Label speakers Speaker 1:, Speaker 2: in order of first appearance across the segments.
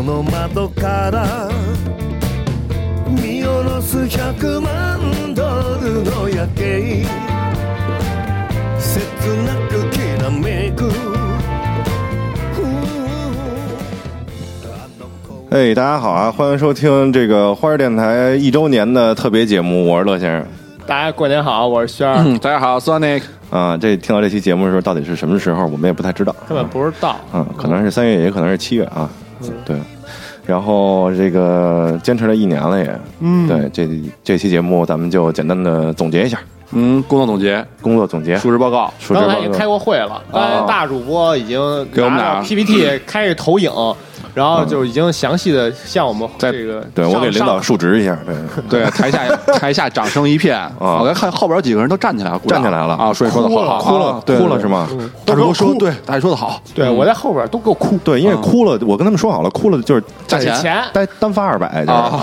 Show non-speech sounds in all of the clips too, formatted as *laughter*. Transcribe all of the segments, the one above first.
Speaker 1: 窓から見下ろす100万ドルの夜景切なくきらめく
Speaker 2: 哎，大家好啊！欢迎收听这个花儿电台一周年的特别节目，我是乐先生。
Speaker 3: 大家过年好，我是轩儿，
Speaker 4: 嗯，大家好，Sonic，
Speaker 2: 啊，这听到这期节目的时候，到底是什么时候，我们也不太知道。
Speaker 3: 根本不知道。
Speaker 2: 啊，可能是三月，也可能是七月啊。对，然后这个坚持了一年了也。嗯，对，这这期节目咱们就简单的总结一下
Speaker 4: 嗯，工作总结、
Speaker 2: 工作总结。
Speaker 4: 述职报 *laughs* 告，
Speaker 2: 数值
Speaker 3: 刚才
Speaker 2: 报
Speaker 3: 已经
Speaker 2: 告
Speaker 3: 开过会了，
Speaker 2: 啊
Speaker 3: 刚才大主播已经
Speaker 4: 给我们
Speaker 3: 拿
Speaker 4: 俩
Speaker 2: 嗯
Speaker 3: 着 PPT 开着投影，然后就已经详细的向我们这个
Speaker 2: 嗯对我
Speaker 3: 上
Speaker 2: 给领导
Speaker 3: 上
Speaker 2: 述职一下，
Speaker 4: *laughs*
Speaker 2: 对，
Speaker 4: 对，台下台下掌声一片，我看后边有几个人都啊站起来了，鼓掌
Speaker 2: 站起来了
Speaker 4: 啊，所以嗯说的
Speaker 3: 哭了
Speaker 4: 好，
Speaker 2: 哭了，哭了是
Speaker 4: 吗？
Speaker 2: 吗？
Speaker 4: 大主播
Speaker 3: 哭
Speaker 4: 说对，大家说的好，
Speaker 3: 对
Speaker 2: 嗯
Speaker 3: 我在后边都给我哭，
Speaker 2: 对，因
Speaker 4: 啊
Speaker 2: 为哭了，我跟他们说好了，哭了就是
Speaker 4: 加钱
Speaker 3: 钱。
Speaker 2: 单单发二百，就是
Speaker 4: 啊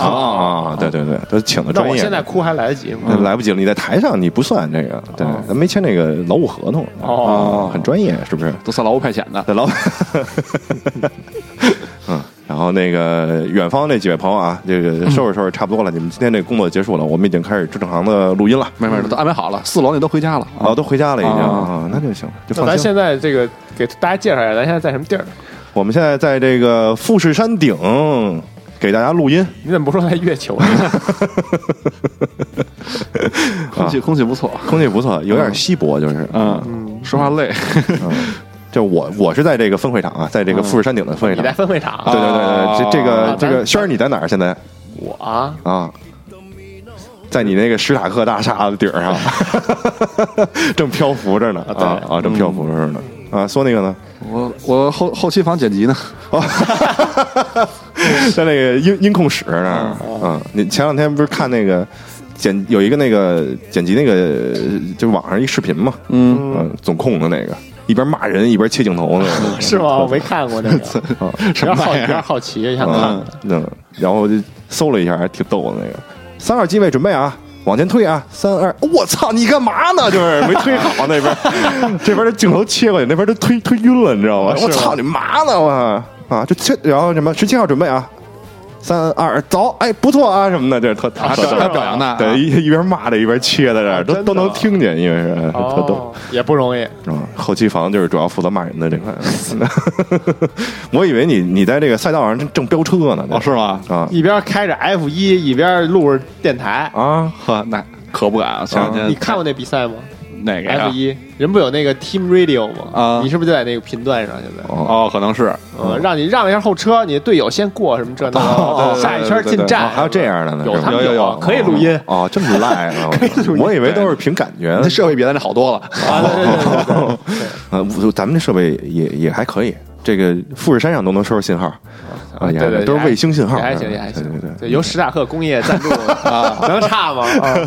Speaker 2: 啊，对对对，都请的
Speaker 3: 那
Speaker 2: 专业。嗯
Speaker 3: 我现在哭还来得及吗？
Speaker 2: 那来不及了，你在台上你不算这个，对，咱没签那个劳务合同，
Speaker 3: 哦
Speaker 2: 啊很专业，是
Speaker 3: *laughs*
Speaker 2: 不是？
Speaker 4: 都算劳务派遣的，
Speaker 2: 在老板，嗯，然后那个远方那几位朋友啊，这个收拾收拾差不多了，你们今天这工作结束了，我们已经开始正常的录音了，
Speaker 4: 没没都安排好了，四楼那都回家了，
Speaker 2: 啊，都回家了已经
Speaker 4: 啊
Speaker 2: 啊，那就行，就
Speaker 3: 哦那
Speaker 2: 放
Speaker 3: 咱
Speaker 2: 心。
Speaker 3: 现在这个给大家介绍一下，咱现在在什么地儿？
Speaker 2: 我们现在在这个富士山顶给大家录音，
Speaker 3: 你怎么不说在月球呢？
Speaker 2: *laughs*
Speaker 4: 空气空气不错，
Speaker 2: 空气不错，有点稀薄，就是，
Speaker 4: 嗯，说话累，
Speaker 2: 就我我是在这个分会场啊，在这个富士山顶的分会
Speaker 3: 你
Speaker 2: 场
Speaker 3: 在，分会场？
Speaker 2: 对对对对，这这
Speaker 3: 啊
Speaker 2: 个这
Speaker 3: 咱
Speaker 2: 个轩儿你在哪儿现在？
Speaker 3: 我啊，
Speaker 2: 啊，在你那个史塔克大厦的顶儿上， *laughs* 正漂浮着呢啊啊，正漂浮着呢啊，说那个呢，
Speaker 4: 我我后后期房剪辑呢，
Speaker 2: 在那个音音控室那儿，嗯，你前两天不是看那个剪有一个那个剪辑那个就网上一视频嘛，嗯总控的那个。一边骂人一边切镜头那个，
Speaker 3: 是吗？我没看
Speaker 2: *laughs*
Speaker 3: 过那个，有点好，有点好奇，想看
Speaker 2: 啊嗯。嗯，然后就搜了一下，还挺逗的那个。三二机位准备啊，往前推啊，三二，我操，你干嘛呢？就是没推
Speaker 3: *laughs*
Speaker 2: 好那边，这边的镜头切过去，那边都推推晕了，你知道
Speaker 3: 啊
Speaker 2: 吗？我操，你嘛呢？我啊，就切，然后什么十七号准备啊。三二走，哎，不错啊，什么的，这特特
Speaker 4: 还
Speaker 2: 特
Speaker 4: 表还表扬呢，
Speaker 2: 对，一一边骂着一边切在这儿，
Speaker 3: 啊
Speaker 2: 都
Speaker 3: 真的
Speaker 2: 都能听见，因为是特逗。
Speaker 3: 哦，也不容易。
Speaker 2: 啊，后期房就是主要负责骂人的这块。 *laughs* 我以为你你在这个赛道上正正飙车呢，
Speaker 4: 哦是吗？
Speaker 2: 啊
Speaker 3: 一边开着 F 一，一边录着电台。
Speaker 2: 啊，
Speaker 4: 呵，那可不敢啊，前两天
Speaker 3: 你看过那比赛吗
Speaker 4: 哪个呀
Speaker 3: ？F？一人不有那个 Team Radio 吗？
Speaker 4: 啊
Speaker 3: 你是不是就在那个频段上？现在，
Speaker 4: 哦，可能是
Speaker 3: 嗯，让你让一下后车，你的队友先过什么这那
Speaker 4: 哦
Speaker 3: 的，
Speaker 4: 对
Speaker 3: 下一圈进
Speaker 2: 哦
Speaker 3: 站，
Speaker 2: 还有这样的呢？
Speaker 3: 有
Speaker 2: 是吧
Speaker 3: 他们啊
Speaker 4: 有有有
Speaker 3: 可以录音
Speaker 2: 哦，这么赖
Speaker 3: *laughs*
Speaker 2: 啊！我以为都是凭感觉。
Speaker 4: 那设备比咱这好多了，
Speaker 3: 啊，对对
Speaker 4: 哦
Speaker 3: 对对对，
Speaker 2: 呃，我咱们这设备也也还可以，这个富士山上都能收着信号
Speaker 4: *laughs* 哎
Speaker 2: 啊，也
Speaker 3: 对对
Speaker 2: 都是卫星信号，
Speaker 3: 也还行，也还行，
Speaker 2: 对对对，
Speaker 3: 对，由史塔克工业赞助啊， *laughs* 能差
Speaker 4: *laughs*
Speaker 3: 吗？啊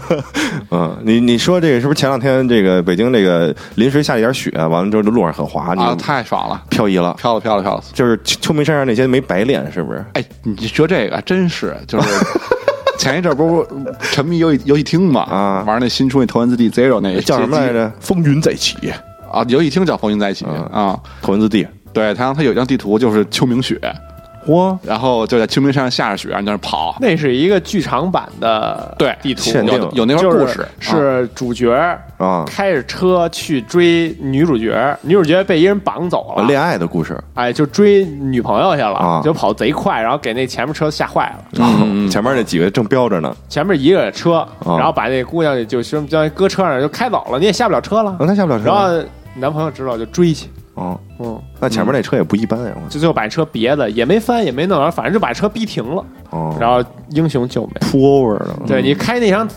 Speaker 2: 嗯，你你说这个是不是前两天这个北京这个临时下了一点雪，完了之后路上很滑，
Speaker 4: 啊，
Speaker 2: 你
Speaker 4: 太爽了，
Speaker 2: 漂移了，
Speaker 4: 飘了飘了飘了。
Speaker 2: 就是秋秋名山上那些没白练，是不是？
Speaker 4: 哎，你说这个真是就是 *laughs* 前一阵不是沉迷游戏游戏厅嘛？
Speaker 2: 啊
Speaker 4: 玩那新出那《头文字 D Zero》那
Speaker 3: 哎
Speaker 2: 叫什么来
Speaker 4: 街机
Speaker 2: 着？嗯风云再起，
Speaker 4: 啊？游戏厅叫《风云在一起》啊。
Speaker 2: 头文字 D。
Speaker 4: 对，他他有一张地图就是秋名雪，
Speaker 2: 哇，
Speaker 4: 然后就在秋名山上下着雪，然后在那跑。
Speaker 3: 那是一个剧场版的
Speaker 4: 对
Speaker 3: 地图，
Speaker 2: 限定
Speaker 4: 有有那段
Speaker 3: 就
Speaker 4: 故
Speaker 3: 是
Speaker 4: 事啊
Speaker 3: 是主角
Speaker 2: 啊
Speaker 3: 开着车去追女主角，女主角被一人绑走了，
Speaker 2: 恋爱的故事，
Speaker 3: 哎，就追女朋友去了，
Speaker 2: 啊
Speaker 3: 就跑贼快，然后给那前面车吓坏了，
Speaker 2: 前面那几个正飙着呢，
Speaker 3: 前面一个车，
Speaker 2: 啊
Speaker 3: 然后把那姑娘就就就搁车上就开走了，你也下不了车了，
Speaker 2: 啊，那下不了车
Speaker 3: 然
Speaker 2: 吗。
Speaker 3: 后男朋友知道就追去，
Speaker 2: 哦，
Speaker 3: 嗯，
Speaker 2: 那前面那车也不一般呀，我
Speaker 3: 就最后把车别的也没翻也没弄，然后反正就把车逼停了，
Speaker 2: 哦，
Speaker 3: 然后英雄救美。
Speaker 2: pull over 了，
Speaker 3: 对你开那张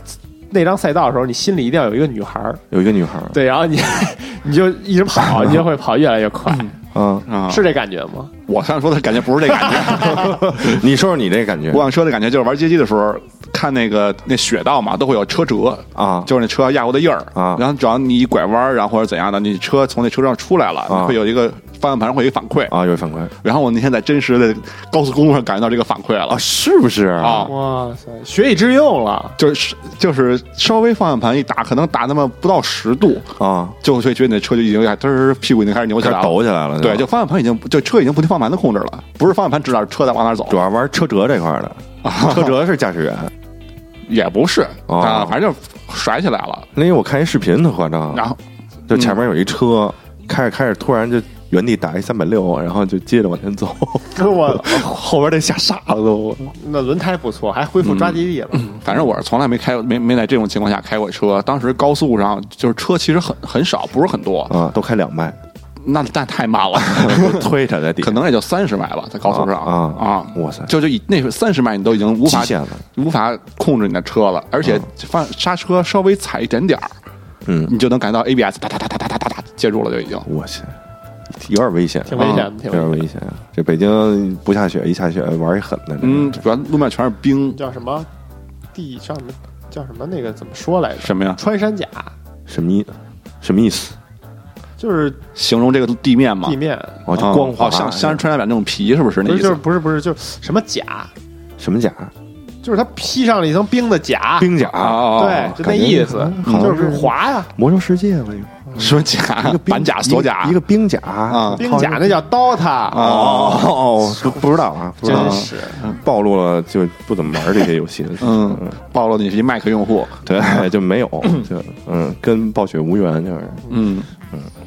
Speaker 3: 那张赛道的时候，你心里一定要有一个女孩儿，
Speaker 2: 有一个女孩儿，
Speaker 3: 对，然后你 *laughs* 你就一
Speaker 2: *laughs*
Speaker 3: 直跑，你就会跑越来越快，
Speaker 2: 啊，
Speaker 4: 啊，
Speaker 3: 是这感觉吗？
Speaker 4: 我上说的感觉不是这
Speaker 2: *laughs*
Speaker 4: 感觉，
Speaker 2: 你说说你这感觉
Speaker 4: 我想说的感觉就是玩街机的时候看那个那雪道嘛，都会有车辙
Speaker 2: 啊
Speaker 4: 就是那车压过的印儿
Speaker 2: 啊
Speaker 4: 然后只要你一拐弯，然后或者怎样的，你车从那车上出来了，
Speaker 2: 啊
Speaker 4: 会有一个方向盘上会有一个反馈
Speaker 2: 啊，有反馈
Speaker 4: 然后我那天在真实的高速公路上感觉到这个反馈了
Speaker 2: 啊，是不是
Speaker 4: 啊！
Speaker 3: 哇塞，学以致用了，
Speaker 4: 就是就是稍微方向盘一打，可能打那么不到十度，
Speaker 2: 啊，
Speaker 4: 就会觉得你的车就已经有点嘚儿，屁股已经开始扭起
Speaker 2: 开
Speaker 4: 来
Speaker 2: 始
Speaker 4: 了，
Speaker 2: 抖起来了，
Speaker 4: 对，就方向盘已经就车已经不听方向盘的控制了，不是方向盘指导车在往哪儿走
Speaker 2: 主，要玩车辙这块儿的，车辙是驾驶员。
Speaker 4: 也不是
Speaker 2: 哦
Speaker 4: 啊，反正就甩起来了。
Speaker 2: 那因为我看一视频特夸张，
Speaker 4: 然后
Speaker 2: 就前面有一车开着开着，突然就原地打一三百六，然后就接着往前走， *laughs*
Speaker 3: 我
Speaker 2: 后边那吓傻了都。
Speaker 3: 那轮胎不错，还恢复抓地力了。
Speaker 2: 嗯
Speaker 4: 反正我是从来没开过，没没在这种情况下开过车。当时高速上就是车其实很很少，不是很多，
Speaker 2: 啊，都开两迈， *laughs*
Speaker 4: 那那太慢了，
Speaker 2: 都推着在底下，
Speaker 4: 可能也就三十迈吧，在高速上
Speaker 2: 啊啊
Speaker 4: 啊
Speaker 2: 哇塞
Speaker 4: 就就以那三十迈你都已经无法
Speaker 2: 极限了
Speaker 4: 无法控制你的车了，而且放刹车稍微踩一点点儿，
Speaker 2: 嗯
Speaker 4: 你就能感觉到 ABS 哒哒哒哒哒哒哒哒接住了，就已经。
Speaker 2: 我去，有点危险，
Speaker 3: 挺危险的
Speaker 2: 啊
Speaker 3: 挺
Speaker 2: 有
Speaker 3: 危
Speaker 2: 点
Speaker 3: 险的
Speaker 2: 危险啊。这北京不下雪，一下雪玩一狠的，
Speaker 4: 嗯，，主要路面全是冰，
Speaker 3: 嗯叫什么地叫什么叫什么那个怎么说来着？
Speaker 4: 什么呀？
Speaker 3: 穿山甲
Speaker 2: 什么意什么意思？
Speaker 3: 就是
Speaker 4: 形容这个地面嘛
Speaker 3: 地，面，
Speaker 2: 哦，就
Speaker 4: 啊
Speaker 2: 光滑，
Speaker 4: 哦像像是穿山甲那种皮，是不是那
Speaker 3: 不
Speaker 4: 意
Speaker 3: 是就是
Speaker 4: 思？
Speaker 3: 不是不是就是什么甲，
Speaker 2: 什么甲？
Speaker 3: 就是它披上了一层冰的甲，
Speaker 2: 冰甲
Speaker 4: 啊哦
Speaker 3: 对，就那意思
Speaker 2: 感觉，好
Speaker 3: 就
Speaker 2: 像
Speaker 3: 是滑呀。
Speaker 2: 魔兽世界了，
Speaker 4: 什么甲
Speaker 2: 一个、冰
Speaker 4: 啊板甲、锁甲
Speaker 2: 一个一个冰甲啊
Speaker 3: 冰甲那叫 DOTA，
Speaker 2: 哦哦，不不知道啊，不知道
Speaker 3: 真，是
Speaker 2: 暴露了就不怎么玩这些游戏的事情。
Speaker 4: 嗯，暴露你是一 Mac 用户。
Speaker 2: 对，就没有，就嗯，跟暴雪无缘，就是。
Speaker 4: 嗯，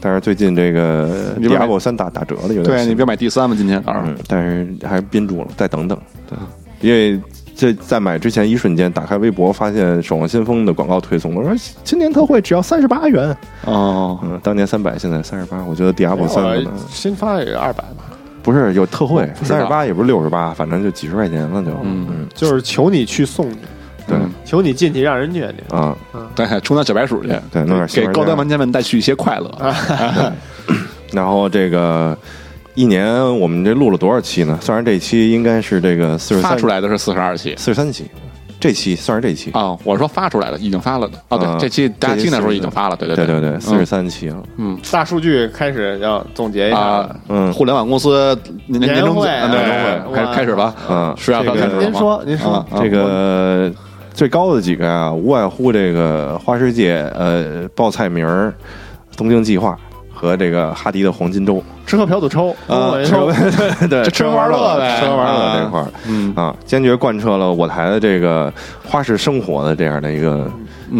Speaker 2: 但是最近这个《
Speaker 4: 你
Speaker 2: 迪
Speaker 4: 别买
Speaker 2: 亚波三》打打折了，有点
Speaker 4: 对
Speaker 2: 心
Speaker 4: 你别买第三吧，今天早上
Speaker 2: 嗯，但是还是憋住了，再等等。
Speaker 4: 嗯
Speaker 2: 对，因为这在买之前一瞬间打开微博，发现《守望先锋》的广告推送，我说今年特惠只要三十八元。
Speaker 4: 哦，
Speaker 2: 嗯，当年三百，现在三十八。我觉得《Diablo
Speaker 4: 啊
Speaker 2: 三》可能
Speaker 3: 我呃新发的也二百吧，
Speaker 2: 不是有特惠，
Speaker 4: 知道
Speaker 2: 三十八也不是六十八，反正就几十块钱了就。嗯，
Speaker 3: 就是求你去送你，
Speaker 2: 对
Speaker 4: 嗯
Speaker 3: 求你进去让人虐你。
Speaker 2: 啊，
Speaker 4: 对，充当小白鼠去，
Speaker 2: 对弄点西
Speaker 4: 给
Speaker 2: 门
Speaker 4: 高
Speaker 2: 家
Speaker 4: 端玩家们带去一些快乐。
Speaker 2: 然后这个。一年我们这录了多少期呢？算上这期应该是这个四十
Speaker 4: 发
Speaker 2: 三
Speaker 4: 出来的是四十二期
Speaker 2: 四十三期，这期算是这期
Speaker 4: 啊，我说发出来了，已经发了的。哦，
Speaker 2: 嗯
Speaker 4: 对，这期大家听的时候已经发了，对
Speaker 2: 对
Speaker 4: 对
Speaker 2: 对对，四十三期了。
Speaker 3: 大数据开始要总结一下
Speaker 4: 啊
Speaker 3: 了，，
Speaker 2: 嗯
Speaker 4: 互联网公司年
Speaker 3: 年
Speaker 4: 年终
Speaker 3: 会
Speaker 4: 奖
Speaker 3: 啊
Speaker 4: 对
Speaker 3: 年会
Speaker 4: 开
Speaker 3: 哇
Speaker 4: 开始吧，
Speaker 2: 嗯
Speaker 4: 是要
Speaker 2: 这个
Speaker 4: 开始了吗
Speaker 3: 您说您说
Speaker 4: 啊啊
Speaker 2: 这个最高的几个啊，无外乎这个花世界、呃报菜名儿、东京计划和这个哈迪的黄金周。
Speaker 3: 吃喝嫖赌抽，
Speaker 2: 啊，
Speaker 3: 我
Speaker 2: 吃
Speaker 3: 抽
Speaker 2: 对
Speaker 3: 这
Speaker 2: 吃
Speaker 3: 吃
Speaker 2: 喝 *laughs*
Speaker 3: 喝
Speaker 2: 玩
Speaker 3: 玩乐呗
Speaker 2: 吃喝玩乐
Speaker 4: 啊
Speaker 2: 这块儿，
Speaker 4: 嗯
Speaker 2: 啊，坚决贯彻了我台的这个花式生活的这样的一个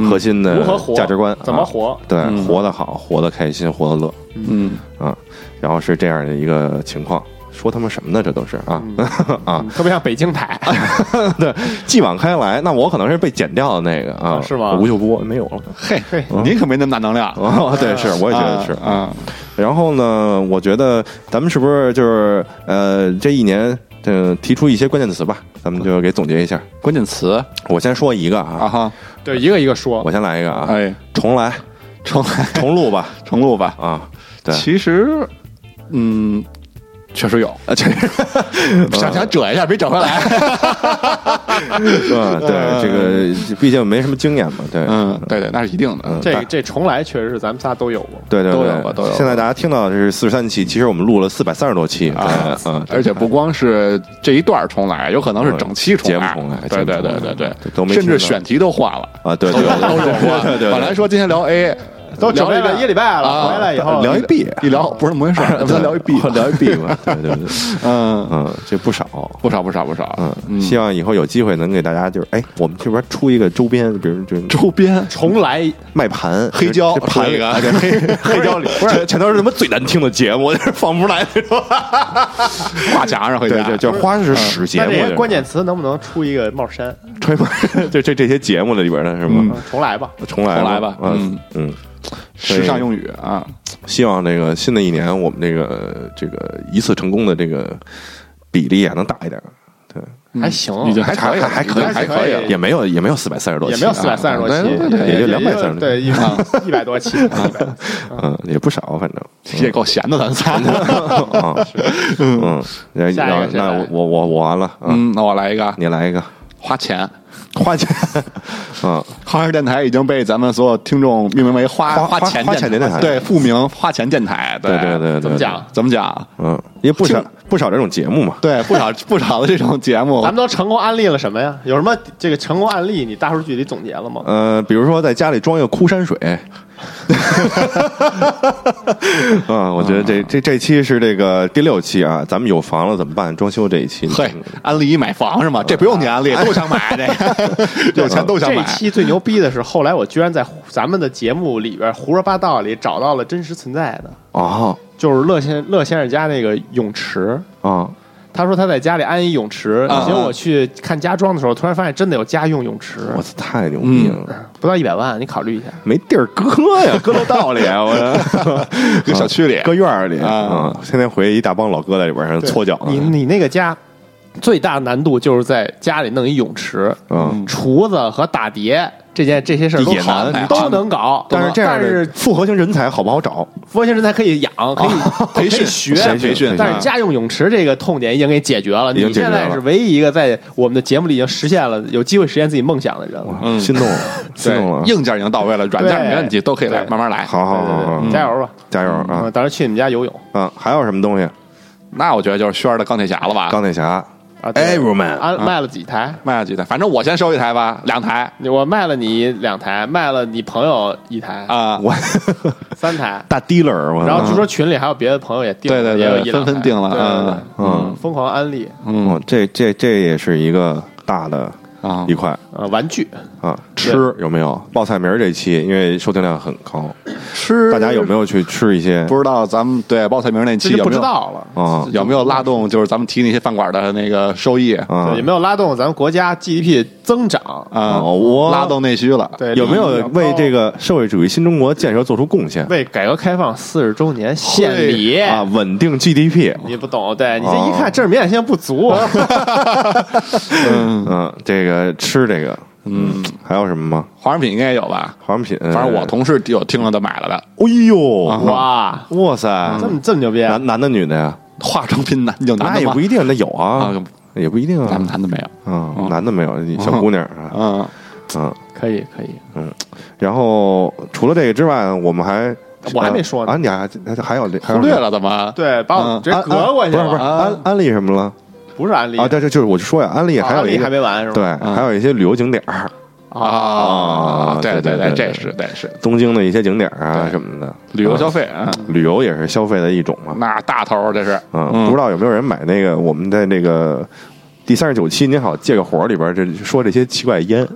Speaker 2: 核心的
Speaker 3: 嗯如何活
Speaker 2: 价值观，
Speaker 3: 怎么
Speaker 2: 啊
Speaker 3: 活嗯
Speaker 2: 对，活得好，活得开心，活得乐。
Speaker 4: 嗯，
Speaker 2: 啊，然后是这样的一个情况。说他妈什么呢？这都是啊、
Speaker 3: 嗯
Speaker 2: 啊！
Speaker 3: 特别像北京台，
Speaker 2: 对，继往开来，那我可能是被剪掉的那个啊，
Speaker 3: 啊是吗
Speaker 2: 吴秀波没有
Speaker 3: *laughs*
Speaker 2: 了。
Speaker 4: 嘿，您可没那么大能量，
Speaker 2: 哦，对，是，嗯我也觉得是嗯
Speaker 4: 啊。啊，
Speaker 2: 然后呢，我觉得咱们是不是就是呃，这一年呃提出一些关键词吧，咱们就给总结一下。
Speaker 4: 关键词
Speaker 2: 我先说一个
Speaker 4: 啊
Speaker 2: 啊，
Speaker 4: 哈，
Speaker 3: 对，一个一个说，
Speaker 2: 我先来一个啊，
Speaker 4: 哎，
Speaker 2: 重 *laughs* 来
Speaker 4: 重来
Speaker 2: 重录吧
Speaker 4: 重录吧。
Speaker 2: 啊，对， *laughs*
Speaker 4: 其实，嗯，确实有，
Speaker 2: 啊，这
Speaker 4: 想想折一下，没折回来。
Speaker 2: 嗯，对，这个毕竟没什么经验嘛，对，
Speaker 4: 嗯， *laughs* 对对，那是一定的。
Speaker 3: 这这重来确实是咱们仨都有过，
Speaker 2: 对对
Speaker 4: 都
Speaker 2: 对
Speaker 4: 有吧都有吧
Speaker 2: 现在大家听到的是四十三期，其实我们录了四百三十多期，
Speaker 4: 啊
Speaker 2: 对，嗯，
Speaker 4: 而且不光是这一段重来，有可能是整期重来，
Speaker 2: 节目重来节
Speaker 4: 对对
Speaker 2: 目重
Speaker 4: 对
Speaker 2: 来
Speaker 4: 对对
Speaker 2: 对都没
Speaker 4: 甚
Speaker 2: 听
Speaker 4: 至
Speaker 2: 到
Speaker 4: 选题都换了，
Speaker 2: 啊， *laughs* 对对对
Speaker 4: 都有过。
Speaker 2: 对对
Speaker 4: 本来说今天聊 A，
Speaker 3: 都准
Speaker 4: 聊
Speaker 3: 备
Speaker 4: 一个
Speaker 3: 了一礼拜了，
Speaker 4: 啊
Speaker 3: 回来以后
Speaker 2: 聊一 B，哦
Speaker 4: 一聊不是那么
Speaker 2: *laughs*
Speaker 4: 回事儿，咱聊一 B，
Speaker 2: 聊一 B *laughs* 吧，对对对，
Speaker 4: 嗯，
Speaker 2: 嗯，这不少。
Speaker 4: 不少不少不少，
Speaker 2: 嗯，希望以后有机会能给大家，就是哎，我们这边出一个周边，比如就是
Speaker 4: 周边
Speaker 3: 重来
Speaker 2: 卖盘、
Speaker 4: 黑胶
Speaker 2: 这盘
Speaker 4: 出一个
Speaker 2: 啊对
Speaker 4: *laughs*
Speaker 2: 黑黑胶里， *laughs* 不是全都是什么最难听的节目， *laughs* 就是放不出来那种。
Speaker 4: 挂墙上回
Speaker 2: 对
Speaker 4: 家，
Speaker 2: 对， *laughs* 就花式屎节
Speaker 3: 那
Speaker 2: 目
Speaker 3: 这些
Speaker 2: 就是，
Speaker 3: 关键词能不能出一个帽衫？
Speaker 2: 吹吧，就嗯 *laughs* 这这些节目的里边的是吗？
Speaker 3: 嗯重来吧，
Speaker 2: 重来
Speaker 4: 重来吧
Speaker 2: 嗯嗯。
Speaker 4: 时尚用语啊，
Speaker 2: 希望这个新的一年，我们这个这个一次成功的这个比例也能大一点，嗯
Speaker 3: 还行，
Speaker 4: 已经还可以了，
Speaker 2: 哦还还啊
Speaker 4: 可以，
Speaker 3: 还
Speaker 4: 还
Speaker 3: 可以
Speaker 4: 以啊
Speaker 2: 也没有也没有四百三十多期啊，
Speaker 3: 也没有四百三十多期，
Speaker 4: 对对对
Speaker 2: 也就
Speaker 3: 也
Speaker 2: 230多
Speaker 3: 对，一
Speaker 2: *laughs*
Speaker 3: 一百多期，一百
Speaker 2: 嗯，也不少，反正
Speaker 4: 也够闲的，咱仨。
Speaker 2: 啊，嗯，然
Speaker 3: 下一个
Speaker 2: 后
Speaker 3: 谁
Speaker 2: 那
Speaker 3: 来
Speaker 2: 我我我我完了，嗯，
Speaker 4: *laughs* 嗯，那我来一个，
Speaker 2: 你来一个，
Speaker 4: 花钱
Speaker 2: 花钱， *laughs* 嗯，
Speaker 4: 花儿电台已经被咱们所有听众命名为花
Speaker 2: 花花
Speaker 4: 钱
Speaker 2: 花钱电台
Speaker 4: 对，复名花钱电台，
Speaker 2: 对对
Speaker 4: 对
Speaker 2: 对，
Speaker 4: 啊
Speaker 3: 怎
Speaker 2: 对
Speaker 3: 么讲？
Speaker 4: 怎么讲？
Speaker 2: 嗯，因为不少
Speaker 4: 听
Speaker 2: 不少这种节目嘛，
Speaker 4: 对，不少 *laughs* 不少的这种节目
Speaker 3: 咱们，都成功案例了什么呀？有什么这个成功案例？你大数据里总结了吗？
Speaker 2: 呃，比如说在家里装一个枯山水， *laughs* 啊，我觉得这这这期是这个第六期啊，咱们有房了怎么办？装修这一期，
Speaker 4: 嘿，安利买房
Speaker 2: 嗯
Speaker 4: 是吗？这不用你安利，都想买这
Speaker 2: *laughs*
Speaker 4: 个，有钱都想
Speaker 3: 这一
Speaker 4: 买。
Speaker 3: 期最牛逼的是，后来我居然在咱们的节目里边胡说八道里找到了真实存在的，
Speaker 2: 哦
Speaker 3: 就是乐先乐先生家那个泳池。
Speaker 2: 啊，
Speaker 3: 他说他在家里安一泳池，
Speaker 4: 啊
Speaker 3: 结果我去看家装的时候，突然发现真的有家用泳池，
Speaker 2: 我操，太牛逼了，
Speaker 3: 不到一百万，你考虑一下。
Speaker 2: 没地儿搁呀，搁楼道里，啊我
Speaker 4: 一个小区里
Speaker 2: 搁院儿里
Speaker 4: 啊
Speaker 2: 啊，天天回一大帮老哥在里边儿搓脚呢，
Speaker 3: 你你那个家最大难度就是在家里弄一泳池，
Speaker 2: 嗯，
Speaker 3: 厨子和打碟这件这些事儿都
Speaker 4: 也
Speaker 3: 好
Speaker 4: 难，
Speaker 3: 都能搞。
Speaker 2: 但是这样
Speaker 3: 但
Speaker 2: 的
Speaker 3: 是
Speaker 2: 复合型人才好不好找？
Speaker 3: 佛先生才可以养，可以
Speaker 2: 哦
Speaker 3: 可以
Speaker 4: 培
Speaker 2: *laughs*
Speaker 4: 训
Speaker 3: 学
Speaker 4: 培训
Speaker 2: 培训啊
Speaker 3: 但是家用泳池这个痛点已经给解决了，
Speaker 2: 已经
Speaker 3: 你
Speaker 2: 解决
Speaker 3: 现
Speaker 2: 了
Speaker 3: 在是唯一一个在我们的节目里已经实现了有机会实现自己梦想的人了。
Speaker 4: 嗯
Speaker 2: 啊心动了， *laughs* 心动了
Speaker 4: 对，，硬件已经到位了，软件
Speaker 3: 对
Speaker 4: 没问题，都可以来
Speaker 3: 对
Speaker 4: 慢慢来。
Speaker 2: 好好好好
Speaker 3: 对对
Speaker 4: 嗯
Speaker 3: 对，加油吧！
Speaker 2: 加油啊
Speaker 3: 嗯，当时去你们家游泳
Speaker 2: 啊！还有什么东西？
Speaker 4: 那我觉得就是轩儿的钢铁侠了吧？
Speaker 2: 钢铁侠
Speaker 3: 啊
Speaker 4: 哎
Speaker 3: 对
Speaker 2: ，Everyman，
Speaker 3: 安卖了几台？
Speaker 4: 卖了几台？反正我先收一台吧，两台
Speaker 3: 我卖了你两台，卖了你朋友一台，
Speaker 4: 啊。嗯
Speaker 2: 我。
Speaker 3: 三台
Speaker 2: 大 dealer，我
Speaker 3: 然后据说群里还有别的朋友也订了，
Speaker 4: 对对
Speaker 3: 也有
Speaker 4: 对，
Speaker 3: 一
Speaker 4: 纷
Speaker 3: 两台
Speaker 4: 纷定了，
Speaker 3: 对对对
Speaker 4: 嗯
Speaker 2: 嗯
Speaker 3: 疯狂安利
Speaker 2: 嗯，这这这也是一个大的
Speaker 4: 啊
Speaker 2: 一块
Speaker 3: 呃玩具，
Speaker 2: 啊。吃有没有？报菜名儿这期因为收听量很高，
Speaker 4: 吃
Speaker 2: 大家有没有去吃一些？
Speaker 4: 不知道咱们对报菜名那
Speaker 3: 这
Speaker 4: 期
Speaker 3: 就
Speaker 4: 有哦
Speaker 3: 不
Speaker 4: 没
Speaker 3: 知
Speaker 4: 有
Speaker 3: 道了。
Speaker 2: 啊
Speaker 4: 有没有拉动，就是咱们提那些饭馆的那个收益啊？
Speaker 2: 啊
Speaker 3: 对也没有拉动咱们国家 GDP 增长。
Speaker 2: 哦我
Speaker 4: 拉动内需了，
Speaker 3: 对，
Speaker 2: 有没有
Speaker 3: 利益比较高
Speaker 2: 为这个社会主义新中国建设做出贡献
Speaker 3: 为改革开放四十周年献礼？
Speaker 2: 啊？稳定 GDP，
Speaker 3: 你不懂，对你这一看正面现在不 *laughs* 足，
Speaker 2: 嗯，这个吃这个，嗯，还有什么吗？
Speaker 4: 化妆品应该也有吧？
Speaker 2: 化妆品，反
Speaker 4: 反正我同事有听了的买了的，
Speaker 2: 哎呦，哇
Speaker 3: 哇，
Speaker 2: 哇塞，
Speaker 3: 这么这么牛逼啊！
Speaker 2: 男男的女的呀？
Speaker 4: 化妆品男有男
Speaker 2: 那
Speaker 4: 的
Speaker 2: 也
Speaker 4: 吗
Speaker 2: 不？一定，那有啊
Speaker 4: 啊，
Speaker 2: 也不一定
Speaker 4: 咱们
Speaker 2: 啊。
Speaker 4: 男的没有。
Speaker 2: 嗯，男的没有，小姑娘啊，
Speaker 4: 嗯，
Speaker 2: 嗯。
Speaker 3: 可以可以，
Speaker 2: 然后除了这个之外，我们还
Speaker 3: 我还没说呢
Speaker 2: 啊，你还还还有这还
Speaker 4: 忽
Speaker 2: 有
Speaker 4: 略了怎么？
Speaker 3: 对，把我
Speaker 4: 嗯
Speaker 3: 直接隔过去
Speaker 2: 不是不是
Speaker 3: 了，
Speaker 4: 啊
Speaker 2: 安安利什么了
Speaker 3: 不是安利
Speaker 2: 啊？对对，就是我就说呀，安利
Speaker 3: 啊
Speaker 2: 还有
Speaker 3: 安
Speaker 2: 一
Speaker 3: 利还
Speaker 2: 个
Speaker 3: 没完是吧？
Speaker 2: 对，还有一些旅游景点儿，
Speaker 4: 啊，对
Speaker 2: 对
Speaker 4: 对，
Speaker 2: 对对
Speaker 4: 这是这是
Speaker 2: 东京的一些景点儿啊
Speaker 4: 对
Speaker 2: 什么的，
Speaker 4: 旅游消
Speaker 2: 啊
Speaker 4: 费啊，
Speaker 2: 旅游也是消费的一种嘛。
Speaker 4: 那大头儿这是嗯
Speaker 2: 啊，不知道有没有人买那个我们在那个。第三十九期，您好，借个火儿里边儿这说这些奇怪烟，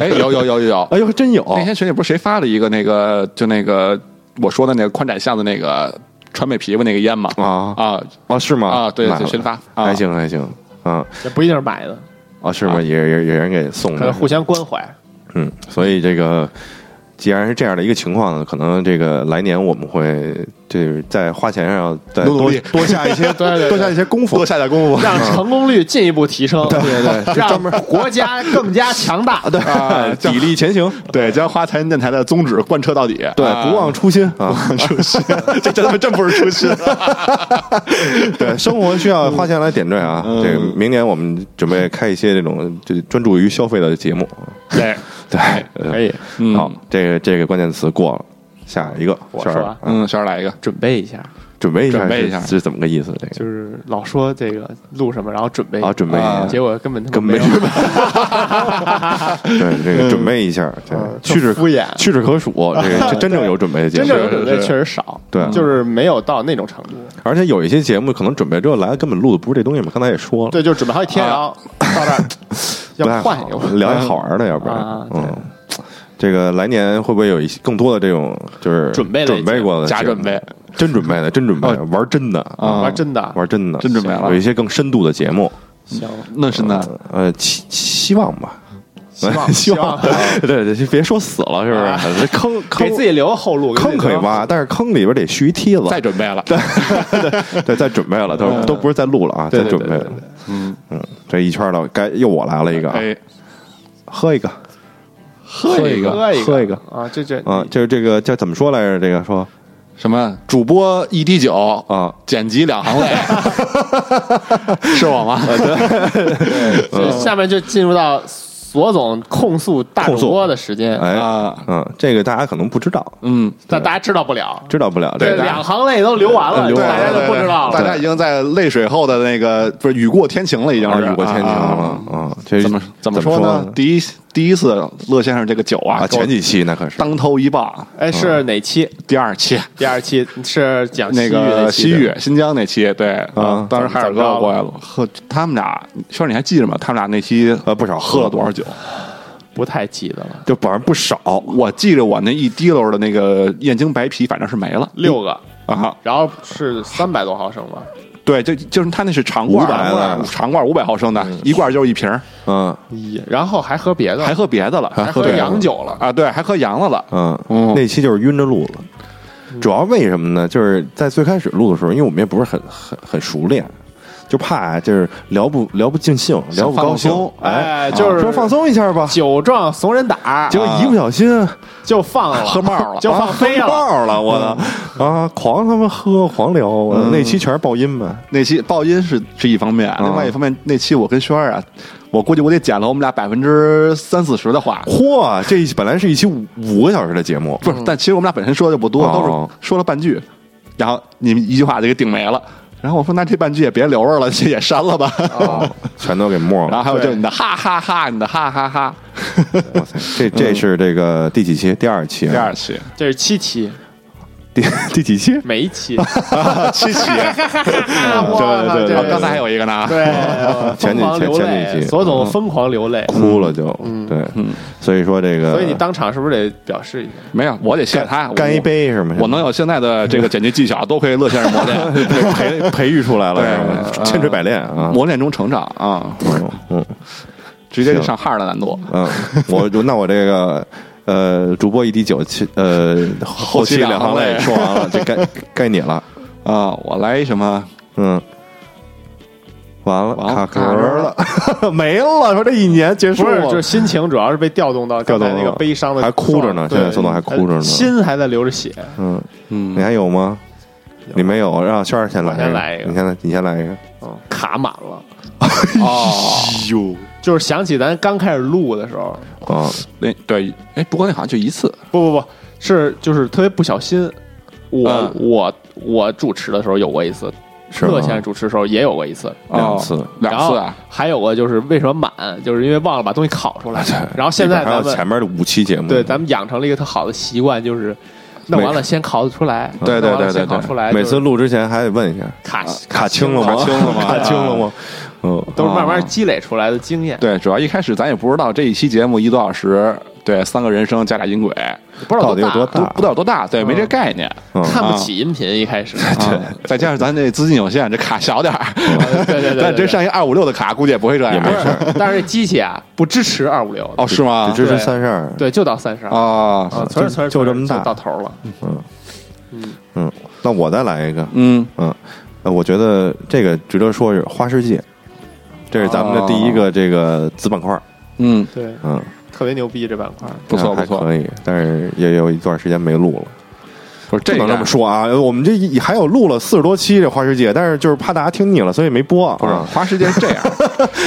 Speaker 4: 哎，有有有有 *laughs* 有，
Speaker 2: *laughs* 哎呦，还真有
Speaker 4: 那天群里不是谁发了一个那个就那个我说的那个宽窄巷子那个川贝皮吧那个烟嘛
Speaker 2: 啊
Speaker 4: 啊
Speaker 2: 哦，是吗？
Speaker 4: 啊对
Speaker 2: 买了
Speaker 4: 群发啊
Speaker 2: 还行还行，啊
Speaker 3: 这不一定是买的，
Speaker 2: 哦，是吗？也也也有人给送
Speaker 3: 可
Speaker 2: 的
Speaker 3: 能，互相关怀。
Speaker 2: 嗯，所以这个既然是这样的一个情况呢，可能这个来年我们会就是在花钱上再
Speaker 4: 努努
Speaker 2: 多
Speaker 4: 力
Speaker 2: *laughs* 多下一些
Speaker 3: 对对对
Speaker 2: 多下一些功夫，
Speaker 4: 多下点功夫
Speaker 3: 让成功率进一步提升，嗯对对对，让国家更加强大。 *laughs* 对，
Speaker 4: 啊，
Speaker 2: 砥砺前行，
Speaker 4: 对，将花财电台的宗旨贯彻到底。
Speaker 2: *laughs* 对，
Speaker 4: 啊
Speaker 2: 不忘初心啊，
Speaker 4: 初心， *laughs* 这真他妈真不是初心。
Speaker 2: 对，生活需要花钱来点缀啊。这个明年我们准备开一些这种就专注于消费的节目，
Speaker 4: *laughs* 对，
Speaker 2: 对，呃
Speaker 3: 可以，
Speaker 4: 嗯
Speaker 2: 好，这个这个关键词过了。下一个，
Speaker 3: 我
Speaker 2: 这儿
Speaker 3: 说啊
Speaker 2: 嗯，
Speaker 4: 嗯，小二来一个，
Speaker 3: 准备一下，
Speaker 2: 准备一下是，
Speaker 4: 准备一下
Speaker 2: 是怎么个意思？这
Speaker 3: *laughs*
Speaker 2: 个
Speaker 3: 就是老说这个录什么，然后准备
Speaker 2: 啊，准备一下
Speaker 4: 啊，
Speaker 3: 结果根本他妈
Speaker 2: 根本
Speaker 3: 没有
Speaker 2: 没准 *laughs* 对，这个准备一下，对，屈指
Speaker 3: 嗯敷衍
Speaker 2: 屈指可数，这
Speaker 3: *laughs*
Speaker 2: 个这真正有准备的节
Speaker 3: 真
Speaker 2: 目，
Speaker 3: 正有准备
Speaker 4: 是
Speaker 3: 确
Speaker 4: 是
Speaker 3: 实少，
Speaker 2: 对
Speaker 3: 就是没有到那种程度。
Speaker 2: 而且有一些节目可能准备之后来根本录的不是这东西嘛，刚才也说了，
Speaker 3: 对，就准备好几天，然后到这儿
Speaker 2: 不太
Speaker 3: 要
Speaker 2: 好
Speaker 3: 换一个。
Speaker 2: 聊一好玩的，要不然
Speaker 3: 啊，对
Speaker 2: 嗯，这个来年会不会有一些更多的这种就是
Speaker 3: 准备类
Speaker 2: 准备过的
Speaker 4: 假
Speaker 2: 节目
Speaker 4: 准备，
Speaker 2: 真准备的，真准备的，玩真的啊，
Speaker 3: 玩真的
Speaker 2: 玩真的，
Speaker 4: 真准备了
Speaker 2: 有一些更深度的节目，
Speaker 3: 行，
Speaker 4: 那是呢，
Speaker 2: 呃，期希望吧，
Speaker 3: 希
Speaker 2: *laughs*
Speaker 3: 望
Speaker 2: 希望
Speaker 3: 希望，
Speaker 2: 对对，就别说死了，是不是？这坑坑
Speaker 3: 给自己留个后路，
Speaker 2: 坑可以挖，
Speaker 3: 吧？
Speaker 2: 但是坑里边得续一梯子，
Speaker 4: 再准备了，
Speaker 2: *laughs* 对，再准备了，都都不是再录了啊，再
Speaker 3: 对
Speaker 2: 准备了。嗯嗯，这一圈了，该又我来了一个啊，
Speaker 4: 哎，
Speaker 2: 喝一个
Speaker 3: 喝一个，
Speaker 4: 喝一个
Speaker 3: 喝
Speaker 4: 喝
Speaker 3: 一
Speaker 4: 一
Speaker 3: 个
Speaker 4: 个
Speaker 3: 啊！这这
Speaker 2: 啊，就是这个叫怎么说来着？这个说
Speaker 4: 什么主播一滴酒
Speaker 2: 啊，
Speaker 4: 剪辑两行 *laughs* 泪，是我吗？
Speaker 3: 所以下面就进入到索总控诉大主播的时间，
Speaker 2: 哎
Speaker 4: 啊，
Speaker 2: 嗯，这个大家可能不知道，
Speaker 4: 嗯，
Speaker 3: 但大家知道不了。
Speaker 2: 知道不了
Speaker 3: 这
Speaker 2: 这个。
Speaker 3: 两行泪都流完了，
Speaker 2: 流完了
Speaker 3: 大家
Speaker 4: 对
Speaker 3: 都不知道
Speaker 4: 大
Speaker 3: 了。
Speaker 4: 家已经在泪水后的那个不是雨过天晴了，已经是
Speaker 2: 啊雨过天晴了
Speaker 4: 啊
Speaker 2: 啊！这
Speaker 4: 怎么
Speaker 2: 怎
Speaker 4: 怎么说呢？？第一第一次乐先生这个酒啊，
Speaker 2: 啊，前几期那可是
Speaker 4: 当头一棒，
Speaker 3: 哎，是哪期？
Speaker 4: 第二期
Speaker 3: 第二期是讲
Speaker 4: 那个西
Speaker 3: 西
Speaker 4: 域新疆那期，对
Speaker 2: 啊
Speaker 4: 当时海尔哥过来了，喝他们俩，轩儿你还记着吗？他们俩那期
Speaker 2: 呃不少
Speaker 4: 喝
Speaker 2: 喝
Speaker 4: 了多少酒？
Speaker 3: 不太记得了，
Speaker 2: 就反正不少，
Speaker 4: 我记着我那一滴溜的那个燕京白啤，反正是没了
Speaker 3: 六个，
Speaker 4: 啊。
Speaker 3: 然后是三百多毫升吧，
Speaker 4: 对，就就是他那是长罐
Speaker 2: 500的
Speaker 4: 儿，啊长罐五百毫升的，一罐就是一瓶儿，
Speaker 2: 嗯
Speaker 3: 一然后还喝别的，
Speaker 4: 啊还喝别的了，
Speaker 3: 还喝
Speaker 4: 对
Speaker 3: 洋酒了。
Speaker 4: 啊，对，还喝洋的了。
Speaker 2: 嗯
Speaker 3: 哦
Speaker 4: 嗯，
Speaker 2: 那期就是晕着录了。主要为什么呢？就是在最开始录的时候，因为我们也不是很很很熟练，就怕就是聊不聊不尽兴，聊不高兴
Speaker 4: 放松，
Speaker 3: 哎
Speaker 2: 啊
Speaker 3: 就是啊
Speaker 2: 说放松一下吧。
Speaker 3: 酒壮怂人胆，啊
Speaker 2: 结果一不小心
Speaker 3: 就放了，
Speaker 4: 喝冒了
Speaker 3: 就放飞
Speaker 2: 啊
Speaker 3: 了。嗯
Speaker 2: 爆了，我的啊，狂他妈喝，狂聊，我的那期全是爆音呗。
Speaker 4: 那期爆音是是一方面，另外一方面，那期我跟轩儿啊，我估计我得剪了我们俩百分之三四十的话，
Speaker 2: 嚯，这一本来是一期五五个小时的节目，
Speaker 4: 不是，但其实我们俩本身说的就不多，
Speaker 2: 嗯哦
Speaker 4: 都是说了半句，然后你们一句话就给顶没了。然后我说那这半句也别留着了，这也删了吧。
Speaker 2: 哦全都给没
Speaker 4: *laughs* 然
Speaker 3: 啊
Speaker 4: 后
Speaker 2: 了。
Speaker 4: 还有就是你的哈哈哈，你的哈哈哈，
Speaker 2: 哇塞，这
Speaker 3: 嗯
Speaker 2: 这是这个第几 *laughs* 期？第二期啊，
Speaker 4: 第二期
Speaker 3: 这是七期，
Speaker 2: 第第 *laughs* 几期？
Speaker 3: 每一期。
Speaker 4: *laughs* 七
Speaker 2: *laughs*
Speaker 4: 期，
Speaker 3: 哇
Speaker 4: 对
Speaker 3: 这
Speaker 4: 对对，刚才还有一个呢，
Speaker 3: 对，我
Speaker 2: 前几
Speaker 3: 疯狂
Speaker 2: 前
Speaker 3: 流
Speaker 2: 前
Speaker 3: 泪
Speaker 2: 几期
Speaker 3: 索总疯狂流泪，
Speaker 2: 哭了就，对，所以说这个，
Speaker 3: 嗯所以你当场是不是得表示一下？
Speaker 4: 没有，我得谢谢他，我
Speaker 2: 干一。杯是吗？
Speaker 4: 我能有现在的这个剪辑技巧，都亏乐先生磨
Speaker 2: *laughs*
Speaker 4: 练，
Speaker 2: 培
Speaker 3: *laughs*
Speaker 2: 培育出来了是
Speaker 4: 对
Speaker 3: 呃
Speaker 2: 吧，千锤百炼啊，
Speaker 4: 磨练中成长啊，
Speaker 2: 嗯嗯
Speaker 4: 直接就上哈尔的难度。
Speaker 2: 嗯，我那我这个。呃，主播一滴酒，期呃后期
Speaker 4: 期两
Speaker 2: 两行
Speaker 4: 行
Speaker 2: 泪
Speaker 4: 泪
Speaker 2: 说
Speaker 3: *laughs*
Speaker 2: 完了，这该该你了，
Speaker 4: 啊，我来一什么？
Speaker 2: 嗯，完了，
Speaker 4: 完了
Speaker 2: 卡壳
Speaker 4: 卡壳
Speaker 2: 了， *laughs* 没了，说这一年结束
Speaker 3: 不是，
Speaker 2: 了，
Speaker 3: 就是心情主要是被调动到
Speaker 2: 调
Speaker 3: 刚
Speaker 2: 动
Speaker 3: 才
Speaker 2: 了
Speaker 3: 那个悲伤的
Speaker 2: 还
Speaker 3: 状态，
Speaker 2: 哭着呢
Speaker 3: 对
Speaker 2: 现在宋总还哭着呢
Speaker 3: 心还在流着血。
Speaker 2: 嗯，*laughs*
Speaker 4: 嗯
Speaker 2: 你，还有吗？你没有，让轩儿先来，
Speaker 3: 我先来一个
Speaker 2: 你先你先来一个，
Speaker 3: 嗯，卡满了，
Speaker 4: 哦，
Speaker 2: 哟，
Speaker 3: 就是想起咱刚开始录的时候，
Speaker 2: 啊，
Speaker 4: 那对，哎，不过那好像就一次，
Speaker 3: 不不不，是就是特别不小心。我、
Speaker 4: 嗯
Speaker 3: 我我主持的时候有过一次，
Speaker 2: 是吗
Speaker 3: 乐先生主持的时候也有过一次，
Speaker 2: 两次
Speaker 4: 哦两次啊，，
Speaker 3: 还有个就是为什么满，就是因为忘了把东西烤出来。然后现在
Speaker 2: 还有
Speaker 3: 咱
Speaker 2: 前
Speaker 3: 们
Speaker 2: 面的五期节目，
Speaker 3: 对咱们养成了一个特好的习惯，就是弄完了先烤得出来，
Speaker 4: 对
Speaker 3: 弄
Speaker 4: 对
Speaker 3: 完了
Speaker 4: 对对
Speaker 3: 先烤出来，
Speaker 2: 每
Speaker 3: 就
Speaker 2: 次
Speaker 3: 是
Speaker 2: 录之前还得问一下，
Speaker 3: 卡
Speaker 2: 卡清了
Speaker 3: 吗？啊
Speaker 2: 吗？
Speaker 4: 卡清了吗
Speaker 2: *laughs* 卡清了吗？嗯，
Speaker 3: 都是慢慢积累出来的经验，
Speaker 4: 对，主要一开始咱也不知道这一期节目一个多小时，对，三个人声加俩音轨，
Speaker 3: 不知道
Speaker 2: 到底有多
Speaker 3: 多大，
Speaker 4: 都
Speaker 2: 大
Speaker 4: 不知道有多大，对，没这概念。
Speaker 2: 嗯
Speaker 3: 看不起音频一开始，嗯
Speaker 4: 啊，再加上咱这资金有限，这卡小点儿，
Speaker 2: 嗯
Speaker 3: 对对对
Speaker 4: *laughs*
Speaker 3: 对，
Speaker 4: 但真上一二五六的卡，估计也不会这样。
Speaker 2: 也没事儿，
Speaker 3: 但是这机器啊不支持二五六，
Speaker 4: 哦，是吗？
Speaker 2: 只支持
Speaker 3: 对
Speaker 2: 三十二，
Speaker 3: 对，就到三十二，
Speaker 4: 啊，
Speaker 3: 啊，存着存着
Speaker 2: 哦就这么大
Speaker 3: 存着到头了，
Speaker 2: 嗯，那我再来一个，
Speaker 4: 嗯，
Speaker 2: 嗯，呃我觉得这个值得说是花世界，这是咱们的第一个这个子板块，
Speaker 4: 嗯，
Speaker 3: 对，
Speaker 2: 嗯，
Speaker 3: 特别牛逼这板块，
Speaker 4: 不错
Speaker 2: 还
Speaker 4: 不错
Speaker 2: 可以，但是也有一段时间没录了。
Speaker 4: 不是
Speaker 2: 不
Speaker 4: 这
Speaker 2: 能
Speaker 4: 个
Speaker 2: 这么，说啊！我们这一还有录了四十多期这花世界，但是就是怕大家听腻了，所以没播。
Speaker 4: 不是
Speaker 2: 啊嗯
Speaker 4: 花时间是这
Speaker 2: *laughs*
Speaker 4: 样，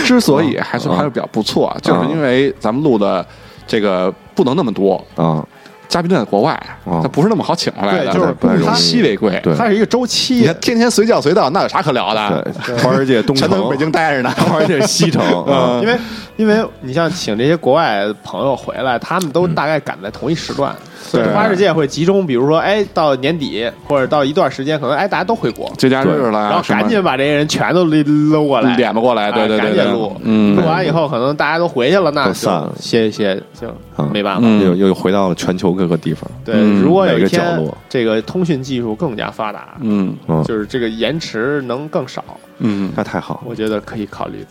Speaker 4: 之所以还是还是比较不错，就是因为咱们录的这个不能那么多，
Speaker 2: 啊，
Speaker 4: 嘉宾都在国外，
Speaker 2: 哦
Speaker 4: 他不是那么好请回来的，
Speaker 3: 对就是
Speaker 2: 不太容易
Speaker 4: 稀为贵。
Speaker 2: 对
Speaker 3: 它是一个周
Speaker 4: 你
Speaker 3: 期
Speaker 4: 看，天天随叫随到，那有啥可聊的？
Speaker 2: 对，花世界东
Speaker 4: 全
Speaker 2: 城
Speaker 4: 都在北京待着
Speaker 3: *laughs*
Speaker 4: 呢。嗯
Speaker 2: 花世界西
Speaker 4: *laughs*
Speaker 2: 城，啊
Speaker 3: 因为因为你像请这些国外朋友回来，他们都大概赶在同一时段，所以
Speaker 4: 嗯对
Speaker 3: 花世界会集中，比如说哎到年底或者到一段时间，可能哎大家都回国，
Speaker 4: 节假日了呀，
Speaker 3: 然后
Speaker 4: 什么
Speaker 3: 赶紧把这些人全都搂过来，
Speaker 4: 脸吧过来，对
Speaker 3: 哎
Speaker 4: 对对
Speaker 3: 赶
Speaker 4: 对，
Speaker 3: 紧录，
Speaker 4: 嗯，
Speaker 3: 录完以后可能大家都回去了，那
Speaker 2: 都散
Speaker 3: 就
Speaker 2: 了
Speaker 3: 歇一歇，就
Speaker 2: 嗯
Speaker 3: 没办法。
Speaker 4: 嗯
Speaker 2: 又又回到了全球各个地方。
Speaker 3: 对，
Speaker 4: 嗯
Speaker 3: 如果有一
Speaker 2: 每个角
Speaker 3: 天
Speaker 2: 落
Speaker 3: 这个通讯技术更加发达，
Speaker 4: 嗯
Speaker 2: 嗯，
Speaker 3: 就是这个延迟能更少，
Speaker 4: 嗯，
Speaker 2: 那太好了，
Speaker 3: 我觉得可以考虑，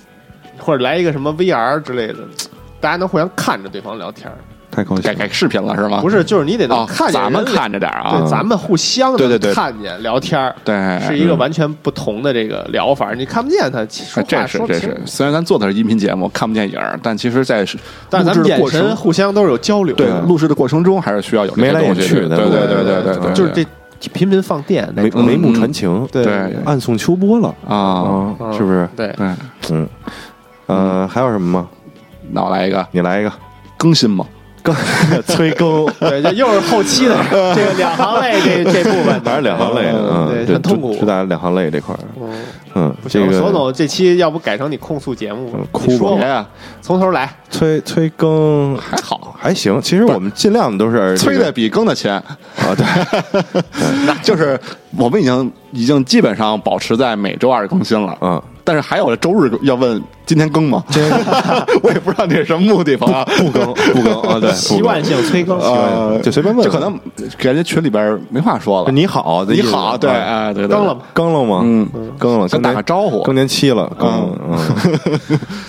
Speaker 3: 或者来一个什么 VR 之类的，大家能互相看着对方聊天儿，
Speaker 2: 太高兴
Speaker 4: 改
Speaker 2: 了。
Speaker 4: 改视频了是吗？
Speaker 3: *laughs* 不是，就是你得能
Speaker 4: 哦，
Speaker 3: 看见
Speaker 4: 咱
Speaker 3: 人
Speaker 4: 们
Speaker 3: 聊
Speaker 4: 看着点儿啊，
Speaker 3: 对，咱们互相
Speaker 4: 对对
Speaker 3: 能
Speaker 4: 对
Speaker 3: 看见聊天儿，
Speaker 4: 对，哎嗯
Speaker 3: 是一个完全不同的这个疗法，你看不见他说
Speaker 4: 哎这
Speaker 3: 话
Speaker 4: 是
Speaker 3: 说不
Speaker 4: 这
Speaker 3: 清
Speaker 4: 是，，虽然咱做的是音频节目，看不见影儿，但其实，在是
Speaker 3: 但是咱
Speaker 4: 录
Speaker 3: 们
Speaker 4: 制的
Speaker 3: 眼
Speaker 4: 过
Speaker 3: 神
Speaker 4: 程，
Speaker 3: 互相都是有交流
Speaker 4: 对
Speaker 3: 的，
Speaker 4: 录制的过程中，还是需要有这
Speaker 2: 眉
Speaker 4: 些
Speaker 2: 来眼
Speaker 4: 东西
Speaker 2: 去
Speaker 4: 对
Speaker 2: 的
Speaker 4: 对对对对对对，
Speaker 3: 就是这频频放电那
Speaker 2: 眉
Speaker 3: 种，
Speaker 2: 眉目传情，对
Speaker 4: 对
Speaker 2: 暗送秋波了
Speaker 4: 啊，
Speaker 3: 嗯
Speaker 2: 啊，是不是？
Speaker 3: 对，
Speaker 4: 对，
Speaker 2: 嗯，呃，还有什么吗？
Speaker 4: 那我来一个
Speaker 2: 你来一个，
Speaker 4: 更新嘛，
Speaker 2: 更 *laughs* 催更，
Speaker 3: 对，这又是后期
Speaker 4: *laughs*
Speaker 3: 的这个两行泪这这部分
Speaker 2: 还
Speaker 3: 的。
Speaker 2: 是两行泪，嗯，
Speaker 3: 对
Speaker 2: 对
Speaker 3: 很痛苦
Speaker 2: 主主打两行泪这块儿，
Speaker 3: 嗯
Speaker 2: 嗯，
Speaker 3: 不
Speaker 2: 这
Speaker 3: 行，
Speaker 2: 个
Speaker 3: 索总这期要不改成你控诉节目
Speaker 2: 嗯，
Speaker 3: 你
Speaker 2: 哭
Speaker 3: 说
Speaker 2: 吧
Speaker 4: 别
Speaker 3: 吧，
Speaker 4: 哎呀，
Speaker 3: 从头来。
Speaker 2: 催催更
Speaker 4: 还好，
Speaker 2: 还行，其实我们尽量都是这
Speaker 4: 催
Speaker 2: 个
Speaker 4: 的比更的勤
Speaker 2: 啊，对， *laughs*
Speaker 4: 那就是我们已经已经基本上保持在每周二更新了，
Speaker 2: 嗯，
Speaker 4: 但是还有周日要问今天更吗？ *laughs* 我也不知道你是什么目的，朋友。
Speaker 2: 不更不更啊，对，
Speaker 4: 哎
Speaker 3: 习惯性催更，
Speaker 4: 呃，
Speaker 2: 就随便问
Speaker 4: 就可能感觉群里边没话说
Speaker 2: 不更
Speaker 4: 了。
Speaker 2: 你好，
Speaker 4: 你好，对，
Speaker 2: 啊
Speaker 4: 哎，对，对
Speaker 3: 更了吗？
Speaker 2: 更了吗？
Speaker 4: 嗯，
Speaker 2: 更了，
Speaker 4: 先打个招呼
Speaker 2: 更年期了，更了嗯，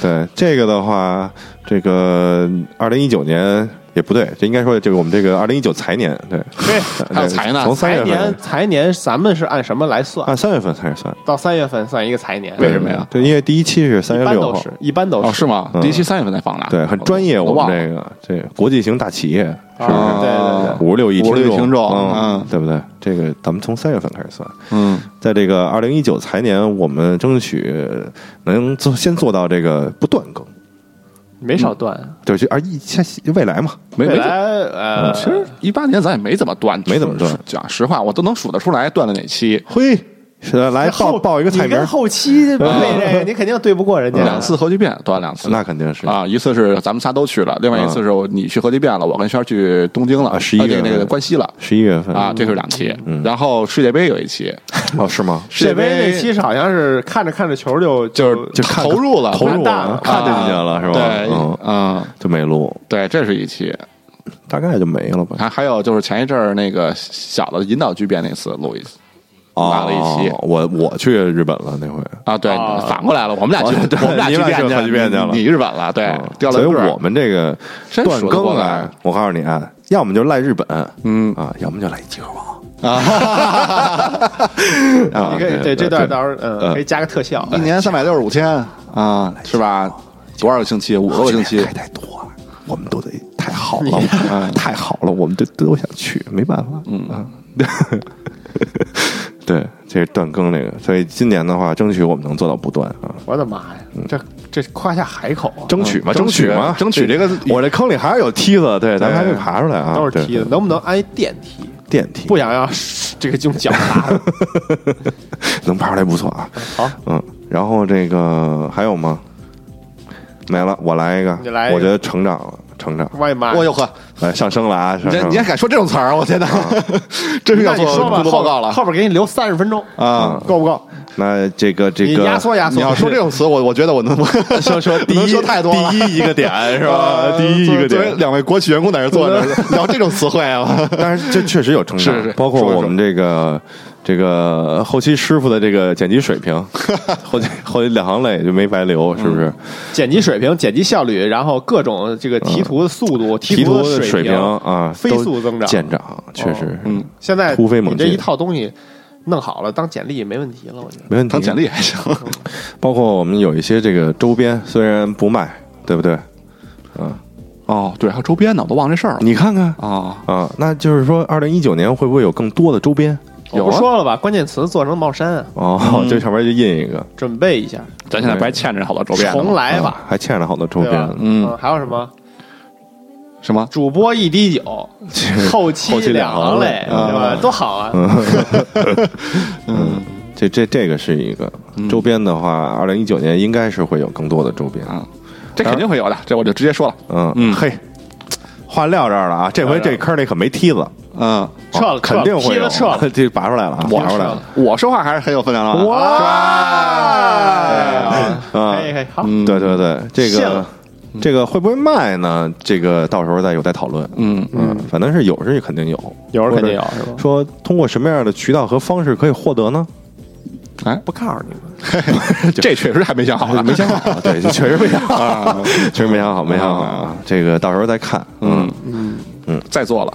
Speaker 2: 对这个的话，这个二零一九年也不对，这应该说这个我们这个二零一九财年，对，
Speaker 3: 对，
Speaker 4: 还有财呢
Speaker 2: 从三
Speaker 3: 财
Speaker 2: 月份
Speaker 3: 年财年咱们是按什么来算？
Speaker 2: 按三月份开始算，
Speaker 3: 到三月份算一个财年，
Speaker 4: 为什么呀
Speaker 2: 对，因为第一期是三
Speaker 3: 一
Speaker 2: 月
Speaker 3: 般
Speaker 2: 六
Speaker 3: 都
Speaker 2: 号，
Speaker 3: 是，一般都
Speaker 4: 哦，是
Speaker 3: 是
Speaker 4: 吗？
Speaker 2: 嗯
Speaker 4: 第一期三月份才放的，啊哦
Speaker 2: 对，很专业，
Speaker 4: 我
Speaker 2: 我
Speaker 4: 忘
Speaker 2: 们
Speaker 4: 了。
Speaker 2: 这个这个国际型大企业，
Speaker 3: 啊
Speaker 4: 吗哦
Speaker 3: 对对对，
Speaker 2: 五十六亿
Speaker 4: 56亿
Speaker 2: 听
Speaker 4: 听众
Speaker 2: 嗯
Speaker 4: 嗯，
Speaker 2: 对不对？这个咱们从三月份开始算，
Speaker 4: 嗯，
Speaker 2: 在这个二零一九财年，我们争取能做先做到这个不断更，
Speaker 3: 没少断。
Speaker 2: 对，就而啊一下未来嘛，
Speaker 4: 嗯没
Speaker 3: 未
Speaker 4: 没。嗯
Speaker 3: 来呃，
Speaker 4: 其实一八年咱也没怎么断，
Speaker 2: 没怎么断
Speaker 4: 说讲实话，我都能数得出来断了哪期。
Speaker 2: 嘿，是的来
Speaker 3: 后
Speaker 2: 报报一个菜
Speaker 3: 你
Speaker 2: 名
Speaker 3: 跟
Speaker 2: 儿，
Speaker 3: 后期配这个，你肯定对不过人家。
Speaker 4: 嗯两次核聚变断两次，
Speaker 2: 那肯定是
Speaker 4: 啊，一次是咱们仨都去了，另外一次是我你去核聚变了，我跟轩儿去东京
Speaker 2: 嗯啊
Speaker 4: 了，
Speaker 2: 11
Speaker 4: 啊那个
Speaker 2: 月份
Speaker 4: 那个关西了
Speaker 2: 十一月份嗯
Speaker 4: 啊，这是两期。然后世界杯有
Speaker 2: *laughs*
Speaker 4: 一期，
Speaker 2: 哦，是吗？
Speaker 4: 世界
Speaker 3: 世界杯
Speaker 4: 杯
Speaker 3: 那期是好像是看着看着球就
Speaker 4: 就是
Speaker 2: 就看
Speaker 4: 投入了，
Speaker 2: 投入
Speaker 3: 看
Speaker 2: 了，啊看进去了是吧？
Speaker 4: 啊对，
Speaker 2: 嗯，
Speaker 4: 嗯，
Speaker 2: 就没录，
Speaker 4: 对，这是一期。
Speaker 2: 大概就没了吧？
Speaker 4: 还还有就是前一阵儿那个小的引导巨变那次录一次啊拉了一期
Speaker 2: 哦我我去日本了那回，
Speaker 4: 啊，对，
Speaker 3: 哦
Speaker 4: 反过来了，我们俩去，
Speaker 2: 对
Speaker 4: 我们俩
Speaker 2: 你
Speaker 4: 去
Speaker 2: 们俩
Speaker 4: 变
Speaker 2: 去核聚变去了
Speaker 4: 你你日本了，对
Speaker 2: 嗯，
Speaker 4: 哎掉了
Speaker 2: 所
Speaker 4: 一
Speaker 2: 以
Speaker 4: 个儿
Speaker 2: 我们这个
Speaker 4: 真
Speaker 2: 断
Speaker 4: 数得
Speaker 2: 更
Speaker 4: 过来
Speaker 2: 啊，我告诉你啊，要么就赖日本，
Speaker 4: 嗯
Speaker 2: 啊，要么就赖集合网。啊
Speaker 3: 你可以
Speaker 2: 对
Speaker 3: 对这段到时候
Speaker 2: 嗯
Speaker 3: 嗯可以加个特效，
Speaker 4: 一年三百六十五天啊，是吧？多少个星期？五十个星期
Speaker 2: 太太多了，我们都得太好了，
Speaker 4: 啊
Speaker 2: 嗯 *laughs* 太好了，我们都都想去，没办法，嗯啊， *laughs* 对，这是断更这个，所以今年的话，争取我们能做到不断啊，
Speaker 3: 我的妈呀，这这夸下海口啊，
Speaker 2: 争取嘛，
Speaker 4: 嗯争取
Speaker 2: 取嘛，
Speaker 4: 争取这个
Speaker 2: 我这坑里还是有梯子，对，咱们还得爬出来啊，
Speaker 3: 都是
Speaker 2: 对
Speaker 3: 梯子，能不能安一电梯？
Speaker 2: 电梯，
Speaker 3: 不想要这个用脚踏的。
Speaker 2: 能爬出来不错啊，
Speaker 3: 好，
Speaker 2: 嗯，然后这个还有吗？没了，我来一个，
Speaker 3: 你来一个
Speaker 2: 我觉得成长了，成长，
Speaker 3: 我的妈呀！
Speaker 4: 我哟呵，
Speaker 2: 来上升了啊，上升
Speaker 4: 你这
Speaker 2: 了
Speaker 4: 你还敢说这种词儿？我天哪， *laughs* 真是
Speaker 3: 那
Speaker 4: 要
Speaker 3: 你
Speaker 4: 做
Speaker 3: 说吧，
Speaker 4: 工作
Speaker 3: 后
Speaker 4: 报告了
Speaker 3: 后边给你留三十分钟，
Speaker 4: 啊！
Speaker 3: 够不够？
Speaker 2: 那这个这
Speaker 3: 你
Speaker 2: 个
Speaker 3: 压缩压缩。
Speaker 4: 你
Speaker 3: *laughs*
Speaker 4: 要说这种词，我我觉得我能
Speaker 2: 说说 *laughs* 第
Speaker 4: 能
Speaker 2: 一
Speaker 4: *laughs* 说太多了
Speaker 2: 第一一个点是吧？
Speaker 4: *laughs* 呃
Speaker 2: 第一一个
Speaker 4: 作为作为
Speaker 2: 点，
Speaker 4: 两位国企员工在这坐着 *laughs* 聊这种词汇啊，
Speaker 2: 但是这确实有成长，
Speaker 4: 是是
Speaker 2: 包括
Speaker 4: 说一
Speaker 2: 我
Speaker 4: 说
Speaker 2: 们这个这个后期师傅的这个剪辑水
Speaker 4: *laughs*
Speaker 2: 平，后期后期两行泪就没白
Speaker 4: 嗯
Speaker 2: 流，是不是？
Speaker 3: 剪辑水平、剪辑效率，然后各种这个提图的速度、
Speaker 2: 提
Speaker 3: 图
Speaker 2: 嗯图的
Speaker 3: 水
Speaker 2: 平啊，
Speaker 3: 飞
Speaker 2: 都
Speaker 3: 速增长。
Speaker 2: 见长，确
Speaker 4: 哦
Speaker 2: 实，嗯，
Speaker 3: 现在
Speaker 2: 突飞猛
Speaker 3: 你这
Speaker 2: 进
Speaker 3: 一套东西弄好了，当简历也没问题了，我觉得。
Speaker 2: 没问题。啊
Speaker 4: 当简历还行。
Speaker 2: 包括我们有一些这个周边，虽然不卖，对不对？
Speaker 4: 哦，对，还有周边呢，我都忘这事儿了
Speaker 2: 你看看
Speaker 4: 啊。
Speaker 2: 啊，那就是说，二零一九年会不会有更多的周边？
Speaker 3: 我
Speaker 4: 有啊
Speaker 3: 不说了吧，关键词做成帽衫啊，
Speaker 2: 哦，这上面就印一个，
Speaker 3: 准备一下，
Speaker 4: 咱现在不还欠着好多周边呢吗
Speaker 3: 重来吧，
Speaker 2: 啊还欠着好多周
Speaker 3: 对
Speaker 2: 边
Speaker 3: 吧
Speaker 2: 呢？。
Speaker 4: 嗯
Speaker 3: 还有什么？
Speaker 4: 什么？
Speaker 3: 主播一滴
Speaker 2: *laughs*
Speaker 3: 酒，后期
Speaker 2: 后期两行嗯
Speaker 3: 行
Speaker 2: 泪
Speaker 3: 泪，对吧？多好啊！ *laughs* 嗯
Speaker 2: 这这这个是一个周边的话，二零一九年应该是会有更多的周边。
Speaker 4: 啊这肯定会有的，这我就直接说了。
Speaker 2: 嗯
Speaker 4: 嗯
Speaker 2: 嘿，话撂这儿了啊，这回这坑里可没梯子，哦
Speaker 4: 嗯，
Speaker 3: 哎撤了，撤
Speaker 2: 肯
Speaker 3: 了
Speaker 2: 定会
Speaker 3: 踢
Speaker 2: 有
Speaker 3: 了，撤了，
Speaker 2: *laughs* 这拔出来了啊，
Speaker 4: 我
Speaker 2: 拔出来了。
Speaker 4: 我说话还是很有分量的。
Speaker 3: 哇！
Speaker 2: 啊
Speaker 3: 可以可以，哎好，
Speaker 4: 嗯
Speaker 2: 对对对，这
Speaker 3: 信
Speaker 2: 个嗯
Speaker 3: 了
Speaker 2: 这个会不会卖呢？这个到时候再有待讨论。
Speaker 4: 嗯，
Speaker 2: 嗯，反正是有是肯定有，
Speaker 3: 有人肯定有
Speaker 2: 或者
Speaker 3: 是吧？
Speaker 2: 说通过什么样的渠道和方式可以获得呢？
Speaker 4: 哎，
Speaker 3: 不告诉你们，
Speaker 4: 这确实还没想好呢，
Speaker 2: 没想好，啊对，就确实没想 *laughs* 好，确实没想好，没想好啊。这个到时候再看，嗯，
Speaker 4: 再做了。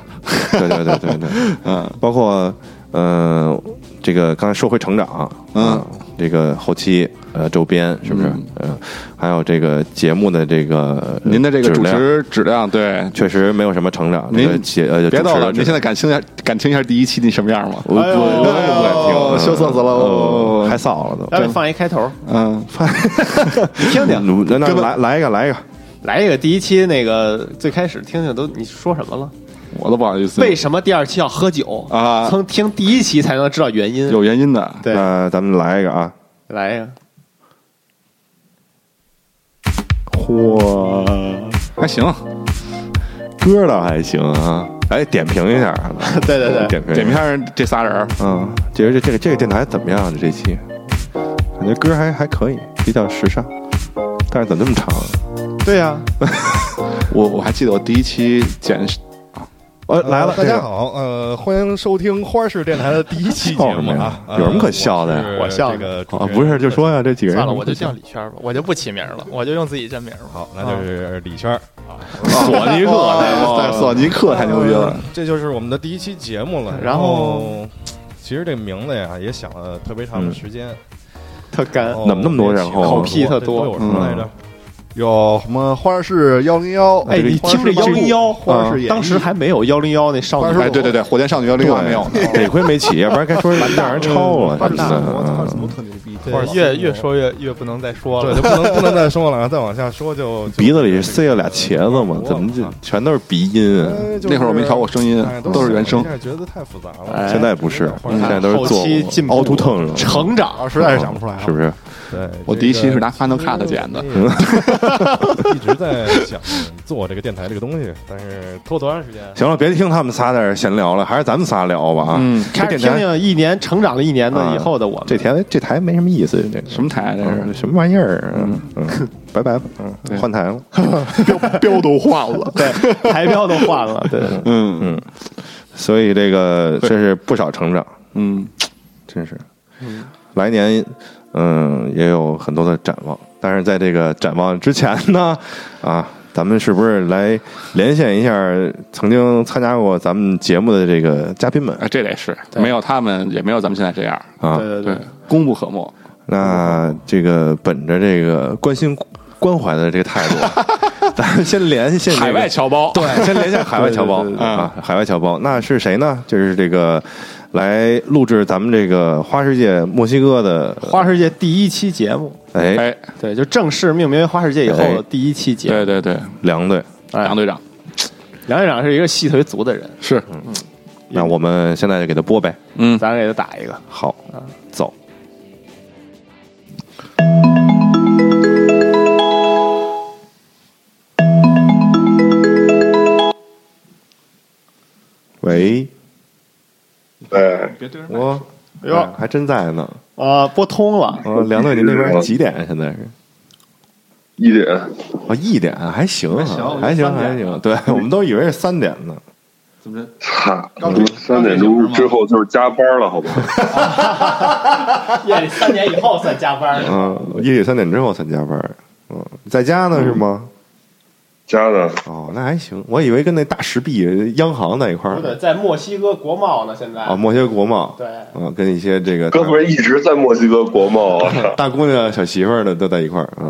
Speaker 2: 对对对对对，嗯，包括呃，这个刚才说回成长，嗯，这个后期呃周边是不是？嗯，还有这个节目的这个呃
Speaker 4: 您的这个
Speaker 2: 质
Speaker 4: 主
Speaker 2: 量
Speaker 4: 持质量，对，
Speaker 2: 确实没有什么成长，这个
Speaker 4: 您
Speaker 2: 节呃主
Speaker 4: 别
Speaker 2: 持
Speaker 4: 逗
Speaker 2: 的
Speaker 4: 了，
Speaker 2: 质
Speaker 4: 您现
Speaker 2: 量
Speaker 4: 在敢听一下敢听一下第一期那什么样吗？
Speaker 2: 我我我不敢听
Speaker 4: 哎呦
Speaker 2: 嗯，
Speaker 4: 羞涩死了
Speaker 2: 嗯
Speaker 4: 哦
Speaker 2: 还臊了都。
Speaker 3: 待会放一开头，
Speaker 4: 嗯，
Speaker 2: 嗯听听，那那来来一个来一个，
Speaker 3: 来一个第一期那个最开始听听都你说什么了？
Speaker 4: 我都不好意思。
Speaker 3: 为什么第二期要喝酒
Speaker 4: 啊
Speaker 3: 从听第一期才能知道原因。
Speaker 4: 有原因的。
Speaker 3: 对，
Speaker 2: 那咱们来一个啊，
Speaker 3: 来呀，
Speaker 2: 嚯，
Speaker 4: 还行，
Speaker 2: 歌倒还行啊，来点评一下啊，
Speaker 4: *laughs*
Speaker 3: 对对对
Speaker 2: 点评
Speaker 4: 点评一下这仨人儿，
Speaker 2: 嗯，觉得这这个这个电台怎么样？啊这期感觉歌还还可以，比较时尚，但是怎么这么长啊？
Speaker 3: 对呀，
Speaker 4: 我我还记得我第一期剪
Speaker 2: 哦，来了，
Speaker 5: 大
Speaker 2: 这
Speaker 5: 家
Speaker 2: 个
Speaker 5: 好，呃，欢迎收听花式电台的第一期节
Speaker 2: 笑什
Speaker 5: 目
Speaker 2: 么
Speaker 5: 啊
Speaker 2: 呀，
Speaker 5: 呃
Speaker 2: 有什么可笑的呀
Speaker 5: 是
Speaker 3: 我笑
Speaker 5: 这个主持
Speaker 2: 啊，
Speaker 5: 人
Speaker 2: 不是，就说呀，这几个人
Speaker 6: 算了，我就叫李轩吧，我就不起名了，我就用自己真名吧。
Speaker 5: 好，那就是李圈儿，
Speaker 4: 索尼克，在索尼克太牛逼了。
Speaker 5: 这就是我们的第一期节目了。
Speaker 3: 然
Speaker 5: 嗯然
Speaker 3: 后
Speaker 5: 后，其实这名字呀也想了特别长的时间，哦
Speaker 3: 特干
Speaker 5: 然。后
Speaker 2: 怎嗯么那么多然后啊
Speaker 5: 口
Speaker 3: 屁特多
Speaker 5: 有什么来着？
Speaker 4: 有什么花式幺零幺？
Speaker 3: 哎，你听这幺零幺，
Speaker 4: 花式演绎
Speaker 3: 啊当时还没有幺零幺那少
Speaker 4: 花
Speaker 3: 女
Speaker 4: 式
Speaker 3: 派，
Speaker 4: 哎，对对对，火箭少女幺零幺没有呢。
Speaker 2: 得亏没起，啊要不然该
Speaker 4: *laughs*
Speaker 2: 说让人超了，
Speaker 4: 花
Speaker 2: 真
Speaker 4: 式
Speaker 2: 的
Speaker 4: 什么？花式什
Speaker 2: 嗯
Speaker 4: 么特牛逼？
Speaker 5: 对
Speaker 6: 越越说越越不能再说
Speaker 5: 对，
Speaker 6: 了
Speaker 5: 就。不能不 *laughs* 能再说了啊，再往下说就
Speaker 2: 鼻子里塞了俩茄子嘛，怎么就全都是鼻音啊？
Speaker 4: 那会儿我没调过声音
Speaker 5: 哎，
Speaker 4: 都是原声
Speaker 5: 现。在觉得太复杂了。
Speaker 4: 哎
Speaker 2: 现在不是，
Speaker 5: 嗯
Speaker 2: 现在都是做
Speaker 3: 后期进步
Speaker 2: auto tone 了，
Speaker 3: 成长
Speaker 5: 实在是想不出来啊
Speaker 2: 是不是？
Speaker 5: 对，
Speaker 4: 我
Speaker 5: 这
Speaker 4: 第一期
Speaker 5: 个
Speaker 4: 是拿 Final Cut 剪的，
Speaker 5: *laughs* 一直在想做这个电台这个东西，但是拖多长时间？
Speaker 2: 行了，别听他们仨在这儿闲聊了，还是咱们仨聊吧啊！
Speaker 4: 嗯
Speaker 2: 这
Speaker 3: 开始
Speaker 2: 电
Speaker 3: 听
Speaker 2: 台
Speaker 3: 听一年成长了一年
Speaker 2: 啊
Speaker 3: 的以后的我们，
Speaker 2: 这台这台没什么意思，这个
Speaker 4: 什么台这
Speaker 2: 嗯
Speaker 4: 是？
Speaker 2: 什么玩意儿？嗯，嗯拜拜吧，
Speaker 4: 对
Speaker 2: 嗯，换台了。
Speaker 4: 标都换了。
Speaker 3: 对 *laughs* 台标都换 *laughs* 了，对，
Speaker 4: 嗯嗯
Speaker 2: 所以这个真是不少成长，
Speaker 4: 嗯，
Speaker 2: 真是。来年，嗯，也有很多的展望，但是在这个展望之前呢，啊，咱们是不是来连线一下曾经参加过咱们节目的这个嘉宾们
Speaker 4: 哎，这得是没有他们，也没有咱们现在这样。
Speaker 2: 啊？
Speaker 3: 对对
Speaker 4: 对，功不可没。
Speaker 2: 那这个本着这个关心关怀的这个态
Speaker 4: *laughs*
Speaker 2: 度，咱们先联系这个
Speaker 4: 海外侨胞，
Speaker 2: 对，先连线海外侨胞
Speaker 4: 对
Speaker 2: 啊，海外侨胞，那是谁呢？就是这个来录制咱们这个花世界墨西哥的，
Speaker 3: 花世界第一期节目，
Speaker 2: 哎，
Speaker 4: 哎，
Speaker 3: 对，就正式命名为花世界以后
Speaker 2: 哎
Speaker 3: 的第一期节目
Speaker 4: 对。对对，
Speaker 2: 梁队。
Speaker 3: 哎
Speaker 4: 杨队长
Speaker 3: 梁院长是一个细腿族的人，
Speaker 4: 是，
Speaker 2: 那我们现在就给他播呗。
Speaker 4: 嗯，
Speaker 3: 咱给他打一个。
Speaker 2: 好，走。喂，
Speaker 4: 别对着
Speaker 2: 我
Speaker 3: 哎呦
Speaker 2: 哎还真在呢。
Speaker 3: 啊，拨通了，
Speaker 2: 啊，梁队，你那边几点啊？现在是？
Speaker 7: 一点，
Speaker 2: 哦，一点还行啊，还行还
Speaker 4: 啊
Speaker 2: 行，对我们都以为是三点呢。
Speaker 4: 怎么着？
Speaker 7: 哈
Speaker 4: 刚才，
Speaker 7: 三点钟之后就是加班了，好吧？
Speaker 3: 夜里三点以后算加班。
Speaker 2: 嗯，夜里三点之后才加班。嗯，在家呢是吗？
Speaker 7: 加的，
Speaker 2: 哦，那还行，我以为跟那大石壁央行在一块儿
Speaker 3: 不
Speaker 2: 呢
Speaker 3: 对，在墨西哥国贸呢，现在
Speaker 2: 啊，墨西哥国贸，
Speaker 3: 对
Speaker 2: 啊，跟一些这个
Speaker 7: 哥不是一直在墨西哥国贸啊？
Speaker 2: 大姑娘、小媳妇儿的都在一块儿啊。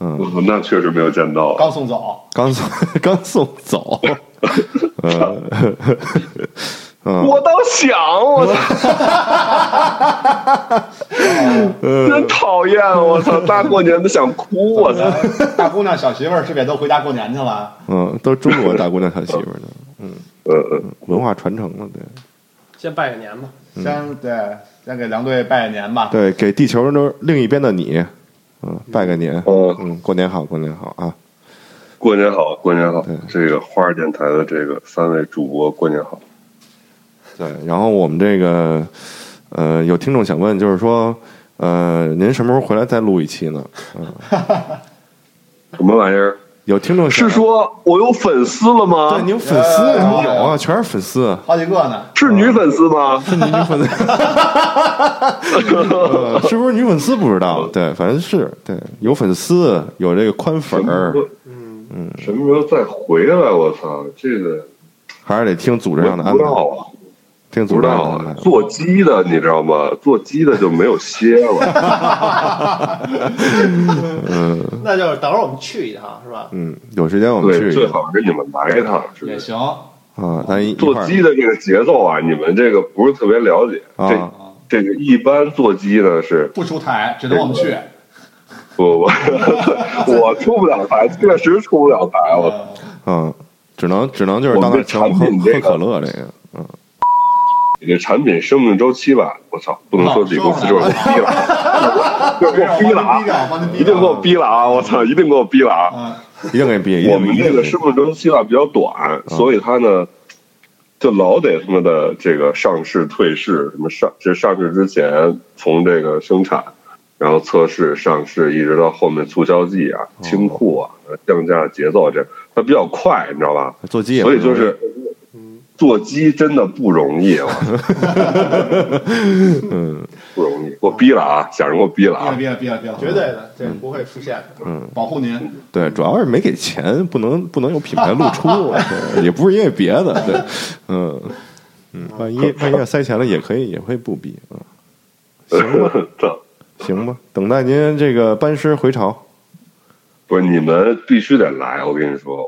Speaker 2: 嗯，
Speaker 7: 我那确实没有见到。
Speaker 3: 刚送走，
Speaker 2: 刚送 *laughs* 刚送走， *laughs* 呃， *laughs*
Speaker 7: 我倒想，我操！真讨厌！我操，大过年的想哭！我操！
Speaker 8: 大姑娘、小媳妇儿是不是也都回家过年去了？
Speaker 2: 嗯，都是中国大姑娘、小媳妇儿的，
Speaker 7: 呃呃，
Speaker 2: 文化传承了，对
Speaker 3: 先拜个年吧。
Speaker 4: 嗯
Speaker 8: 先对，先给梁队拜个年吧。
Speaker 2: 对，给地球的另一边的你，嗯，拜个年，
Speaker 7: 嗯
Speaker 2: 嗯，过年好，过年好啊。
Speaker 7: 过年好，过年好！
Speaker 2: 嗯
Speaker 7: 这个花儿电台的这个三位主播，过年好！
Speaker 2: 对，然后我们这个呃，有听众想问，就是说，呃，您什么时候回来再录一期呢？
Speaker 7: 什么玩意儿？
Speaker 2: 有听众想
Speaker 7: 是说哎我有粉丝了
Speaker 2: 对，
Speaker 7: 吗？
Speaker 2: 您粉丝您有啊，全是粉丝，
Speaker 8: 好几个呢，
Speaker 7: 是女粉丝吗？
Speaker 2: 女粉丝，呃是不是女粉丝不知
Speaker 7: *laughs*
Speaker 2: 道？对，反正是对，有粉丝，有这个宽粉儿，嗯
Speaker 7: 什么时候再回来？我操，这个
Speaker 2: 还是得听组织上的
Speaker 7: 我
Speaker 2: 安
Speaker 7: 不知
Speaker 2: 排，
Speaker 7: 道啊。
Speaker 2: 听
Speaker 7: 不
Speaker 2: 组
Speaker 7: 知
Speaker 2: 织
Speaker 7: 道
Speaker 2: 上的安
Speaker 7: 啊
Speaker 2: 排。
Speaker 7: 做鸡的，你知道吗？做鸡的就没有歇了。
Speaker 3: 那就是等会儿我们去一趟，是吧？
Speaker 2: 嗯，有时间我们
Speaker 7: 对，
Speaker 2: 去
Speaker 7: 最
Speaker 2: 一下
Speaker 7: 好是你们来一趟。是
Speaker 8: 也行。
Speaker 2: 啊，咱一一块
Speaker 7: 做
Speaker 2: 儿
Speaker 7: 鸡的这个节奏啊，你们这个不是特别了解。
Speaker 2: 啊
Speaker 7: 这这个一般做鸡呢是
Speaker 8: 不出台，只能我们去。
Speaker 7: 不我
Speaker 8: *laughs*
Speaker 7: 我出不了台，确实出不了台，我
Speaker 2: 嗯，只能只能就是到那儿请我们
Speaker 7: 我们
Speaker 2: 喝喝
Speaker 7: 这产品这个
Speaker 2: 可乐这个，
Speaker 7: 你这产品生命周期吧，我操，不能说自己公司就是我逼了，就给我逼了
Speaker 8: 哦 *laughs* 我帮您逼掉我帮
Speaker 7: 啊
Speaker 8: 您！逼掉
Speaker 7: 一定给我逼了啊！我操，一定给我逼了啊！
Speaker 8: 啊，
Speaker 2: 一定给毕业，一
Speaker 7: 我
Speaker 2: 定
Speaker 7: 们
Speaker 2: 一
Speaker 7: 这
Speaker 2: 定
Speaker 7: 个
Speaker 2: 给
Speaker 7: 生命周期吧啊比较短，所以它呢，就老得他妈的这个上市、退市，什么上这上市之前从这个生产，然后测试、上市，一直到后面促销季啊、清库啊、降价节奏这，它比较快，你知道吧？
Speaker 2: 做鸡也不
Speaker 7: 所
Speaker 2: 容易，
Speaker 7: 以就是，做鸡真的不容易，我操
Speaker 2: 嗯
Speaker 7: *laughs* 不容易，给我逼了啊！想着给我逼了
Speaker 8: 逼了
Speaker 7: 啊！
Speaker 8: 逼了逼了逼了，
Speaker 3: 绝对
Speaker 4: 嗯
Speaker 3: 的，这不会出现的。
Speaker 8: 保护您。
Speaker 2: 对，主要是没给钱，不能不能有品牌露
Speaker 7: *laughs*
Speaker 2: 出，对也不是因为别的，对，嗯嗯，万一万一要塞钱了，也可以也可以不逼啊，行吧
Speaker 7: 呃 *laughs* 这
Speaker 2: 行吧，等待您这个班师回朝，
Speaker 7: 不是你们必须得来，我跟你说，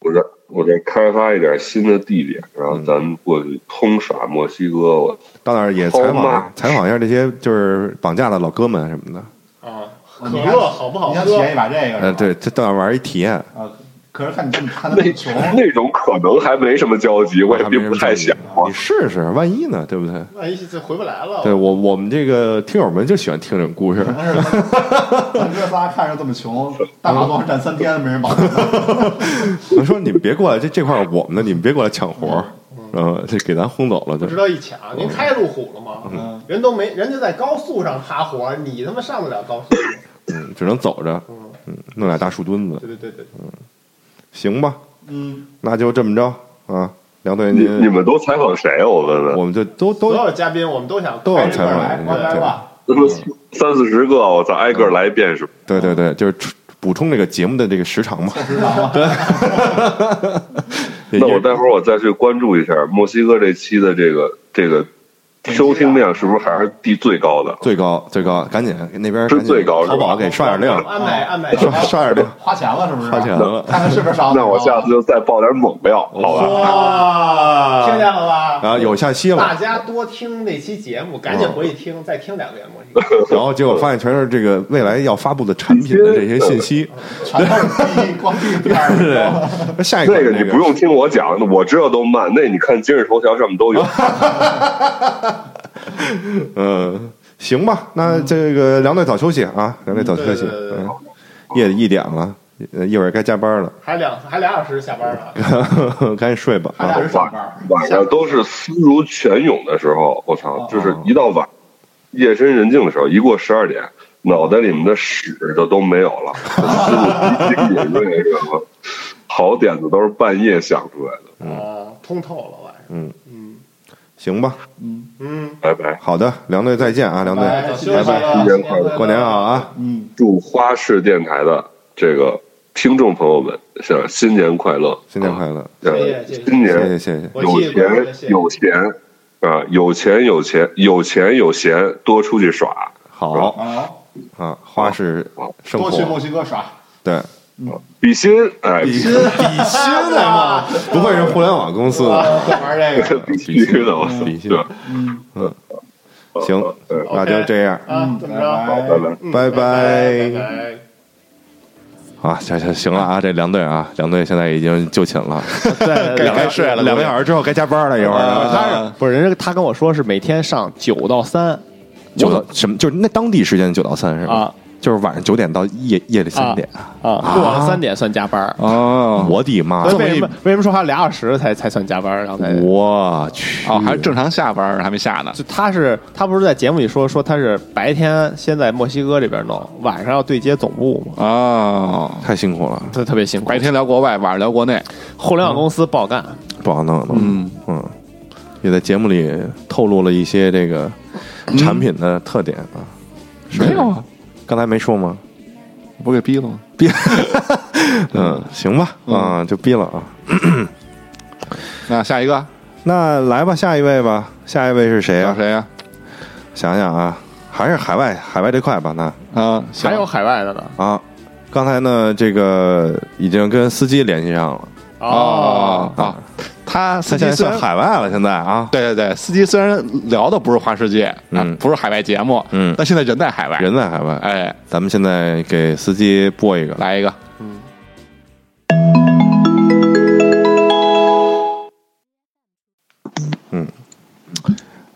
Speaker 7: 我这我这开发一点新的地点，然后咱们过去通耍墨西哥，我
Speaker 2: 到那儿也
Speaker 7: 好
Speaker 2: 采
Speaker 7: 嘛
Speaker 2: 访采访一下这些就是绑架的老哥们什么的，
Speaker 3: 啊，可
Speaker 8: 哦你看
Speaker 3: 乐好不好
Speaker 8: 你想体
Speaker 3: 喝
Speaker 8: 验？一把这个？
Speaker 2: 嗯，。对，这到那儿玩一体验，
Speaker 8: 啊，可是看你这么看他
Speaker 7: 那
Speaker 8: 这么穷，
Speaker 7: 那种可能还没什么交集，我也并不太想。
Speaker 2: 你试试，万一呢，对不对？
Speaker 3: 万一这回不来了，
Speaker 2: 对我我们这个听友们就喜欢听这种故事，
Speaker 8: 哦 *laughs* 但是咱哥仨看着这么穷，大马路上站三天没人保护，
Speaker 2: *laughs* 我说你们别过来，这这块儿我们的，你们别过来抢活儿，嗯，这给咱轰走了就
Speaker 3: 不知。道一抢，您开路虎了吗？
Speaker 8: 嗯
Speaker 3: 人都没，人家在高速上爬活，你他妈上得了高速？
Speaker 2: 嗯，只能走着，嗯，弄俩大树墩子，
Speaker 3: 对对对对，
Speaker 2: 行吧？
Speaker 8: 嗯，
Speaker 2: 那就这么着啊，梁队
Speaker 7: 你你
Speaker 2: 您，
Speaker 7: 们都采访谁啊？我问问，
Speaker 2: 我们就都
Speaker 3: 所
Speaker 2: 都
Speaker 3: 有嘉宾我们都想
Speaker 2: 都
Speaker 3: 开
Speaker 2: 要
Speaker 3: 这
Speaker 2: 采
Speaker 3: 块儿
Speaker 2: 访
Speaker 3: 来
Speaker 2: 一
Speaker 8: 快来
Speaker 2: 下，
Speaker 8: 吧，
Speaker 7: 他妈三四十个，我操，挨个来一遍是吧？
Speaker 2: 对
Speaker 8: 嗯
Speaker 2: 对对，就是出补充这个节目的这个时长嘛。
Speaker 8: 知道
Speaker 2: *laughs*
Speaker 8: 吗？
Speaker 2: 也
Speaker 7: 那我待会儿我再去关注一下墨西哥这期的这个这个收听量是不是还是地最高的？
Speaker 2: 最高最高，赶紧那边
Speaker 7: 是
Speaker 2: 赶紧
Speaker 7: 最高是
Speaker 2: 淘
Speaker 7: 吧
Speaker 2: 宝给刷点量，
Speaker 3: 安
Speaker 8: 哦
Speaker 3: 排安排，
Speaker 2: 刷刷点量，
Speaker 8: 花钱了是不是？
Speaker 2: 花钱了
Speaker 8: 看看是不是烧的。
Speaker 7: 那我下次就再爆点猛料，好吧？
Speaker 3: 哇，听见了吧？
Speaker 2: 啊，有下期
Speaker 3: 大
Speaker 2: 了，
Speaker 3: 家多听那期节目，赶紧回去听，再听两遍墨西哥。
Speaker 2: 然后结果发现全是这个未来要发布的产品的这些信息，
Speaker 8: 全都是第一，光第一第二个。
Speaker 2: 对，下一
Speaker 7: 那
Speaker 2: 款
Speaker 7: 个
Speaker 2: 这
Speaker 7: 你不用听我讲，我知道都慢。那你看今日头条上面都有，
Speaker 2: 嗯，行吧，那这个梁队早休息啊，梁队早休息，
Speaker 3: 对对对对
Speaker 2: 嗯，夜里一点了，呃一会儿该加班了， *laughs*
Speaker 3: 还两还俩小时下班了，
Speaker 2: 赶紧睡吧
Speaker 8: 还
Speaker 2: 啊
Speaker 8: 俩人上班，
Speaker 7: 晚上都是思如泉涌的时候。我
Speaker 3: 哦
Speaker 7: 操，就是一到晚夜深人静的时候，一过十二点，脑袋里面的屎就都没有了， *laughs* 思路极其敏锐，知道吗？好点子都是半夜想出来的。
Speaker 3: 啊，通透了晚上。
Speaker 2: 行吧，
Speaker 3: 嗯，
Speaker 7: 拜拜，
Speaker 2: 好的，梁队再见啊，梁队，
Speaker 8: 哎，
Speaker 3: 休息了，
Speaker 7: 新年快乐
Speaker 2: 过年好啊，
Speaker 8: 嗯，
Speaker 7: 祝花式电台的这个听众朋友们是新年快乐，
Speaker 2: 新年快乐，
Speaker 7: 乐
Speaker 3: 谢谢谢谢
Speaker 7: 新
Speaker 2: 谢
Speaker 7: 年
Speaker 2: 谢谢谢，
Speaker 3: 我
Speaker 7: 有
Speaker 3: 谢谢各位的
Speaker 7: 钱
Speaker 3: 谢谢。
Speaker 7: 有钱啊，有钱有钱有钱有闲，多出去耍。
Speaker 2: 好
Speaker 8: 好，
Speaker 2: 啊，花式生
Speaker 8: 多去墨
Speaker 2: 活，
Speaker 8: 西哥耍。
Speaker 2: 对，
Speaker 7: 比心，哎，
Speaker 2: 比心比心的嘛，不愧是互联网公司的，
Speaker 8: 玩这个，
Speaker 7: *laughs* 必须的，我
Speaker 2: 比心
Speaker 7: 对，
Speaker 2: 嗯，行，
Speaker 7: 嗯
Speaker 2: 那就这样，
Speaker 3: 啊，怎么着？
Speaker 7: 拜拜。
Speaker 3: 嗯
Speaker 2: 拜拜
Speaker 3: 拜拜。
Speaker 2: 啊，行行行了啊，这梁队啊，梁队现在已经就寝了， *laughs*
Speaker 3: 对，
Speaker 2: 两个
Speaker 6: 睡了
Speaker 2: 两个小时之后该加班了，一会儿啊。
Speaker 3: 他是不是人家他跟我说是每天上九到三
Speaker 2: 九到什么？就是那当地时间九到三是吧？
Speaker 3: 啊
Speaker 2: 就是晚上九点到夜夜里三点。
Speaker 3: 啊，过了三点算加班。
Speaker 4: 哦，
Speaker 2: 我的妈！哎
Speaker 3: 所以为什么为什么说还俩小时才才算加班？然后才
Speaker 2: 嗯我去
Speaker 4: 哦，还是正常下班儿还没下呢。
Speaker 3: 就他是他不是在节目里说说他是白天先在墨西哥这边弄，晚上要对接总部嘛，
Speaker 4: 哦，
Speaker 2: 太辛苦了，
Speaker 3: 他特别辛苦。
Speaker 4: 白天聊国外，晚上聊国内。
Speaker 3: 互联网公司不好干，
Speaker 2: 不好弄了。嗯嗯，也在节目里透露了一些这个产品的特点啊。
Speaker 4: 没有啊，
Speaker 2: 刚才没说吗？
Speaker 4: 不给逼了吗？
Speaker 2: 嗯，行吧，啊，就逼了啊。
Speaker 4: 那下一个
Speaker 2: 那来吧，下一位吧。下一位是谁
Speaker 4: 聊
Speaker 2: 啊？
Speaker 4: 谁呀？
Speaker 2: 想想啊，还是海外海外这块吧。那
Speaker 4: 啊，行
Speaker 3: 还有海外的呢。
Speaker 2: 啊，刚才呢，这个已经跟司机联系上了。
Speaker 4: 哦，啊，他司
Speaker 2: 他
Speaker 4: 机
Speaker 2: 现在
Speaker 4: 虽
Speaker 2: 算
Speaker 4: 然
Speaker 2: 海外了，现在啊，
Speaker 4: 对对对，司机虽然聊的不是花世界，
Speaker 2: 嗯
Speaker 4: 啊，不是海外节目，
Speaker 2: 嗯
Speaker 4: 但现在人在海外，
Speaker 2: 人在海外。
Speaker 4: 哎，
Speaker 2: 咱们现在给司机播一个，
Speaker 4: 来一个，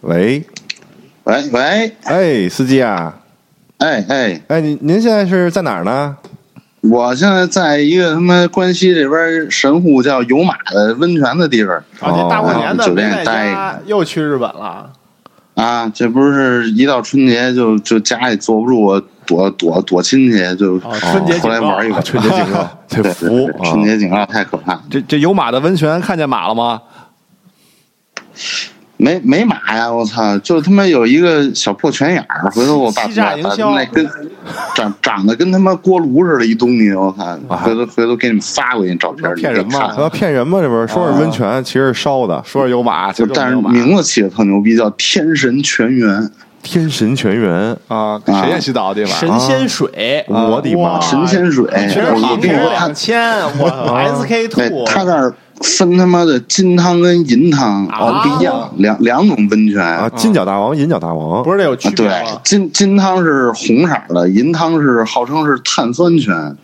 Speaker 2: 喂，
Speaker 9: 喂喂，
Speaker 2: 哎，司机啊，
Speaker 9: 哎哎，
Speaker 2: 哎，您您现在是在哪儿呢？
Speaker 9: 我现在在一个他妈关西这边神户叫有马的温泉的地方
Speaker 3: 啊，这大过年的
Speaker 9: 哦酒
Speaker 3: 没
Speaker 9: 店
Speaker 3: 在
Speaker 9: 待
Speaker 3: 家，又去日本了。
Speaker 9: 啊，这不是一到春节就就家里坐不住，我躲躲躲亲戚，就
Speaker 3: 哦春节警
Speaker 9: 出来
Speaker 3: 报
Speaker 9: 玩一会儿。
Speaker 2: 春节 *laughs* 警告，这
Speaker 9: 对对
Speaker 2: 福
Speaker 9: 对
Speaker 2: 啊
Speaker 9: 春！节警告太可怕了，
Speaker 4: 这这有马的温泉看见马了吗？
Speaker 9: 没没马呀！我操，就他妈有一个小破泉眼儿，回头我爸
Speaker 3: 欺诈营
Speaker 9: 把
Speaker 3: 销
Speaker 9: 那跟长长得跟他妈锅炉似的，一东西，我操！
Speaker 3: 啊
Speaker 9: 回头回头给你们发过去照片，
Speaker 4: 骗人吗
Speaker 9: 你们看啊
Speaker 2: 他要骗人吗？这不是说是温泉，其实是烧的，
Speaker 4: 说是有马，其实
Speaker 9: 但是
Speaker 4: 没有马
Speaker 9: 名字起的特牛逼，叫天神泉
Speaker 3: 啊
Speaker 9: 源，
Speaker 2: 天神全员，
Speaker 4: 啊，
Speaker 9: 啊
Speaker 4: 谁愿意洗澡的地方？
Speaker 3: 神仙水，
Speaker 2: 我的妈！
Speaker 9: 神仙水。
Speaker 3: 啊全是
Speaker 9: 哦哎我
Speaker 3: 行
Speaker 9: 跟
Speaker 3: 情
Speaker 9: 你说，他
Speaker 3: 两千，我
Speaker 9: 哦
Speaker 3: SK
Speaker 9: 对
Speaker 3: 兔，
Speaker 9: 他那儿分他妈的金汤跟银汤哦
Speaker 3: 啊
Speaker 9: 不一样，两两种温泉
Speaker 2: 啊，金角大王、银角大王，
Speaker 3: 不是得有
Speaker 9: 啊
Speaker 3: 区别
Speaker 9: 对
Speaker 3: 吗？，
Speaker 9: 金金汤是红色儿的，银汤是号称是碳酸泉，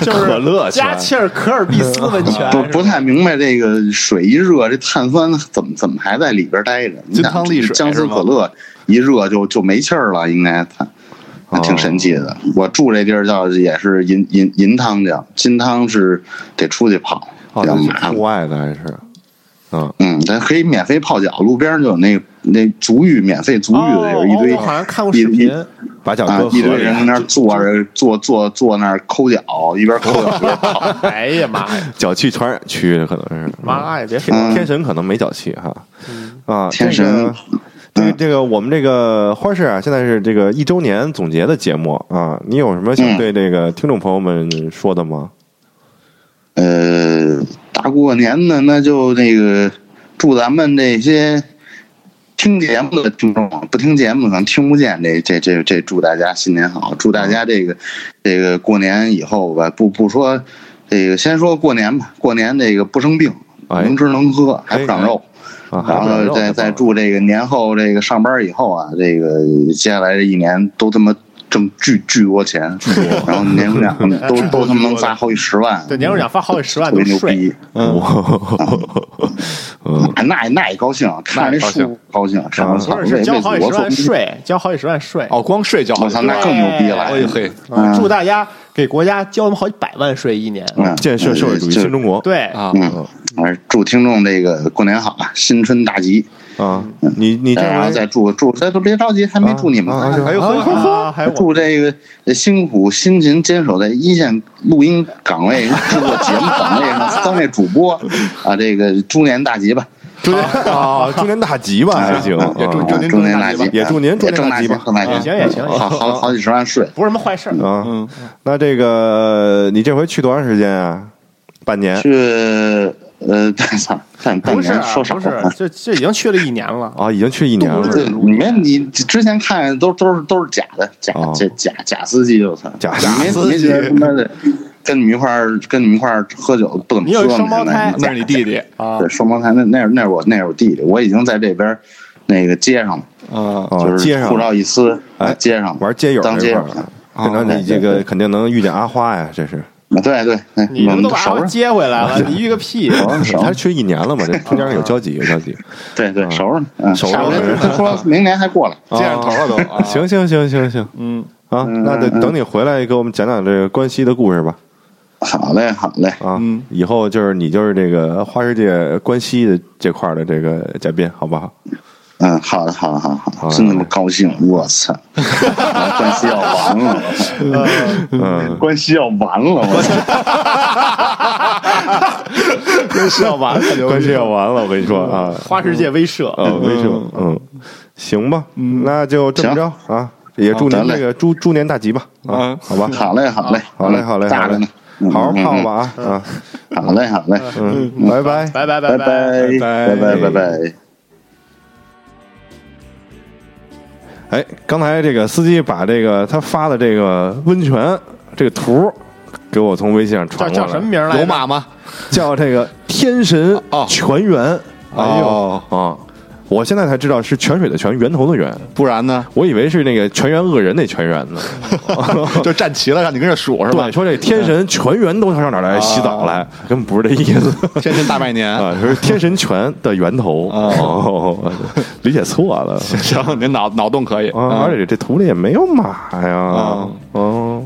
Speaker 3: 就是
Speaker 4: 可乐泉
Speaker 3: 加切尔可尔必斯温泉，
Speaker 9: 不不太明白这个水一热，这碳酸怎么怎么还在里边待着？你
Speaker 4: 金
Speaker 9: 想
Speaker 4: 汤力水
Speaker 9: 姜
Speaker 4: 是
Speaker 9: 丝
Speaker 4: 吗
Speaker 9: 可乐一热就就没气儿了，应该它。那挺神奇的，我住这地儿叫也是银银银汤叫，金汤是得出去泡，
Speaker 2: 哦
Speaker 9: 比较
Speaker 2: 那是
Speaker 9: 麻
Speaker 4: 啊
Speaker 9: 烦
Speaker 2: 户。外的还是？
Speaker 9: 嗯，咱可以免费泡脚，路边上就有那那足浴免费足浴的，有一堆、
Speaker 3: 哦我好像看过视
Speaker 9: 一
Speaker 3: 频
Speaker 9: 一，
Speaker 2: 把脚
Speaker 9: 啊
Speaker 2: 搁，
Speaker 9: 一
Speaker 2: 河
Speaker 9: 堆
Speaker 2: 里
Speaker 9: 人，在那儿坐着坐坐坐那儿抠脚，一边抠脚一边泡。
Speaker 3: 哎呀妈呀，
Speaker 2: 脚气传染区的可能是。
Speaker 3: 妈呀，别说
Speaker 2: 天
Speaker 9: 嗯
Speaker 2: 天神可能没脚气哈，啊，
Speaker 9: 天
Speaker 2: 这个
Speaker 9: 神
Speaker 2: 这个
Speaker 9: 嗯
Speaker 2: 这个我们这个花市啊，现在是这个一周年总结的节目啊，你有什么想
Speaker 9: 嗯
Speaker 2: 对这个听众朋友们说的吗？
Speaker 9: 呃，大过年的，那就那个祝咱们这些听节目的听众，不听节目可能听不见这这这这，祝大家新年好，祝大家这个这个过年以后吧，不不说这个，先说过年吧，过年这个不生病，
Speaker 2: 哎
Speaker 9: 能吃能喝，还不长肉。
Speaker 2: 啊，还有
Speaker 9: 然
Speaker 2: 点肉
Speaker 9: 后再再祝这个年后这个上班以后啊，这个接下来这一年都他妈挣巨巨多钱，然后年终奖都都他妈能砸好几十万，
Speaker 3: 对，年终奖发好几十万
Speaker 9: 特
Speaker 3: 都
Speaker 9: 别牛
Speaker 3: 税，
Speaker 9: 逼。 *laughs* 啊
Speaker 2: 哇嗯，
Speaker 9: 那那那也高兴，看着这树高兴，看哎我操，
Speaker 3: 不是
Speaker 9: 为
Speaker 3: 是交
Speaker 9: 为
Speaker 3: 好
Speaker 9: 祖
Speaker 3: 几十
Speaker 9: 国
Speaker 3: 万
Speaker 9: 做税，
Speaker 3: 税，交好几十万税。
Speaker 4: 哦，光睡觉，
Speaker 9: 我操，那更牛逼了！
Speaker 4: 哎呦嘿，
Speaker 3: 啊祝大家给国家交他们好几百万税一年。
Speaker 9: 嗯，
Speaker 2: 建设社会主义新中国
Speaker 3: 对，
Speaker 4: 啊，
Speaker 9: 嗯，而祝听众这个过年好啊，新春大吉！
Speaker 2: 啊，你你这啊
Speaker 9: 然后嗯再祝祝，这都别着急，还没祝你们
Speaker 2: 啊啊
Speaker 9: 呢。
Speaker 2: 啊
Speaker 4: 还有喝
Speaker 3: 啊还有我
Speaker 9: 祝这个辛苦辛勤坚守在一线录音岗位、制作节目岗位上三位主播啊，这个猪年大吉吧！
Speaker 2: 啊，中年大吉
Speaker 9: 嗯
Speaker 2: 吧还行，
Speaker 4: 也祝
Speaker 2: 啊
Speaker 4: 祝您
Speaker 9: 猪年大吉，啊
Speaker 2: 也祝您
Speaker 9: 也挣
Speaker 2: 大
Speaker 9: 大
Speaker 2: 吉吧
Speaker 9: 挣大
Speaker 3: 也
Speaker 9: 吉
Speaker 3: 行，也行，也行
Speaker 9: 好好好几十万税。
Speaker 3: 不是什么坏
Speaker 9: 嗯
Speaker 3: 事儿。
Speaker 2: 啊，那这个你这回去多长时间啊？半年
Speaker 9: 去呃， *laughs* 操，半半
Speaker 3: 不是
Speaker 9: 年
Speaker 3: 啊，
Speaker 9: 说少
Speaker 3: 不是
Speaker 9: 了，。
Speaker 3: 这这已经去了一年了。
Speaker 2: 啊，已经去一年了，
Speaker 9: 对，你
Speaker 3: 啊
Speaker 9: 们你之前看都都是都是假的，假
Speaker 2: 哦
Speaker 9: 这假假司机，我操，
Speaker 2: 假
Speaker 9: 你没没觉得他妈的跟你们一块儿跟你们一块儿喝酒不怎么
Speaker 3: 你有一
Speaker 9: 说吗？
Speaker 3: 双胞
Speaker 9: 现在
Speaker 3: 胎
Speaker 4: 那是你弟弟
Speaker 3: 啊
Speaker 9: 对，双胞胎那那是那是我那是我弟弟，我已经在这边那个街上了，
Speaker 4: 啊，
Speaker 2: 啊，
Speaker 9: 就是
Speaker 2: 街上
Speaker 9: 护照一撕，
Speaker 2: 哎
Speaker 9: 街上
Speaker 2: 玩街友
Speaker 9: 当
Speaker 2: 这
Speaker 9: 街
Speaker 2: 块
Speaker 9: 友
Speaker 2: 儿
Speaker 9: 了，
Speaker 2: 正常你这个肯定能遇见阿花呀，这是
Speaker 9: 啊对对，哎
Speaker 3: 你
Speaker 9: 我
Speaker 3: 们
Speaker 9: 们
Speaker 3: 都
Speaker 9: 都
Speaker 3: 把
Speaker 9: 熟
Speaker 3: 他
Speaker 9: 着，
Speaker 3: 接回来了，你遇个屁！
Speaker 9: 熟着熟
Speaker 2: 他
Speaker 9: 着，
Speaker 2: 去一年了嘛，这中间有交集，有交集，
Speaker 9: 对对熟着呢，嗯，
Speaker 2: 熟着
Speaker 9: 下回
Speaker 2: 呢
Speaker 9: 他说明年还过来，
Speaker 2: 嗯
Speaker 4: 接上头了都啊，
Speaker 2: 行行行行行
Speaker 4: 嗯，
Speaker 2: 啊，那得等你回来给我们讲讲这个关西的故事吧。
Speaker 9: 好嘞好嘞，
Speaker 2: 啊，
Speaker 4: 嗯
Speaker 2: 以后就是你就是这个花世界关西的这块儿的这个嘉宾，好不好？
Speaker 9: 嗯，好的，好的，好的好
Speaker 2: 好
Speaker 9: 的，
Speaker 2: 的
Speaker 9: 真他妈高兴！我操， *laughs* 关系要完了，
Speaker 2: 嗯，
Speaker 9: 关系要完了！我操，
Speaker 4: 真是要完了，
Speaker 2: 关系要完了，我跟你说啊，
Speaker 3: 花世界威慑，
Speaker 2: 呃，为什么？嗯，行吧，那就这么着啊，也祝您
Speaker 9: 好得嘞
Speaker 2: 这个猪猪年大吉吧，啊
Speaker 4: 嗯，
Speaker 2: 好吧，
Speaker 9: 好嘞，好嘞，
Speaker 2: 好嘞，好嘞，好
Speaker 9: 大着
Speaker 2: 嘞
Speaker 9: 呢，嗯，
Speaker 2: 好好泡
Speaker 9: 嗯，
Speaker 2: 吧啊，啊，
Speaker 9: 嗯好嘞，好嘞，
Speaker 2: 嗯，拜拜。
Speaker 3: 拜拜拜。
Speaker 9: 拜拜拜拜拜。
Speaker 2: 哎，刚才这个司机把这个他发的这个温泉这个图给给我从微信上
Speaker 3: 叫
Speaker 2: 传过
Speaker 3: 叫
Speaker 2: 来，
Speaker 3: 什么名儿来着？
Speaker 4: 有马吗？
Speaker 2: 叫这个天
Speaker 3: *laughs*
Speaker 2: 神
Speaker 4: 哦
Speaker 2: 泉源。哎呦啊！我现在才知道是泉水的泉，源头的源，
Speaker 4: 不
Speaker 2: *laughs*
Speaker 4: 然呢？
Speaker 2: 我以为是那个泉源恶人那泉源
Speaker 3: *laughs*
Speaker 2: 呢。
Speaker 4: 就站齐了，让你跟这数是吧
Speaker 2: 对，？说这天神泉源都上哪儿来洗澡来，
Speaker 3: 啊
Speaker 2: 根本不是这意思。
Speaker 4: 天天大拜年， *laughs*
Speaker 2: 啊，是天神泉的源头
Speaker 3: 啊
Speaker 2: 哦，理解错了
Speaker 4: 行，您脑脑洞可以，
Speaker 2: 啊！而且这图里也没有马呀
Speaker 4: 嗯啊，
Speaker 2: 哦，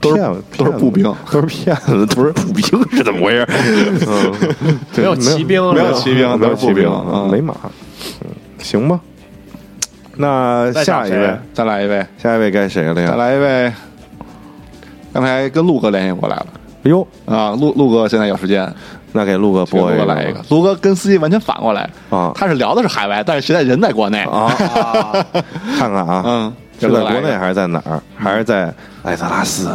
Speaker 4: 都是
Speaker 2: 骗子
Speaker 4: 都是步兵，
Speaker 2: 都是骗
Speaker 4: *laughs*
Speaker 2: 子，不是步兵 *laughs* 是怎么回事？嗯对
Speaker 3: *laughs* 没有骑兵啊
Speaker 2: 没
Speaker 3: 没
Speaker 2: 有
Speaker 3: 有
Speaker 4: 骑兵
Speaker 2: 没有
Speaker 4: 都是
Speaker 2: 骑
Speaker 4: 步兵
Speaker 2: 兵，
Speaker 4: 嗯
Speaker 2: 没马，嗯行吧？那
Speaker 3: 再
Speaker 2: 下
Speaker 3: 讲
Speaker 2: 一
Speaker 3: 谁
Speaker 2: 位，
Speaker 4: 再来一位，
Speaker 2: 下一位该谁了
Speaker 4: 再
Speaker 2: 呀？
Speaker 4: 来一位。刚才跟陆哥联系过来了
Speaker 2: 哎呦，
Speaker 4: 啊，陆陆哥现在有时间，
Speaker 2: 那给陆哥
Speaker 4: 给陆
Speaker 2: 播
Speaker 4: 哥
Speaker 2: 吧
Speaker 4: 来一个。陆哥跟司机完全反过来
Speaker 2: 啊
Speaker 4: 他是聊的是海外，但是现在人在国内
Speaker 2: 啊，看看啊，
Speaker 4: 嗯
Speaker 2: 是在国内还是在哪儿？还是在艾泽拉斯？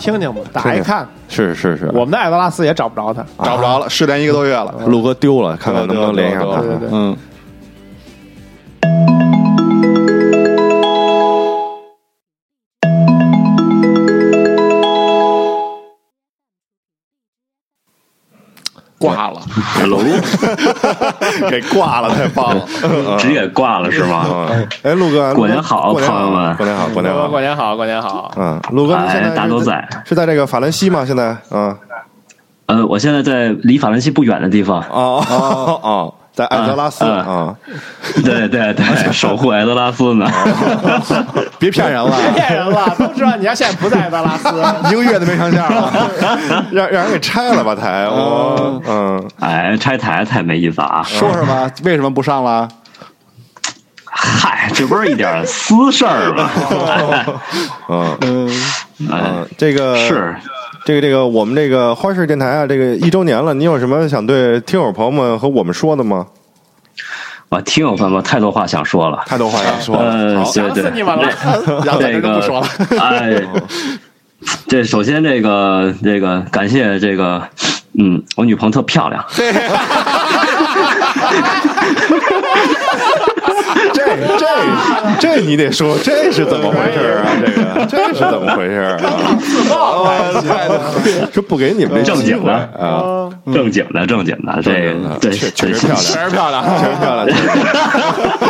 Speaker 3: 听听吧，打一看。
Speaker 2: 是是是，
Speaker 3: 我们的艾泽拉斯也找不着他，
Speaker 4: 找不着了，失联一个多月了。
Speaker 2: 陆哥丢了，看看能不能连上
Speaker 3: 对对对
Speaker 2: 他。
Speaker 4: 嗯，挂了，
Speaker 3: *laughs*
Speaker 10: ，hello，
Speaker 4: 给挂了，太棒了！
Speaker 2: 呃
Speaker 10: 直接挂了是吗？
Speaker 2: 嗯，哎，陆哥，
Speaker 10: 过年好
Speaker 2: 过年好
Speaker 10: 朋友们
Speaker 2: 过年好，过年
Speaker 3: 哥过
Speaker 2: 好。
Speaker 3: 年好，过年好。
Speaker 2: 嗯，陆哥，你现在
Speaker 10: 哎，
Speaker 2: 是
Speaker 10: 大家都在。
Speaker 2: 是在这个法兰西吗？现在啊
Speaker 10: 呃，我现在在离法兰西不远的地方，
Speaker 2: 啊啊，在艾泽拉斯
Speaker 10: 哦嗯
Speaker 2: 啊，
Speaker 10: 对对
Speaker 2: 哦
Speaker 10: 对， *laughs* 守护埃德拉斯呢。
Speaker 4: 别骗人
Speaker 3: 别
Speaker 4: 了，
Speaker 3: 骗人了，都知道你家现在不在艾泽拉斯。
Speaker 2: 一个月都没上线了，让让人给拆了吧台。我嗯，
Speaker 10: *laughs* 哎，拆台太没意思啊！
Speaker 4: 说说吧，为什么不上了？
Speaker 10: 嗨，这不是一点私事儿吗？
Speaker 4: 嗯，
Speaker 10: 哎
Speaker 2: 嗯，这个
Speaker 10: 是，
Speaker 2: 这个这个，我们这个花式电台啊，这个一周年了，你有什么想对听友朋友们和我们说的吗？
Speaker 10: 我听友朋友们太多话想说了。
Speaker 2: 太多话想说了。
Speaker 10: 呃，对
Speaker 3: 想死
Speaker 10: 对，
Speaker 3: 你们了
Speaker 10: 然后这个不说了。哎，
Speaker 2: *laughs*
Speaker 10: 这首先这个这个感谢这个，嗯，我女朋友特漂亮。
Speaker 2: 这 *laughs* 这这你得说，这是怎么回事啊？这个这是怎么回事啊？说不给你们
Speaker 10: 正
Speaker 2: 机
Speaker 10: 经
Speaker 2: 会
Speaker 10: 的
Speaker 2: 啊，
Speaker 10: 正经的，正经的，这个对，
Speaker 2: 确
Speaker 10: 对
Speaker 2: 确实漂亮，
Speaker 4: 真是漂
Speaker 2: 确实漂
Speaker 4: 亮，
Speaker 2: 亮，确实漂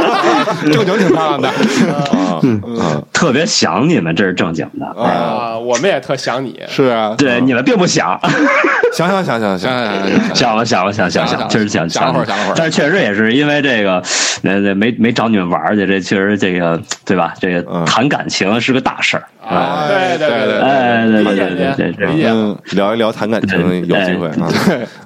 Speaker 2: 亮
Speaker 4: 正经挺漂亮的。
Speaker 2: 啊！嗯
Speaker 10: 特别想你们，这是正经的。
Speaker 3: 啊，我们也特想你。
Speaker 4: 是啊，
Speaker 10: 对，你们并不想，
Speaker 2: 想想想想
Speaker 4: 行
Speaker 2: 想，
Speaker 4: 行行行，
Speaker 10: 想了想了想想
Speaker 4: 想了
Speaker 10: 想，确实想
Speaker 4: 想了会儿想了会儿
Speaker 10: 但是确实也是因为这个，呃，呃没没找你们玩儿去，这确实这个对吧？这
Speaker 2: 嗯
Speaker 10: 个谈感情是个大事儿。
Speaker 3: 啊，对对
Speaker 4: 对
Speaker 10: 哎，对对对对对
Speaker 3: 理解
Speaker 10: 对
Speaker 3: 理解。
Speaker 4: 嗯，
Speaker 2: 聊一聊谈感情
Speaker 10: 哎
Speaker 2: 有机会啊。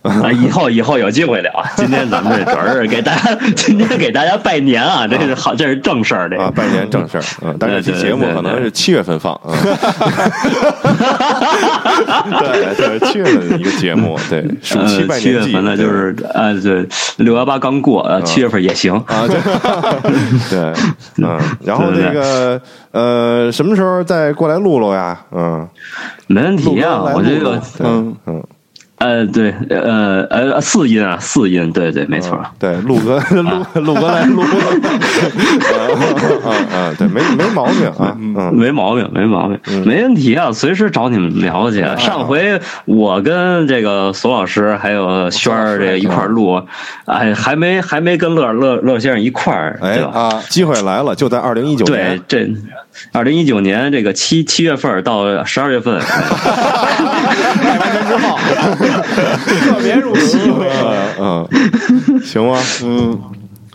Speaker 10: 啊，以后以后有机会聊。今天咱们这主要是给大家， *laughs* 今天给大家拜年啊，这是好，这是正事儿，这
Speaker 2: 啊，
Speaker 10: 个。
Speaker 2: 拜年正事 *laughs* 儿，嗯，但是这期节目可能是七月份放啊， *laughs* 对对，七月份的一个节目，对，暑
Speaker 10: 呃
Speaker 2: 期拜
Speaker 10: 七
Speaker 2: 年
Speaker 10: 月
Speaker 2: 季，
Speaker 10: 份呢，就是呃，对，六幺八刚过，呃，七月份也行。
Speaker 2: *laughs* 啊，对，对，嗯，然后那个呃，什么时候再过来录录呀？嗯，
Speaker 10: 没问题啊
Speaker 2: 录歌，来
Speaker 10: 我这
Speaker 2: 录
Speaker 10: 个
Speaker 2: 录，嗯嗯，
Speaker 10: 呃，对，呃呃，四音啊，四音，对对，没错儿。
Speaker 2: 对，啊陆哥，陆陆哥来 *laughs* 录， *laughs* 嗯嗯，对，没没毛病啊，嗯，
Speaker 10: 没毛病，没毛病，没问题啊！随时找你们聊去。
Speaker 2: 嗯
Speaker 10: 上回我跟这个索老师还有轩儿这个一块儿
Speaker 2: 嗯
Speaker 10: 录，哎，还没还没跟乐乐乐先生一块儿，
Speaker 2: 哎
Speaker 10: 对吧？
Speaker 2: 啊，机会来了，就在二零一九
Speaker 10: 对
Speaker 2: 年，，
Speaker 10: 这二零一九年这个七七月份到十二月
Speaker 2: *laughs*
Speaker 10: 份，
Speaker 3: 特别入戏。
Speaker 2: 嗯嗯， *laughs* 行吗？嗯。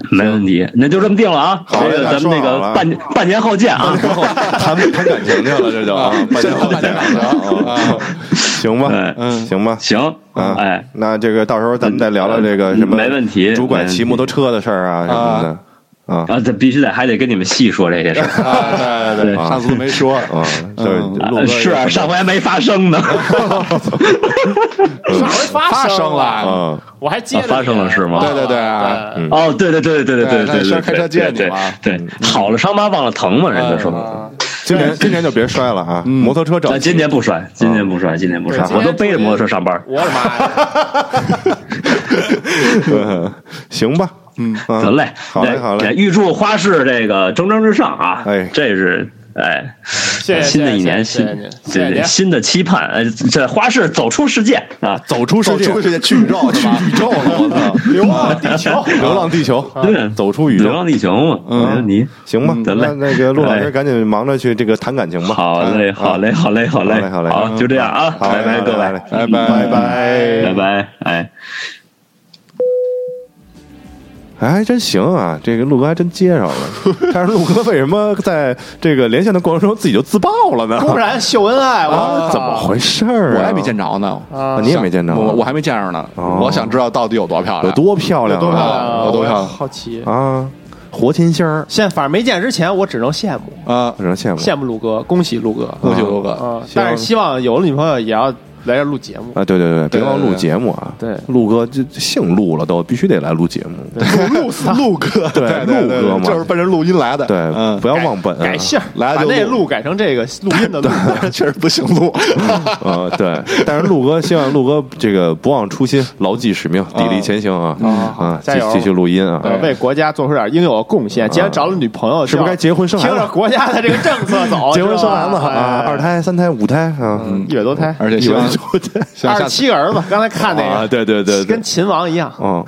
Speaker 10: 没问题，那就这么定了啊！
Speaker 2: 好
Speaker 10: 这个
Speaker 2: 大家
Speaker 10: 咱
Speaker 2: 说
Speaker 10: 们那
Speaker 2: 好了嗯
Speaker 10: 个半年半年后见啊！
Speaker 2: 谈谈感情去了，这就啊，半年后见啊，行吧，
Speaker 10: 嗯
Speaker 2: 行吧，
Speaker 10: 行，
Speaker 2: 啊，
Speaker 10: 哎，，
Speaker 2: 那这个到时候咱们再聊聊这个什么，
Speaker 10: 没问题
Speaker 2: 主管骑摩托车的事儿啊什么的。啊
Speaker 10: 啊，这必须得还得跟你们细说
Speaker 2: *laughs*
Speaker 10: 这些事儿。
Speaker 4: 啊，对对对，上次都没说，
Speaker 2: 啊，就是陆哥
Speaker 10: 啊是啊上回还没发生呢，
Speaker 3: 上回
Speaker 4: 发生
Speaker 3: 生
Speaker 4: 了，
Speaker 2: 啊，
Speaker 3: 我还接着
Speaker 10: 啊发生了是吗
Speaker 4: 对对对啊
Speaker 3: 对
Speaker 10: 哦，对对对对对对
Speaker 4: 对
Speaker 10: 对
Speaker 4: 上开
Speaker 10: 对，
Speaker 4: 车接你
Speaker 10: 对
Speaker 4: 嘛
Speaker 10: 对，对好了伤疤忘了疼嘛，人家说。
Speaker 2: 今年今年就别摔了啊，摩托车找
Speaker 10: 咱今
Speaker 2: *laughs*
Speaker 10: 年不摔，今年不摔，今年不摔，
Speaker 3: 对
Speaker 10: 我都背着摩托车上班。
Speaker 3: 我的妈呀！
Speaker 2: 行吧，嗯，
Speaker 10: 得嘞，啊
Speaker 2: 好嘞
Speaker 10: 那
Speaker 2: 好嘞
Speaker 10: 那预祝花市这个蒸蒸日上啊！
Speaker 2: 哎
Speaker 10: 这是哎，
Speaker 3: 谢谢
Speaker 10: 新的一年
Speaker 3: 谢
Speaker 10: 新
Speaker 3: 谢谢谢您谢谢
Speaker 10: 对
Speaker 3: 您
Speaker 10: 对新的期盼，哎，这花式走出世界啊，
Speaker 2: 走出
Speaker 4: 走出世界去宇宙，去宇宙了，我操！
Speaker 11: 流浪地球，
Speaker 2: 流浪地球，
Speaker 10: 对，
Speaker 2: 走出宇宙，
Speaker 10: 流浪地球嘛，哎没问题，
Speaker 2: 行吧？
Speaker 10: 嗯得
Speaker 2: 那
Speaker 10: 嘞，
Speaker 2: 那个陆老
Speaker 10: 哎
Speaker 2: 师赶紧忙着去这个谈感情吧。
Speaker 10: 好嘞，
Speaker 2: 啊
Speaker 10: 好嘞，好嘞，好嘞，
Speaker 2: 好嘞好嘞
Speaker 10: 好，就这样啊，
Speaker 2: 好嘞
Speaker 10: 拜拜，
Speaker 2: 好嘞
Speaker 10: 各
Speaker 2: 好
Speaker 10: 位
Speaker 2: 嘞，
Speaker 4: 拜拜
Speaker 2: 拜
Speaker 10: 拜拜，哎。
Speaker 2: 哎，还真行啊！这个陆哥还真接上
Speaker 4: *laughs*
Speaker 2: 了，但是陆哥为什么在这个连线的过程中自己就自爆了
Speaker 4: *laughs*
Speaker 2: 呢？
Speaker 3: 公然秀恩爱，我
Speaker 2: 啊，怎么回事儿、啊？
Speaker 4: 我还没见着呢，
Speaker 2: 啊你也没见着啊
Speaker 4: 我我还没见着呢。
Speaker 2: 哦
Speaker 4: 我想知道到底有多漂
Speaker 2: 有
Speaker 4: 亮，
Speaker 2: 多漂亮、啊？
Speaker 4: 有多漂亮
Speaker 3: 啊
Speaker 4: 我都
Speaker 3: 也
Speaker 4: 看了
Speaker 3: 好奇。
Speaker 2: 啊！活金星儿，
Speaker 3: 现反正没见之前，我只能羡慕
Speaker 4: 啊！
Speaker 2: 让人羡慕。
Speaker 3: 羡慕陆哥，恭喜陆哥，
Speaker 4: 恭喜罗哥，
Speaker 3: 啊！但是希望有了女朋友也要来这儿录节目。
Speaker 2: 啊，对对对，别忘
Speaker 4: 对对
Speaker 2: 录
Speaker 4: 对
Speaker 2: 节目啊！
Speaker 3: 对
Speaker 2: 陆哥这姓陆了都，必须得来 *laughs* 录节目。
Speaker 4: 陆陆哥，对对对
Speaker 2: 陆哥嘛
Speaker 4: 就是奔着录音来的。
Speaker 2: 对，
Speaker 4: 嗯
Speaker 2: 不，要忘本、啊。*laughs*
Speaker 3: 改姓儿，
Speaker 4: 来
Speaker 3: 把
Speaker 4: 就
Speaker 3: 那
Speaker 4: 录
Speaker 3: 录改成这个录音的录。
Speaker 4: *laughs* 确实不姓陆，
Speaker 2: 呃，对，但是陆哥希望陆哥这个不忘初心，牢记使命，砥砺前行啊！
Speaker 4: 哦
Speaker 2: 啊，继
Speaker 3: 加油
Speaker 2: 继续录音啊！
Speaker 3: 呃为国家做出点应有的贡献。既然找了女朋友，
Speaker 2: 啊是不是该结婚生孩
Speaker 3: 就
Speaker 2: 子
Speaker 3: 要听着国家的这个政策
Speaker 2: *laughs*
Speaker 3: 走，
Speaker 2: 结婚
Speaker 3: 是吧
Speaker 2: 生孩子啊，
Speaker 3: 哦哎
Speaker 2: 二胎、三胎、五胎啊，嗯
Speaker 3: 一百多胎，
Speaker 4: 而且希望 *laughs* 希望
Speaker 3: 二
Speaker 4: 下
Speaker 3: 十
Speaker 4: 次，
Speaker 3: 七个儿子。刚才看那
Speaker 2: 啊，
Speaker 3: 个，
Speaker 2: 对对对，对
Speaker 3: 跟秦王一样，
Speaker 2: 哦，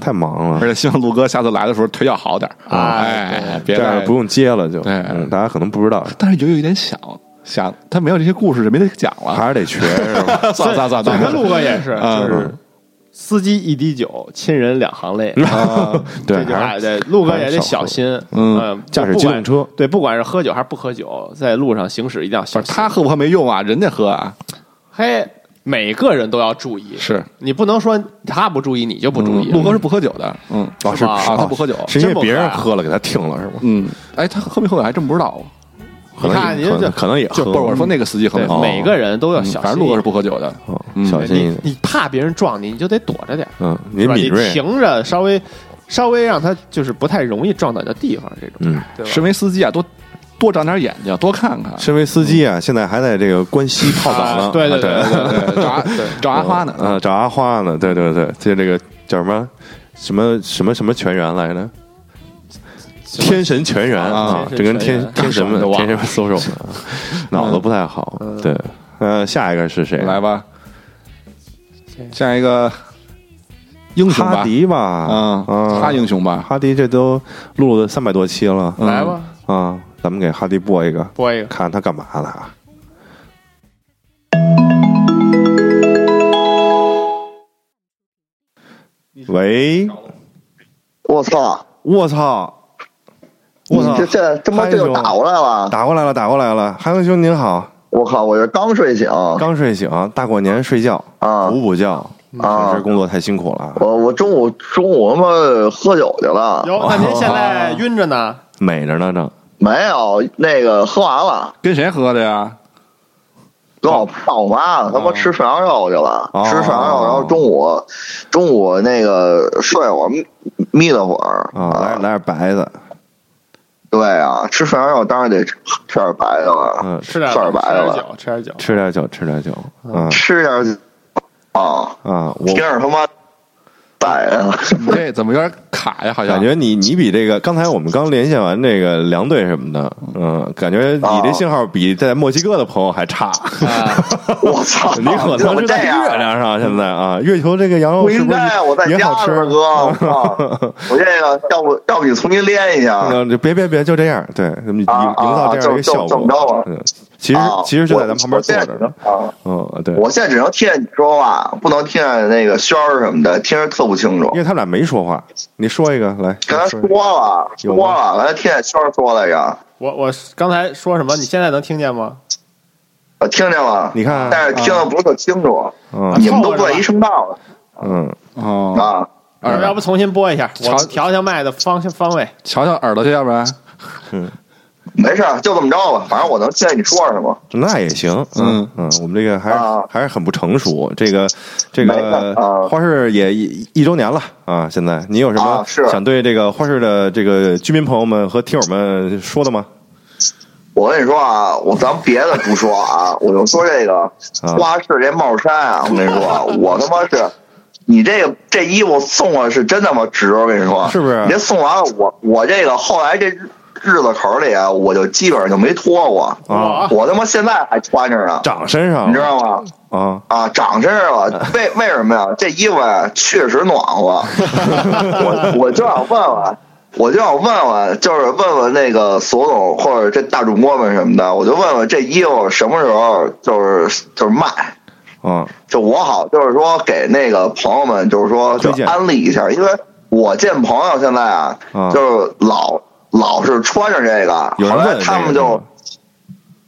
Speaker 2: 太忙了，
Speaker 4: 而且希望陆哥下次来的时候腿要好点儿，哎，别
Speaker 2: 这
Speaker 4: 再
Speaker 2: 样不。用接了就，
Speaker 4: 对啊
Speaker 2: 嗯，大家可能不知道，
Speaker 4: 但是有有一点想想，他没有这些故事就没得讲了。
Speaker 2: 还是得学，是吧？
Speaker 4: *laughs* 算了算了算了
Speaker 3: 咱
Speaker 4: 算
Speaker 3: 们
Speaker 4: 了，
Speaker 3: 陆哥也是，
Speaker 2: 啊
Speaker 4: 嗯
Speaker 3: 就是司机一滴酒，亲人两行泪。啊
Speaker 2: *laughs* 嗯对，
Speaker 3: 这句
Speaker 2: 还
Speaker 3: 话
Speaker 2: 是
Speaker 3: 对陆哥
Speaker 2: 还是
Speaker 3: 也得
Speaker 2: 少
Speaker 3: 小
Speaker 2: 喝
Speaker 3: 心，
Speaker 4: 嗯
Speaker 3: 嗯，
Speaker 2: 驾驶
Speaker 3: 不
Speaker 2: 机
Speaker 3: 管
Speaker 2: 动车
Speaker 3: 对，不管是喝酒还是不喝酒，在路上行驶一定要小
Speaker 4: 不是
Speaker 3: 心。
Speaker 4: 他喝不喝没用啊，人家喝啊，
Speaker 3: 嘿，每个人都要注意，
Speaker 4: 是
Speaker 3: 你不能说他不注意你就不注意。
Speaker 4: 陆哥是不喝酒的，嗯，
Speaker 2: 哦是
Speaker 3: 是吧
Speaker 4: 啊，他不喝酒，
Speaker 2: 是因为
Speaker 3: 真不
Speaker 2: 别人
Speaker 3: 喝啊
Speaker 2: 喝了给他听了是吗？
Speaker 4: 嗯，哎，他喝没喝酒还真不知道，啊
Speaker 2: 可能
Speaker 3: 看
Speaker 2: 也
Speaker 3: 您
Speaker 2: 可
Speaker 3: 这
Speaker 2: 能可能也
Speaker 4: 就
Speaker 2: 喝，
Speaker 4: 不是我说那个司机喝没
Speaker 3: 对
Speaker 4: 喝，
Speaker 3: 每个人都要
Speaker 4: 嗯
Speaker 3: 小心一点。
Speaker 4: 反正陆哥是不喝酒的，
Speaker 2: 哦
Speaker 4: 嗯
Speaker 2: 小心一
Speaker 3: 你
Speaker 2: 点，
Speaker 3: 你怕别人撞你，你就得躲着点儿，
Speaker 2: 嗯，
Speaker 3: 是
Speaker 2: 您
Speaker 3: 吧？
Speaker 2: 敏
Speaker 3: 你
Speaker 2: 锐，
Speaker 3: 停着，稍微稍微让他就是不太容易撞到你的地方，这种
Speaker 2: 嗯，
Speaker 3: 对吧？
Speaker 4: 身为司机啊，多多长点眼睛，多看看。
Speaker 2: 身为司机啊，现在还在这个关西泡澡呢，
Speaker 3: 对对
Speaker 2: 啊
Speaker 3: 对对对，
Speaker 4: 找阿找阿花呢？
Speaker 2: 啊，找阿花呢，对对对，这这个叫什么什么什么什么全员来着？天神全员啊，这跟天天神们天神们搜手
Speaker 4: *laughs*
Speaker 2: 呢，脑子不太好。对，呃，下一个是谁？
Speaker 4: 嗯来吧，下一个英雄
Speaker 2: 哈
Speaker 4: 吧，
Speaker 2: 迪吧，
Speaker 4: 嗯，
Speaker 2: 啊，
Speaker 4: 哈英雄吧，
Speaker 2: 哈迪这都录了三百多期了
Speaker 4: 嗯
Speaker 3: 来吧，
Speaker 2: 啊，咱们给哈迪播一个，
Speaker 3: 播一个。
Speaker 2: 看他干嘛呢？啊。喂，
Speaker 9: 我操！
Speaker 2: 我操！
Speaker 9: 你
Speaker 2: 我操！
Speaker 9: 这这他妈
Speaker 2: 嗨
Speaker 9: 这又
Speaker 2: 兄
Speaker 9: 打过来了！
Speaker 2: 打过来了，打过来了！韩文兄您好，
Speaker 9: 我靠！我这刚睡醒
Speaker 2: 刚睡醒，大过年睡觉
Speaker 9: 啊
Speaker 2: 补补觉，平
Speaker 9: 啊
Speaker 2: 时！工作太辛苦了，
Speaker 9: 我我中午中午他妈喝酒去了，
Speaker 3: 哟，那您现在晕着呢？
Speaker 2: 美着呢正。
Speaker 9: 没有那个喝完了，
Speaker 4: 跟谁喝的呀？
Speaker 9: 跟我爸我妈呢他妈吃涮羊肉去了，
Speaker 2: 哦
Speaker 9: 吃涮羊肉，然后中午中午那个睡会儿眯眯了会儿
Speaker 2: 啊，来来点白的，
Speaker 9: 对啊，吃涮羊肉当然得吃吃点白的了，
Speaker 2: 嗯，
Speaker 3: 吃点
Speaker 9: 事儿白
Speaker 3: 吃点
Speaker 9: 了
Speaker 3: 酒，吃点酒。
Speaker 2: 吃点酒，吃点酒，
Speaker 9: 嗯
Speaker 2: 啊
Speaker 9: 吃点啊，
Speaker 2: 啊，我
Speaker 9: 听着他妈摆啊，
Speaker 4: 你这怎么有点卡呀？好像
Speaker 2: 感觉你你比这个刚才我们刚连线完这个梁队什么的，嗯，感觉你这信号比在墨西哥的朋友还差，
Speaker 9: 哦我操！
Speaker 2: *laughs* 你可
Speaker 9: 怎
Speaker 2: 能是
Speaker 9: 么哦这
Speaker 2: 在月
Speaker 9: 样？
Speaker 2: 亮上现在啊，月球这个羊肉
Speaker 9: 不
Speaker 2: 是
Speaker 9: 应
Speaker 2: 不是
Speaker 9: 该，啊我在
Speaker 2: 也
Speaker 9: 家
Speaker 2: 好吃？
Speaker 9: 呢，哥，我
Speaker 2: *laughs*
Speaker 9: 操！我这个要不要不你重新练一下？
Speaker 2: 嗯，别别别，就这样，对，营营
Speaker 9: 啊啊
Speaker 2: 造这样一个
Speaker 9: 就就
Speaker 2: 效
Speaker 9: 这么着
Speaker 2: 果
Speaker 9: 吧。
Speaker 2: 嗯，其实
Speaker 9: 啊
Speaker 2: 其实就在
Speaker 9: 我
Speaker 2: 咱旁边坐着呢。
Speaker 9: 啊！
Speaker 2: 嗯，对，
Speaker 9: 我现在只能听见你说话，不能听见那个轩儿什么的，听着特不清楚
Speaker 2: 因。为他们俩没说话，你说一个来。
Speaker 9: 刚才
Speaker 2: 说一
Speaker 9: 说
Speaker 2: 个
Speaker 9: 了，
Speaker 2: 有
Speaker 9: 说
Speaker 2: 吗
Speaker 9: 了，刚才听见轩儿说来着，
Speaker 3: 我我刚才说什么？你现在能听见吗？
Speaker 9: 我呃听见了，
Speaker 2: 你看
Speaker 9: 但是听的不是特清楚，
Speaker 2: 嗯
Speaker 9: 你们都不在一声道
Speaker 2: 嗯，
Speaker 9: 了
Speaker 4: 哦，
Speaker 9: 啊！
Speaker 4: 耳
Speaker 3: 要不重新播一下？我
Speaker 4: 瞧
Speaker 3: 调调麦的方向方位。
Speaker 4: 瞧瞧耳朵去，要不然
Speaker 9: 没事儿，就这么着吧，反正我能听见你说什么。
Speaker 2: 那也行，嗯嗯，我们这个还是
Speaker 9: 啊
Speaker 2: 还是很不成熟，这个这
Speaker 9: 没事
Speaker 2: 个
Speaker 9: 啊
Speaker 2: 花市也一一周年了啊，现在你有什么
Speaker 9: 啊是
Speaker 2: 想对这个花市的这个居民朋友们和听友们说的吗？
Speaker 9: 我跟你说啊，我咱别的不说啊，我就说这个花市这帽衫啊，我跟你说，我他妈是，你这个这衣服送我是真他妈值，我跟你说，
Speaker 2: 是不是
Speaker 9: 你这送完了，我我这个后来这日子口里啊，我就基本上就没脱过
Speaker 2: 啊
Speaker 9: 我他妈现在还穿着呢，
Speaker 2: 长身上了
Speaker 9: 你知道吗？
Speaker 2: 啊，
Speaker 9: 啊，长身上
Speaker 2: *laughs*
Speaker 9: 了，为为什么呀？这衣服啊，确实暖和。我我就想问问，我就想问问，就是问问那个索总或者这大主播们什么的，我就问问这衣服什么时候就是就是卖。
Speaker 2: 嗯，
Speaker 9: 就我好，就是说给那个朋友们，就是说就
Speaker 2: 推荐
Speaker 9: 安利一下，因为我见朋友现在啊，
Speaker 2: 啊
Speaker 9: 就是老老是穿着这个，
Speaker 2: 有人
Speaker 9: 后来
Speaker 2: 问
Speaker 9: 他
Speaker 2: 这个
Speaker 9: 们就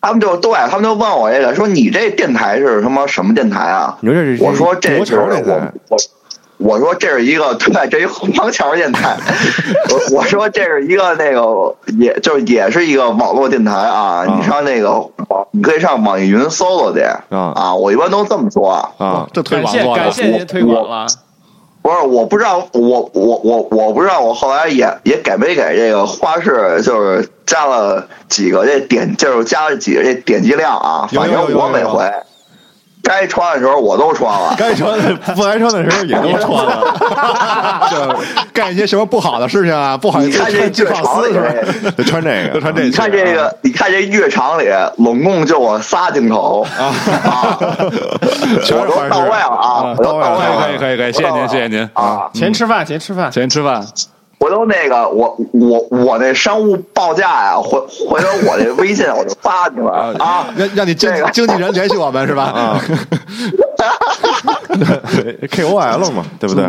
Speaker 9: 他们就对他们就问我这个，说你这电台是他妈什么电台啊？
Speaker 2: 你说这是
Speaker 9: 我说这
Speaker 2: 国
Speaker 9: 是
Speaker 2: 潮电
Speaker 9: 我
Speaker 2: 台
Speaker 9: 我我说这是一个对，这是一个黄桥电
Speaker 2: *laughs*
Speaker 9: 台。我我说这是一个那个，也就是也是一个网络电台啊。你上那个网，你可以上网易云搜搜去
Speaker 2: 啊
Speaker 9: 我一般都这么说 *laughs*
Speaker 2: 啊
Speaker 4: 这推
Speaker 6: 感
Speaker 4: 广
Speaker 6: 谢
Speaker 4: 做的
Speaker 6: 感谢您推广了，
Speaker 9: 不是，我不知道，我我我我不知道，我后来也也给没给这个花式，就是加了几个这点，就是加了几个这点击量啊。
Speaker 2: 有
Speaker 9: 反
Speaker 2: 有有
Speaker 9: 正我每回该穿的时候我都穿了，
Speaker 2: *laughs* 该穿的不该穿的时候也都穿了，
Speaker 4: *laughs* 干一些什么不好的事情啊？不好意
Speaker 9: 你
Speaker 4: 思
Speaker 9: 看这，
Speaker 4: 去
Speaker 9: 月
Speaker 4: 放
Speaker 9: 长
Speaker 4: 肆
Speaker 9: 里
Speaker 4: 是吧？
Speaker 2: 就穿这个，
Speaker 4: 就穿这嗯
Speaker 9: 你看这个，你看这乐场里，拢共就我仨镜头啊，
Speaker 4: 全
Speaker 9: 我
Speaker 4: 是
Speaker 9: 都
Speaker 4: 花
Speaker 9: 到位
Speaker 4: 式。
Speaker 9: 了啊，我
Speaker 4: 到
Speaker 9: 都
Speaker 4: 位
Speaker 9: 到位
Speaker 4: 了，
Speaker 9: 了，
Speaker 4: 可以可以可以，谢谢您，谢谢您
Speaker 9: 啊！
Speaker 3: 钱吃饭，钱吃饭，
Speaker 4: 钱吃饭，
Speaker 9: 回头那个我我我那商务报价呀、回回头我那微信我就发你们啊，
Speaker 4: 让让你经
Speaker 9: 这个
Speaker 4: 经纪人联系我们是吧？
Speaker 2: 啊，KOL 嘛，对不对？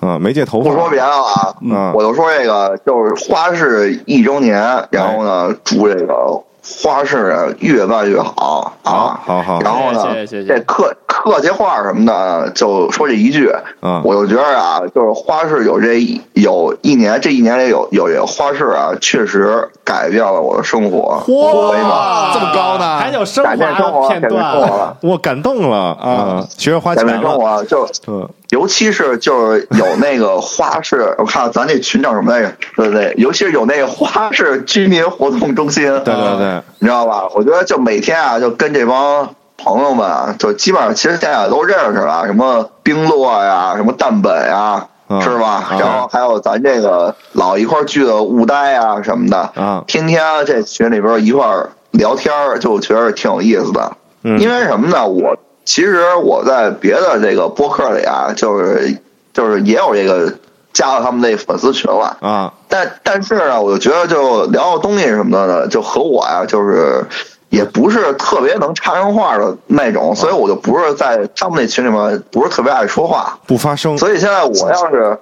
Speaker 2: 啊，没戒头发，
Speaker 9: 嗯不说别的了啊，
Speaker 2: 嗯哎
Speaker 9: 我就说这个就是花市一周年，然后呢，祝这个花市越办越好啊！
Speaker 2: 好
Speaker 9: *laughs*
Speaker 2: 好
Speaker 9: 然后呢
Speaker 3: 谢谢谢谢，
Speaker 9: 这客客气话什么的，就说这一句，
Speaker 2: 嗯
Speaker 9: 我就觉得啊，就是花市有这一有一年，这一年里有有这个花市啊，确实改变了我的生活，所以嘛，
Speaker 4: 这么高呢？
Speaker 3: 还有升华
Speaker 9: 改变生活，
Speaker 3: 的片
Speaker 9: 改变
Speaker 3: 段
Speaker 9: 生活
Speaker 3: 啊，
Speaker 9: 了。
Speaker 2: 我感动了啊，学着花
Speaker 9: 改
Speaker 2: 钱
Speaker 9: 变生
Speaker 2: 了，
Speaker 9: 活就
Speaker 2: 嗯，
Speaker 9: 尤其是就是有那个花市， *laughs* 我看咱这群叫什么来着？对不对？尤其是有那个花市居民活动中心，啊
Speaker 2: 对对对，
Speaker 9: 你知道吧？我觉得就每天啊，就跟这帮朋友们啊，就基本上其实现在也都认识了，什么冰洛呀，什么蛋本呀，
Speaker 2: 嗯
Speaker 9: 是吧？
Speaker 2: 嗯
Speaker 9: 然后还有咱这个老一块儿聚的雾呆啊什么的，
Speaker 2: 嗯
Speaker 9: 天天这群里边一块儿聊天儿，就觉得挺有意思的。
Speaker 2: 嗯
Speaker 9: 因为什么呢？我其实我在别的这个播客里啊，就是就是也有这个加了他们那粉丝群了，
Speaker 2: 啊，
Speaker 9: 但但是呢，我就觉得就聊聊东西什么的呢，就和我呀、就是也不是特别能插上话的那种，所以我就不是在他们那群里面不是特别爱说话，
Speaker 2: 不发声，
Speaker 9: 所以现在我要是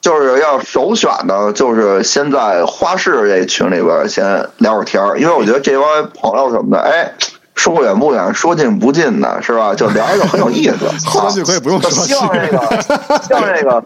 Speaker 9: 就是要首选呢，就是先在花市这群里边先聊会儿天儿，因为我觉得这帮朋友什么的，哎，说远不远，说近不近的，是吧？就聊着就很有意思。
Speaker 4: *laughs* 后半句可以不用
Speaker 9: 就
Speaker 4: 说
Speaker 9: 希望这个，希望这
Speaker 4: *laughs*
Speaker 9: 个，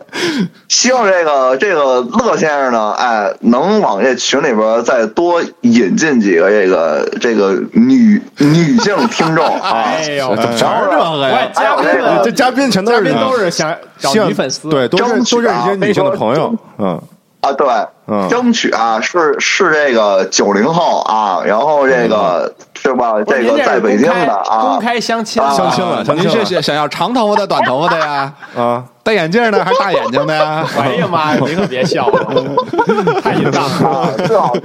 Speaker 9: 希望这个这个乐先生呢，哎，能往这群里边再多引进几个这个这个女女性
Speaker 4: *laughs*
Speaker 9: 听众啊。
Speaker 3: 哎呦，
Speaker 2: 怎么
Speaker 3: 我
Speaker 2: 着
Speaker 4: 这个
Speaker 3: 也
Speaker 4: 呀？
Speaker 3: 嘉宾
Speaker 9: 哎
Speaker 3: 们
Speaker 9: 呦
Speaker 2: 这嘉宾全都
Speaker 3: 嘉
Speaker 2: 是
Speaker 3: 宾都是嗯想
Speaker 2: 希
Speaker 3: 找
Speaker 2: 望
Speaker 3: 女粉丝，
Speaker 2: 对，多认
Speaker 9: 争取
Speaker 2: 多认识一
Speaker 9: 啊
Speaker 2: 些女性的朋友
Speaker 9: 非，
Speaker 2: 嗯，
Speaker 9: 啊，对，
Speaker 2: 嗯
Speaker 9: 争取啊，是是这个九零后啊，然后这个、是吧？
Speaker 3: 不是
Speaker 9: 这
Speaker 3: 您
Speaker 9: 个
Speaker 3: 是
Speaker 9: 在北京的
Speaker 3: 公开公
Speaker 9: 啊，
Speaker 3: 开相亲，
Speaker 9: 啊
Speaker 2: 相亲了，相
Speaker 4: 您
Speaker 2: 亲
Speaker 4: 是
Speaker 2: 了
Speaker 4: 想想要长头发的、短头发的呀？
Speaker 2: 啊，
Speaker 4: 戴眼镜的还是大眼睛的呀？
Speaker 3: 哎呀妈呀，您可别笑我，太淫荡了。
Speaker 9: *laughs* 啊，最好是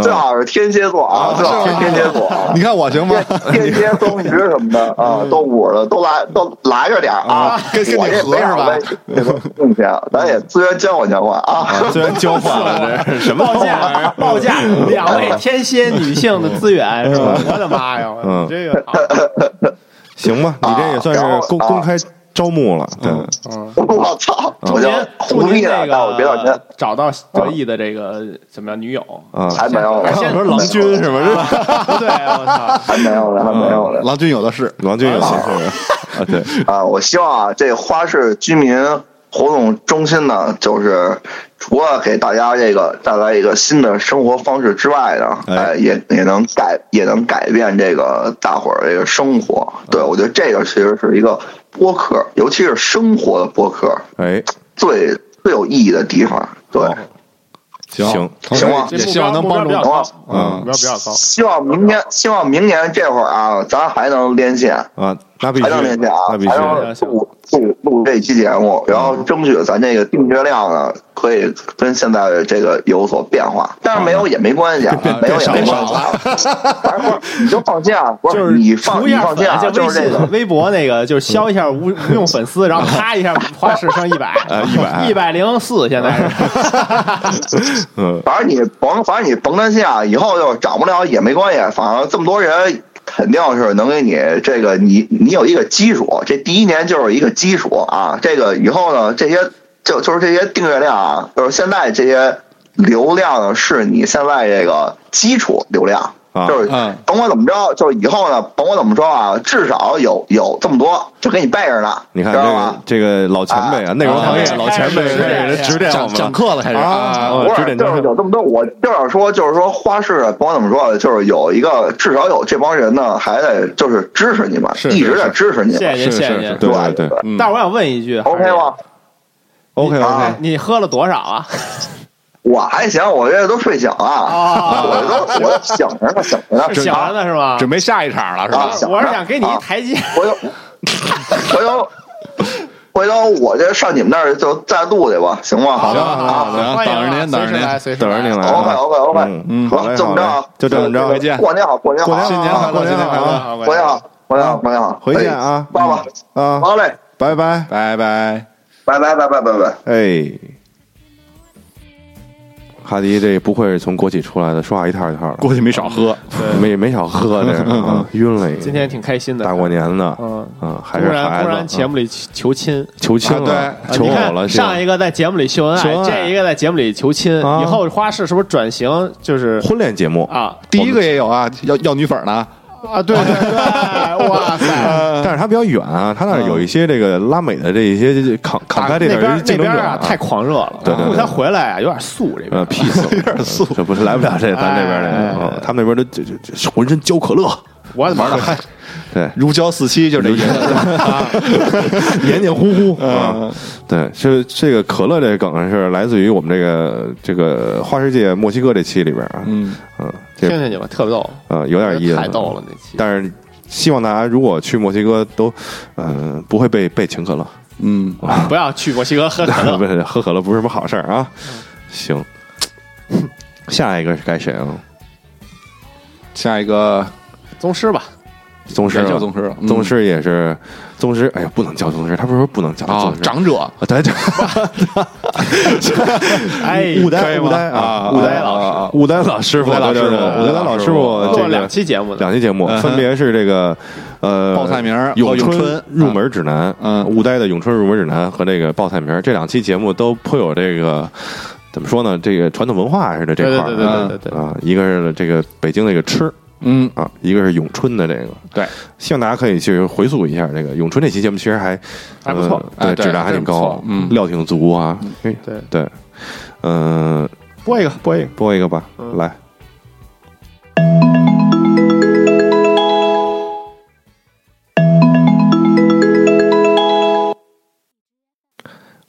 Speaker 9: 最好是天蝎座啊，最好是天蝎座
Speaker 4: *laughs*
Speaker 9: 啊。
Speaker 4: 你看我行吗？
Speaker 9: 天蝎、双鱼什么的啊，都我了，都来都来着点儿啊
Speaker 4: 啊，跟跟你
Speaker 9: 我这
Speaker 4: 合
Speaker 9: 没
Speaker 4: 是
Speaker 9: 少
Speaker 4: 吧
Speaker 9: 为这个贡献，啊咱也资源交换交换啊。
Speaker 2: 虽然交换了，这是什么
Speaker 3: 报价，报价，两位天蝎女性的资源是吧？我的妈呀，
Speaker 2: 嗯
Speaker 3: 你这个好
Speaker 2: 行吧？你这也算
Speaker 9: 啊
Speaker 2: 是公
Speaker 9: 啊
Speaker 2: 公开招募了，对，
Speaker 9: *laughs* 我操！
Speaker 3: 祝
Speaker 9: 我就
Speaker 3: 您祝
Speaker 9: 狐
Speaker 3: 您
Speaker 9: 狸
Speaker 3: 那
Speaker 9: 呢，但我别到
Speaker 3: 个
Speaker 9: 钱，
Speaker 3: 找到得意的这个怎么样女友？
Speaker 2: 啊，
Speaker 9: 还没有呢，
Speaker 2: 我说郎君是吧？这
Speaker 3: 不对，我操，
Speaker 9: 还没有呢，还没有呢。
Speaker 4: 郎君有的是，
Speaker 2: 郎君有些人啊，对，
Speaker 9: 啊，我希望啊，这花市居民活动中心呢，就是除了给大家这个带来一个新的生活方式之外呢，
Speaker 2: 哎
Speaker 9: 哎，也也能改也能改变这个大伙儿这个生活。对我觉得这个其实是一个播客，尤其是生活的播客
Speaker 2: 哎，
Speaker 9: 最最有意义的地方。对，
Speaker 2: 好行，
Speaker 9: 行吗？
Speaker 3: 这
Speaker 4: 也希望能
Speaker 3: 目标
Speaker 4: 帮
Speaker 3: 目
Speaker 4: 助
Speaker 3: 标比较
Speaker 9: 好
Speaker 3: 高嗯
Speaker 9: 吧，
Speaker 3: 目标比较高。
Speaker 9: 希望明年，希望明年这会儿啊，咱还能连线。
Speaker 2: 啊，那必须，
Speaker 9: 还能连线啊，
Speaker 2: 那必须
Speaker 9: 还能
Speaker 3: 行
Speaker 9: 我录录这期节目，然后争取咱这个订阅量呢，可以跟现在这个有所变化。但是没有也没关系啊，没有也没关系啊。反正不是你就放假，不是你放
Speaker 3: 除
Speaker 9: 你
Speaker 3: 一下
Speaker 9: 放
Speaker 3: 粉啊
Speaker 9: 假
Speaker 3: 就
Speaker 9: 就是
Speaker 3: 微
Speaker 9: 这个
Speaker 3: 信、微博那个，就是消一下无无用粉丝，然后啪一下花式上一百，一百一百零四，现在是。
Speaker 2: 嗯，
Speaker 9: 反正你甭，反正你甭担心啊，以后就涨不了也没关系，反正这么多人肯定是能给你这个，你你有一个基础，这第一年就是一个基础啊。这个以后呢，这些就就是这些订阅量啊，就是现在这些流量呢，是你现在这个基础流量。
Speaker 2: 啊
Speaker 9: 就是
Speaker 2: 嗯
Speaker 9: 甭管怎么着，就是以后呢，甭管怎么说啊，至少有有这么多，就给你备着呢，
Speaker 2: 你看
Speaker 9: 知
Speaker 2: 这
Speaker 9: 道吗？
Speaker 2: 个这个老前辈
Speaker 4: 哎
Speaker 2: 啊，内容行业老前辈
Speaker 9: 是
Speaker 2: 开始哎指点我们啊，
Speaker 9: 不
Speaker 2: 指
Speaker 9: 是，
Speaker 2: 点
Speaker 9: 就是有这么多，我就想说，就是说花式啊，甭管怎么说，就是有一个至少有这帮人呢，还得就是支持你们，一直在支持你们，
Speaker 3: 谢谢您，谢谢您，
Speaker 9: 对吧
Speaker 2: 对
Speaker 4: 嗯
Speaker 9: 对
Speaker 3: 嗯但是我想问一句，OK 吗
Speaker 2: ？OK
Speaker 3: OK，你喝了多少啊？
Speaker 9: 我还行，我这都睡醒了，我都我醒着呢，醒着呢，
Speaker 3: 是哦 *laughs* 醒着呢是吧？
Speaker 9: 备下一场了
Speaker 3: 啊我是想给你一台阶，
Speaker 9: 我有，我有。回头我就上你们那儿就再录去吧，行吗？
Speaker 3: *laughs*
Speaker 9: 好的，好的，
Speaker 3: 欢迎啊随时来，随时
Speaker 2: 等着您来啊。
Speaker 9: OK OK OK，
Speaker 2: 嗯，好嘞，
Speaker 9: 这么着啊
Speaker 2: 好嘞，就这么着，
Speaker 9: 过年好，过年好，
Speaker 2: 过年好
Speaker 9: 啊
Speaker 2: 新年快乐过年好新年快乐
Speaker 9: 过年好，过年好，过年好，
Speaker 2: 回见啊，
Speaker 9: 爸爸，
Speaker 2: 啊，
Speaker 9: 好嘞，
Speaker 2: 拜拜，拜拜，
Speaker 9: 拜拜拜拜拜拜。
Speaker 2: 哎，哈迪这不会是从国企出来的，说话一套一套的，
Speaker 4: 过去没少喝，
Speaker 2: 没没少喝，这是啊晕了一个。
Speaker 3: 今天挺开心的，
Speaker 2: 大过年的，
Speaker 3: 嗯
Speaker 2: 啊，还
Speaker 3: 突
Speaker 2: 是
Speaker 3: 然
Speaker 2: 孩
Speaker 3: 突
Speaker 2: 子
Speaker 3: 然节目里求亲，
Speaker 2: 求亲了
Speaker 3: 啊对，
Speaker 2: 求
Speaker 3: 你看
Speaker 2: 偶了
Speaker 3: 上一个在节目里秀恩
Speaker 2: 秀
Speaker 3: 爱，
Speaker 2: 恩爱
Speaker 3: 这一个在节目里求亲，
Speaker 2: 啊
Speaker 3: 以后花式是不是转型就是
Speaker 2: 婚恋节目
Speaker 3: 啊？
Speaker 4: 第一个也有啊，要要女粉呢。
Speaker 3: 啊，对对对，哇塞！
Speaker 2: *laughs* 但是他比较远啊，他那儿有一些这个拉美的这一些扛扛开这
Speaker 3: 那
Speaker 2: 点
Speaker 3: 边
Speaker 2: 儿
Speaker 3: 那
Speaker 2: 竞争
Speaker 3: 边
Speaker 2: 者
Speaker 3: 啊，太狂热了。
Speaker 2: 对对对
Speaker 3: 他回来啊，有点素这边。
Speaker 2: 呃，peace 有点素，这不是来不了这咱这边
Speaker 3: 哎
Speaker 2: 的，嗯他们那边都这这这浑身浇可乐，
Speaker 3: 我的妈！
Speaker 2: 玩的嗨，对，
Speaker 4: 如胶似漆，就这意思。
Speaker 2: 黏黏糊糊啊。对，是这个可乐这个梗啊是来自于我们这个这个花世界墨西哥这期里边啊，
Speaker 4: 嗯
Speaker 2: 嗯，这
Speaker 3: *laughs* 听听去吧，特逗。
Speaker 2: 呃有点意思，
Speaker 3: 太逗了那期。
Speaker 2: 但是希望大家如果去墨西哥都呃不会被被请可乐，
Speaker 4: 嗯，
Speaker 3: 不要去墨西哥喝可
Speaker 2: *laughs* 不
Speaker 3: 乐。嗯
Speaker 2: 是喝可乐不是什么好事儿啊。行，下一个是该谁啊？
Speaker 4: 下一个
Speaker 3: 宗师吧，
Speaker 2: 宗师啊，
Speaker 4: 也叫宗师了嗯
Speaker 2: 宗师也是宗师。哎呀，不能叫宗师，他不是说不能叫
Speaker 4: 啊
Speaker 2: 宗，师，
Speaker 4: 长者
Speaker 2: 啊，对对，嗯
Speaker 3: 哎，
Speaker 2: 武丹武丹啊，武丹
Speaker 4: 老师，
Speaker 2: 武丹老师傅，
Speaker 4: 武丹啊老
Speaker 2: 对
Speaker 4: 师
Speaker 2: 对
Speaker 4: 傅啊哦
Speaker 2: 对，武丹老师傅
Speaker 3: 做
Speaker 2: 这
Speaker 3: 了两
Speaker 2: 个
Speaker 3: 期节目呢，
Speaker 2: 两期节目
Speaker 4: 嗯，哼
Speaker 2: 分别是这个呃
Speaker 4: *laughs* 报菜名儿哦
Speaker 2: 咏
Speaker 4: 和咏春啊
Speaker 2: 入门指南》
Speaker 4: 嗯
Speaker 2: 武代的《咏春入门指南》和这个报菜名儿这两期节目都颇有这个。怎么说呢？这个传统文化似的这
Speaker 3: 对
Speaker 2: 块儿，
Speaker 3: 对对对对对对。
Speaker 2: 啊，一个是这个北京那个吃
Speaker 4: 嗯，
Speaker 2: 啊，一个是咏春的这个，
Speaker 4: 对，
Speaker 2: 希望大家可以去回溯一下这个咏春这期节目，其实还
Speaker 3: 还不错
Speaker 2: 呃
Speaker 4: 哎
Speaker 2: 对，
Speaker 4: 对
Speaker 2: 质量还挺
Speaker 4: 还
Speaker 2: 高
Speaker 4: 不错，嗯
Speaker 2: 料挺足啊，对
Speaker 3: 对，
Speaker 2: 对，嗯，
Speaker 3: 播一个，播一个。嗯
Speaker 2: 播一个吧，来，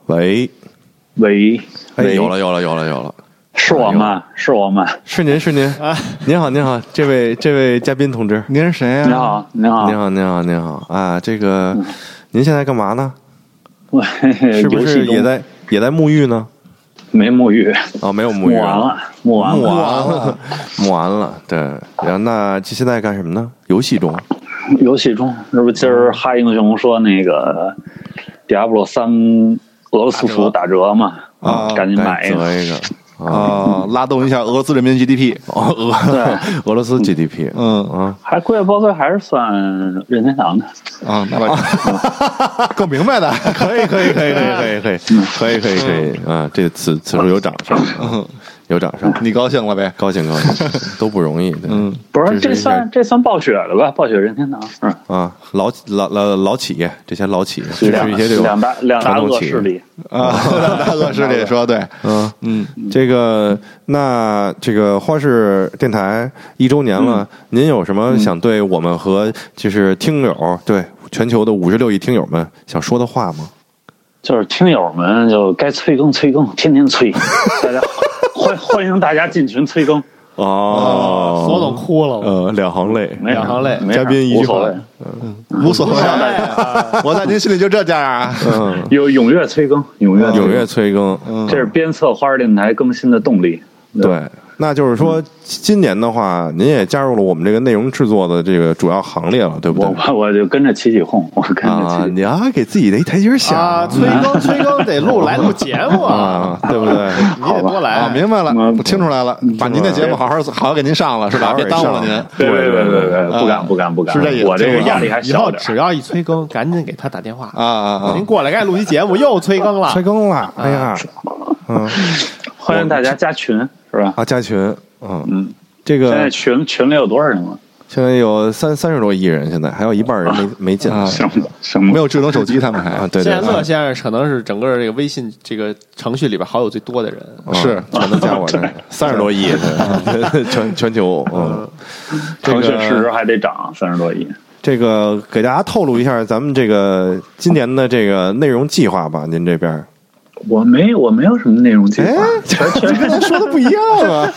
Speaker 2: 喂，
Speaker 10: 喂，
Speaker 2: 哎，有了，有了，有了，有了，
Speaker 10: 是我
Speaker 2: 哎
Speaker 10: 吗？是我吗？
Speaker 2: 是您，是您，
Speaker 3: 啊
Speaker 2: 您好，您好，这位这位嘉宾同志，
Speaker 4: 您是谁呀？
Speaker 10: 你好，你好，
Speaker 2: 哎
Speaker 10: *laughs*
Speaker 2: 您好，您好，您好啊！这个，
Speaker 3: 嗯
Speaker 2: 您现在干嘛呢？
Speaker 10: 我
Speaker 2: 是不
Speaker 10: 呃游戏
Speaker 2: 是
Speaker 10: 中
Speaker 2: 也在也在沐浴呢？
Speaker 10: 没沐浴？
Speaker 2: 哦，没有沐
Speaker 10: 沐
Speaker 2: 浴
Speaker 10: 完
Speaker 2: 啊，
Speaker 10: 了，沐完
Speaker 2: 沐完
Speaker 10: 了，
Speaker 2: 了， *laughs* 沐完了。对，然后那这现在干什么呢？游戏中
Speaker 10: 游戏中，这不今
Speaker 2: 嗯
Speaker 10: 儿哈英雄说那个《Diablo 三》俄罗斯服打折嘛？
Speaker 2: 啊
Speaker 10: 赶紧买一
Speaker 2: 一
Speaker 10: 个。
Speaker 2: 个啊，
Speaker 4: 啊，拉动一下俄罗斯人民 GDP。
Speaker 2: 哦俄俄罗斯 GDP
Speaker 4: 嗯
Speaker 2: 啊，
Speaker 10: 还贵报最还是算任天堂的，
Speaker 4: 啊，那把
Speaker 2: *laughs*
Speaker 4: 更明白的，
Speaker 2: 可以，可以，可以，可以，可以，可以，可以，可以，可以啊！这此此处有掌声，啊有掌声，
Speaker 4: 嗯你高兴了呗？
Speaker 2: 高兴高
Speaker 4: *laughs*
Speaker 2: 兴，都不容易。嗯
Speaker 10: 不
Speaker 2: 这
Speaker 10: 是这
Speaker 2: 是
Speaker 10: 算这算暴雪的吧？暴雪任天堂，嗯，
Speaker 2: 啊，老老老老企业，这些老企业就是
Speaker 10: 两
Speaker 2: 一些这种
Speaker 10: 两大两
Speaker 2: 传
Speaker 10: 大
Speaker 2: 统
Speaker 10: 恶
Speaker 2: 企业
Speaker 10: 势力，
Speaker 4: 啊，大哥是得说对，
Speaker 2: 嗯嗯，这个那这个花式电台一周年了，
Speaker 4: 嗯
Speaker 2: 您有什么想对我们和就是听友，对全球的五十六亿听友们想说的话吗？
Speaker 10: 就是听友
Speaker 2: *laughs*
Speaker 10: 们就该催更催更，天天催，大家欢欢迎大家进群催更，
Speaker 2: 哦，嗯
Speaker 3: 索总哭了
Speaker 2: 呃，两行泪，
Speaker 3: 没事两行泪没事
Speaker 2: 嘉宾一句话
Speaker 3: 无所谓，
Speaker 2: 嗯
Speaker 4: 无所谓，
Speaker 3: 哎
Speaker 2: *laughs*
Speaker 4: 我在您心里就这价啊。
Speaker 2: 嗯，
Speaker 10: 有踊跃催更，踊跃
Speaker 2: 踊跃催更，
Speaker 10: 更，这是鞭策花儿电台更新的动力。
Speaker 2: 嗯对，那就是说，今年的话，您也加入了我们这个内容制作的这个主要行列了，对不对？
Speaker 10: 我我就跟着起起哄，我跟着
Speaker 2: 啊，你要给自己的一台阶下
Speaker 3: 啊，催
Speaker 2: 嗯
Speaker 3: 更催更得录来录节目啊，
Speaker 2: 啊，对不对？
Speaker 3: 你得多来。
Speaker 4: 啊，明白了，我听出来了，把您的节目好好好好给您上了是吧？别耽误了您。啊
Speaker 10: 对对对对对，不敢不敢不敢，
Speaker 4: 是这意思
Speaker 10: 我这个压力还
Speaker 3: 以后
Speaker 10: 小点儿。
Speaker 3: 只要一催更，赶紧给他打电话
Speaker 4: 啊啊
Speaker 3: 您啊过来该录期节目又催更了，
Speaker 2: 催更了，哎呀，嗯，
Speaker 10: 欢迎大家加群，是吧？
Speaker 2: 啊，加群，嗯
Speaker 10: 嗯，
Speaker 2: 这
Speaker 10: 现在
Speaker 2: 个
Speaker 10: 群群里有多少人了？
Speaker 2: 现在有三三十多亿人，现在还有一半人没没进来，
Speaker 10: 没
Speaker 4: 有智能手机，他们还
Speaker 2: 啊，对
Speaker 3: 啊现
Speaker 2: 对
Speaker 3: 在，乐先生可能是整个这个微信这个程序里边好友最多的人，
Speaker 2: 啊全都加我这 *laughs* 三十多亿，对 *laughs* 全全球，嗯，这
Speaker 10: 腾
Speaker 2: 个
Speaker 10: 讯市值还得涨三十多亿。
Speaker 2: 这个给大家透露一下咱们这个今年的这个内容计划吧，您这边儿。
Speaker 10: 我没我没有什么内容计划，
Speaker 2: 哎
Speaker 10: 全全
Speaker 2: 跟他说的不一样啊！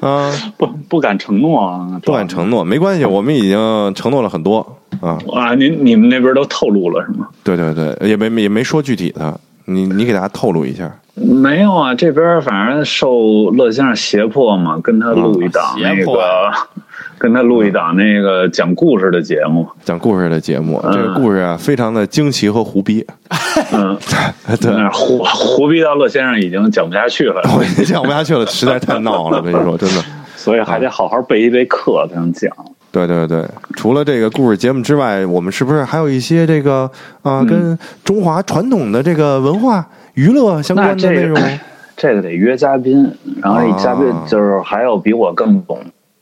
Speaker 2: 啊，
Speaker 10: 不不敢承诺啊，
Speaker 2: *laughs* 不敢承诺，没关系，我们已经承诺了很多啊。
Speaker 10: 啊，您你们那边都透露了是吗？
Speaker 2: 对对对，也没也没说具体的，你你给大家透露一下。
Speaker 10: 没有啊，这边反正受乐先生胁迫嘛，跟他录一档
Speaker 2: 嗯
Speaker 10: 那
Speaker 2: 胁迫
Speaker 10: 个，跟他录一档那个讲故事的节目。
Speaker 2: 讲故事的节目，这个故事啊，非常的惊奇和胡逼，
Speaker 10: 嗯，
Speaker 2: *laughs* 对，
Speaker 10: 胡胡逼到乐先生已经讲不下去
Speaker 2: *laughs*
Speaker 10: 了，
Speaker 2: 我也讲不下去了，实在太闹了，我跟你说，真的。
Speaker 10: 所以还得好好备一备课才能讲。
Speaker 2: 对对对，除了这个故事节目之外，我们是不是还有一些这个啊、
Speaker 10: 嗯
Speaker 2: 跟中华传统的这个文化娱乐相
Speaker 10: 那
Speaker 2: 关的
Speaker 10: 这
Speaker 2: 内容？
Speaker 10: 个这个得约嘉宾，然后这嘉宾
Speaker 2: 啊
Speaker 10: 就是还有比我更懂